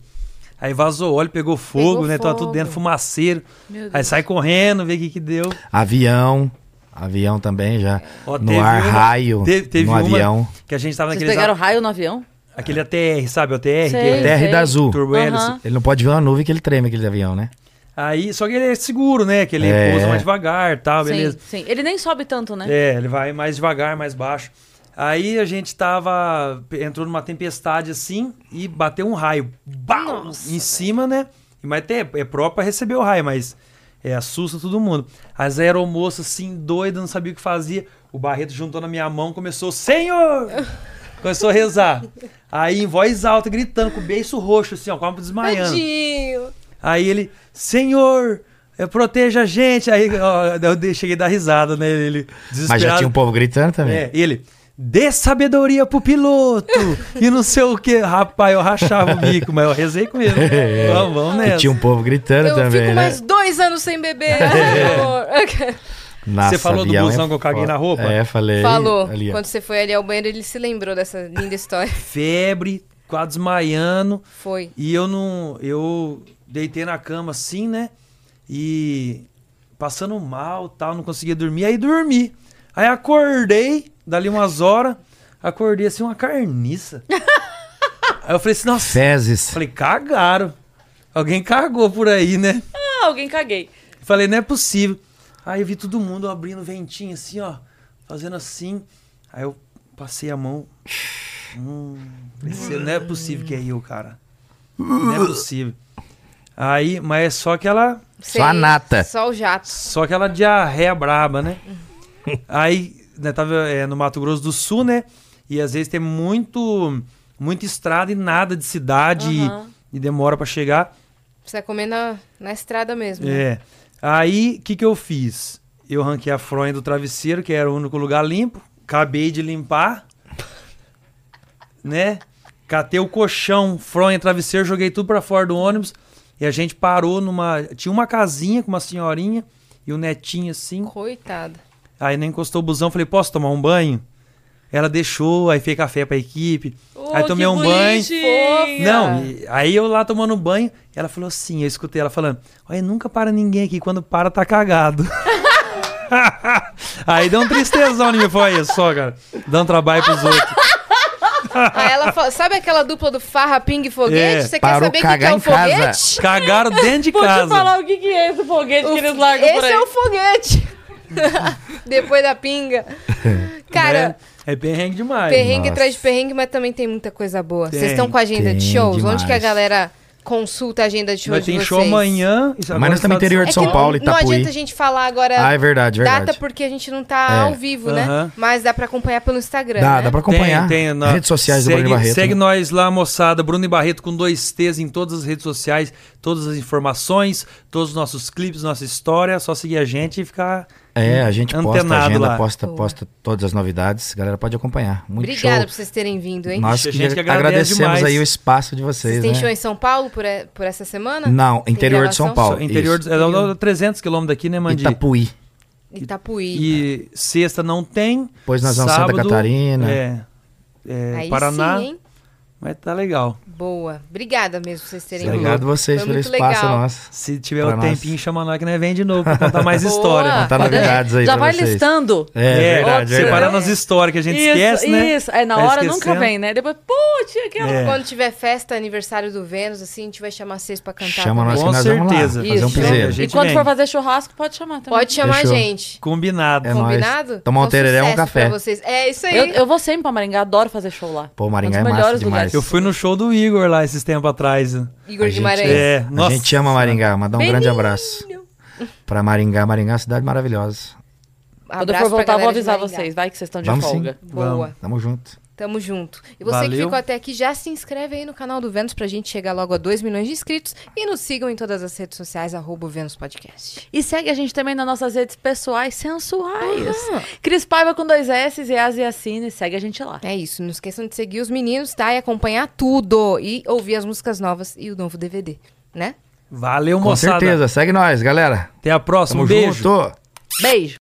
Aí vazou óleo, pegou fogo,
Pegou
né? Tava tudo
fogo.
dentro, fumaceiro.
Meu Deus.
Aí sai correndo, vê o que que deu.
Avião. Avião também já.
Ó,
no
teve
ar,
uma-
raio.
teve- teve
no
uma-
avião.
Que a gente tava
Vocês
naquele
pegaram raio no avião?
aquele ATR, sabe? O ATR, que
Sei.
é
Terra e da Azul.
turbo hélice.
Aham.
Ele não pode ver uma nuvem que ele treme aquele avião, né?
Aí, só que ele é seguro, né? Que ele
É.
pousa mais devagar e tal, beleza.
Sim, sim. Ele nem sobe tanto, né?
É, ele vai mais devagar, mais baixo. Aí a gente tava. Entrou numa tempestade assim e bateu um raio. Bau! em cima, né? Mas até é próprio pra receber o raio, mas é, assusta todo mundo. As aeromoças, assim, doidas, não sabia o que fazia. O Barreto juntou na minha mão, começou, Senhor! Começou a rezar. Aí, em voz alta, gritando, com o beiço roxo, assim, ó, quase desmaiando.
Tadinho.
Aí ele, Senhor, eh, proteja a gente. Aí ó, eu dei- cheguei a dar risada, né? Ele desesperado.
Mas já tinha um povo gritando também.
É, ele, dê sabedoria pro piloto e não sei o que. Rapaz, eu rachava o bico, mas eu rezei com
[LAUGHS]
ele. Vamos, vamos
E
nessa.
tinha um povo gritando
eu
também,
fico
né? É.
mais dois anos sem beber.
[LAUGHS]
Ai, amor.
Nossa,
falou do
avião
busão
é
que eu caguei
foda.
na roupa?
É, falei.
Falou.
Ali, ó.
Quando você foi ali ao banheiro, ele se lembrou dessa linda história.
Febre, quase desmaiando.
Foi.
E eu não. Eu deitei na cama assim, né? E passando mal tal, não conseguia dormir. Aí dormi. Aí acordei, dali umas horas, acordei assim, uma
[LAUGHS]
carniça. aí eu falei assim, nossa.
Fezes.
Falei, cagaram. Alguém cagou por aí, né?
Ah, alguém caguei.
Falei, não é possível. Aí eu vi todo mundo abrindo ventinho assim, ó. Fazendo assim. Aí eu passei a mão. Hum, falei, "Cê- não é possível que é eu, cara. Não é possível. Aí, mas é só aquela.
Só a nata.
Só o jato.
Só aquela diarreia braba, né? Aí, né, tava é, no Mato Grosso do Sul, né? E às vezes tem muito. Muita estrada e nada de cidade e-
Aham.
e demora pra chegar.
Precisa comer na, na estrada mesmo. né?
É. Aí, o que, que eu fiz? Eu ranquei a fronha do travesseiro, que era o único lugar limpo. Acabei de limpar. né? Catei o colchão, fronha, travesseiro, joguei tudo pra fora do ônibus. E a gente parou numa. Tinha uma casinha com uma senhorinha e um netinho assim.
Coitado.
Aí nem encostou o busão, falei, posso tomar um banho? Ela deixou, aí fez café pra equipe. aí tomei um banho. Não, e aí eu lá tomando banho, ela falou assim, eu escutei ela falando, olha, nunca para ninguém aqui, quando para tá cagado. [LAUGHS] aí deu um tristezão em mim, foi isso só, cara. Dando trabalho pros outros.
Ah, ela fa- Sabe aquela dupla do farra, ping e foguete?
É,
Você quer
parou
saber o que, que
cagar
é o
em casa.
foguete?
Cagaram dentro de
Vou te
casa.
falar o que, que é esse foguete que eles
O-
largam
Esse
por aí.
é o foguete. [LAUGHS] Depois da
[LAUGHS]
pinga. Cara,
é, é perrengue demais.
perrengue
Nossa.
atrás de perrengue, mas também tem muita coisa boa.
Tem,
Vocês estão com a agenda
tem
de shows?
demais.
Onde que a galera consulta a agenda de shows
Mas
de
tem
vocês?
show amanhã. isso
Mas nós
agora
estamos no
está-
interior
É
de
que
São
não-
Paulo,
Não adianta a
Itapuí.
gente falar agora
Ah, é verdade, verdade.
data porque a gente não tá
É.
ao vivo, né?
Aham.
Mas dá pra acompanhar pelo Instagram,
Dá,
né?
dá pra acompanhar.
Tem, tem. na-
Redes sociais
segue,
do Bruno Barreto.
Segue
né?
nós lá, moçada. Bruno e Barreto com dois T's em todas as redes sociais, todas as informações, todos os nossos clipes, nossa história. É Só seguir a gente e ficar.
É, a gente posta a
Antenado
agenda,
lá.
posta,
Boa.
posta todas as novidades. Galera, pode acompanhar. Muito
Obrigada
show.
por vocês terem vindo, hein?
Nós
Ixi, a
que
gente que agradece
agradecemos
demais.
aí o espaço de vocês,
Vocês têm
né?
show em São Paulo por, e- por essa semana?
Não,
Tem
interior de
gravação?
São Paulo.
interior
isso.
é, é, é 300 quilômetros daqui, né, Mandi?
Itapuí.
Itapuí.
E sexta não tem.
Depois nós vamos a Santa
sábado,
Catarina.
É. é,
Aí
Paraná.
sim, hein?
mas tá legal.
Boa. Obrigada mesmo por vocês terem vindo.
Obrigado vocês
Foi
pelo
muito
espaço
legal.
nosso.
Se tiver
Pra
um
nós.
tempinho, chama nós que nós vem de novo pra contar mais
Boa.
história.
Tá
Pode-
novidades aí
Já
pra
vai
vocês.
listando.
É, verdade,
ótimo.
verdade.
Separando as histórias que a gente
isso,
esquece, né?
isso. É, na
Vai
hora
esquecendo.
nunca vem, né? Depois, pô, tinha aquela...
É.
Quando tiver festa, aniversário do Vênus, assim, a gente vai chamar vocês pra cantar.
Chama
também.
nós que
Com
nós vamos lá.
certeza.
Fazer um
Isso.
piseiro.
A gente
E quando
vem.
for fazer churrasco, pode chamar também.
Pode chamar
Fechou.
a gente.
Combinado.
É nóis.
Combinado?
Tomar um
Então,
tereré é um
sucesso
café.
Pra vocês. É isso aí.
Eu, eu vou sempre pra Maringá, adoro fazer show lá.
Pô, Maringá
um dos
é massa
melhores
demais.
lugares.
Eu fui no show do Igor lá esses tempos atrás.
Igor
A gente-
Guimarães.
É,
A
nossa
gente ama
senhora.
Maringá. Mandar um grande abraço pra Maringá. Maringá é uma cidade maravilhosa.
Quando eu for voltar, vou avisar vocês. Vai que vocês estão de
Vamos
folga.
sim.
Boa.
Tamo junto.
Tamo junto. E você que
Valeu.
ficou até aqui, já se inscreve aí no canal do Vênus pra gente chegar logo a 2 milhões de inscritos. E nos sigam em todas as redes sociais, arroba o Vênus Podcast.
E segue a gente também nas nossas redes pessoais sensuais.
Ah.
Cris Paiva com dois S e As e Assine. Segue a gente lá.
É isso, não esqueçam de seguir os meninos, tá? E acompanhar tudo. E ouvir as músicas novas e o novo DVD, né?
Valeu,
Com
moçada.
certeza. Segue nós, galera.
Até a próxima.
Tamo
um beijo.
junto.
Beijo.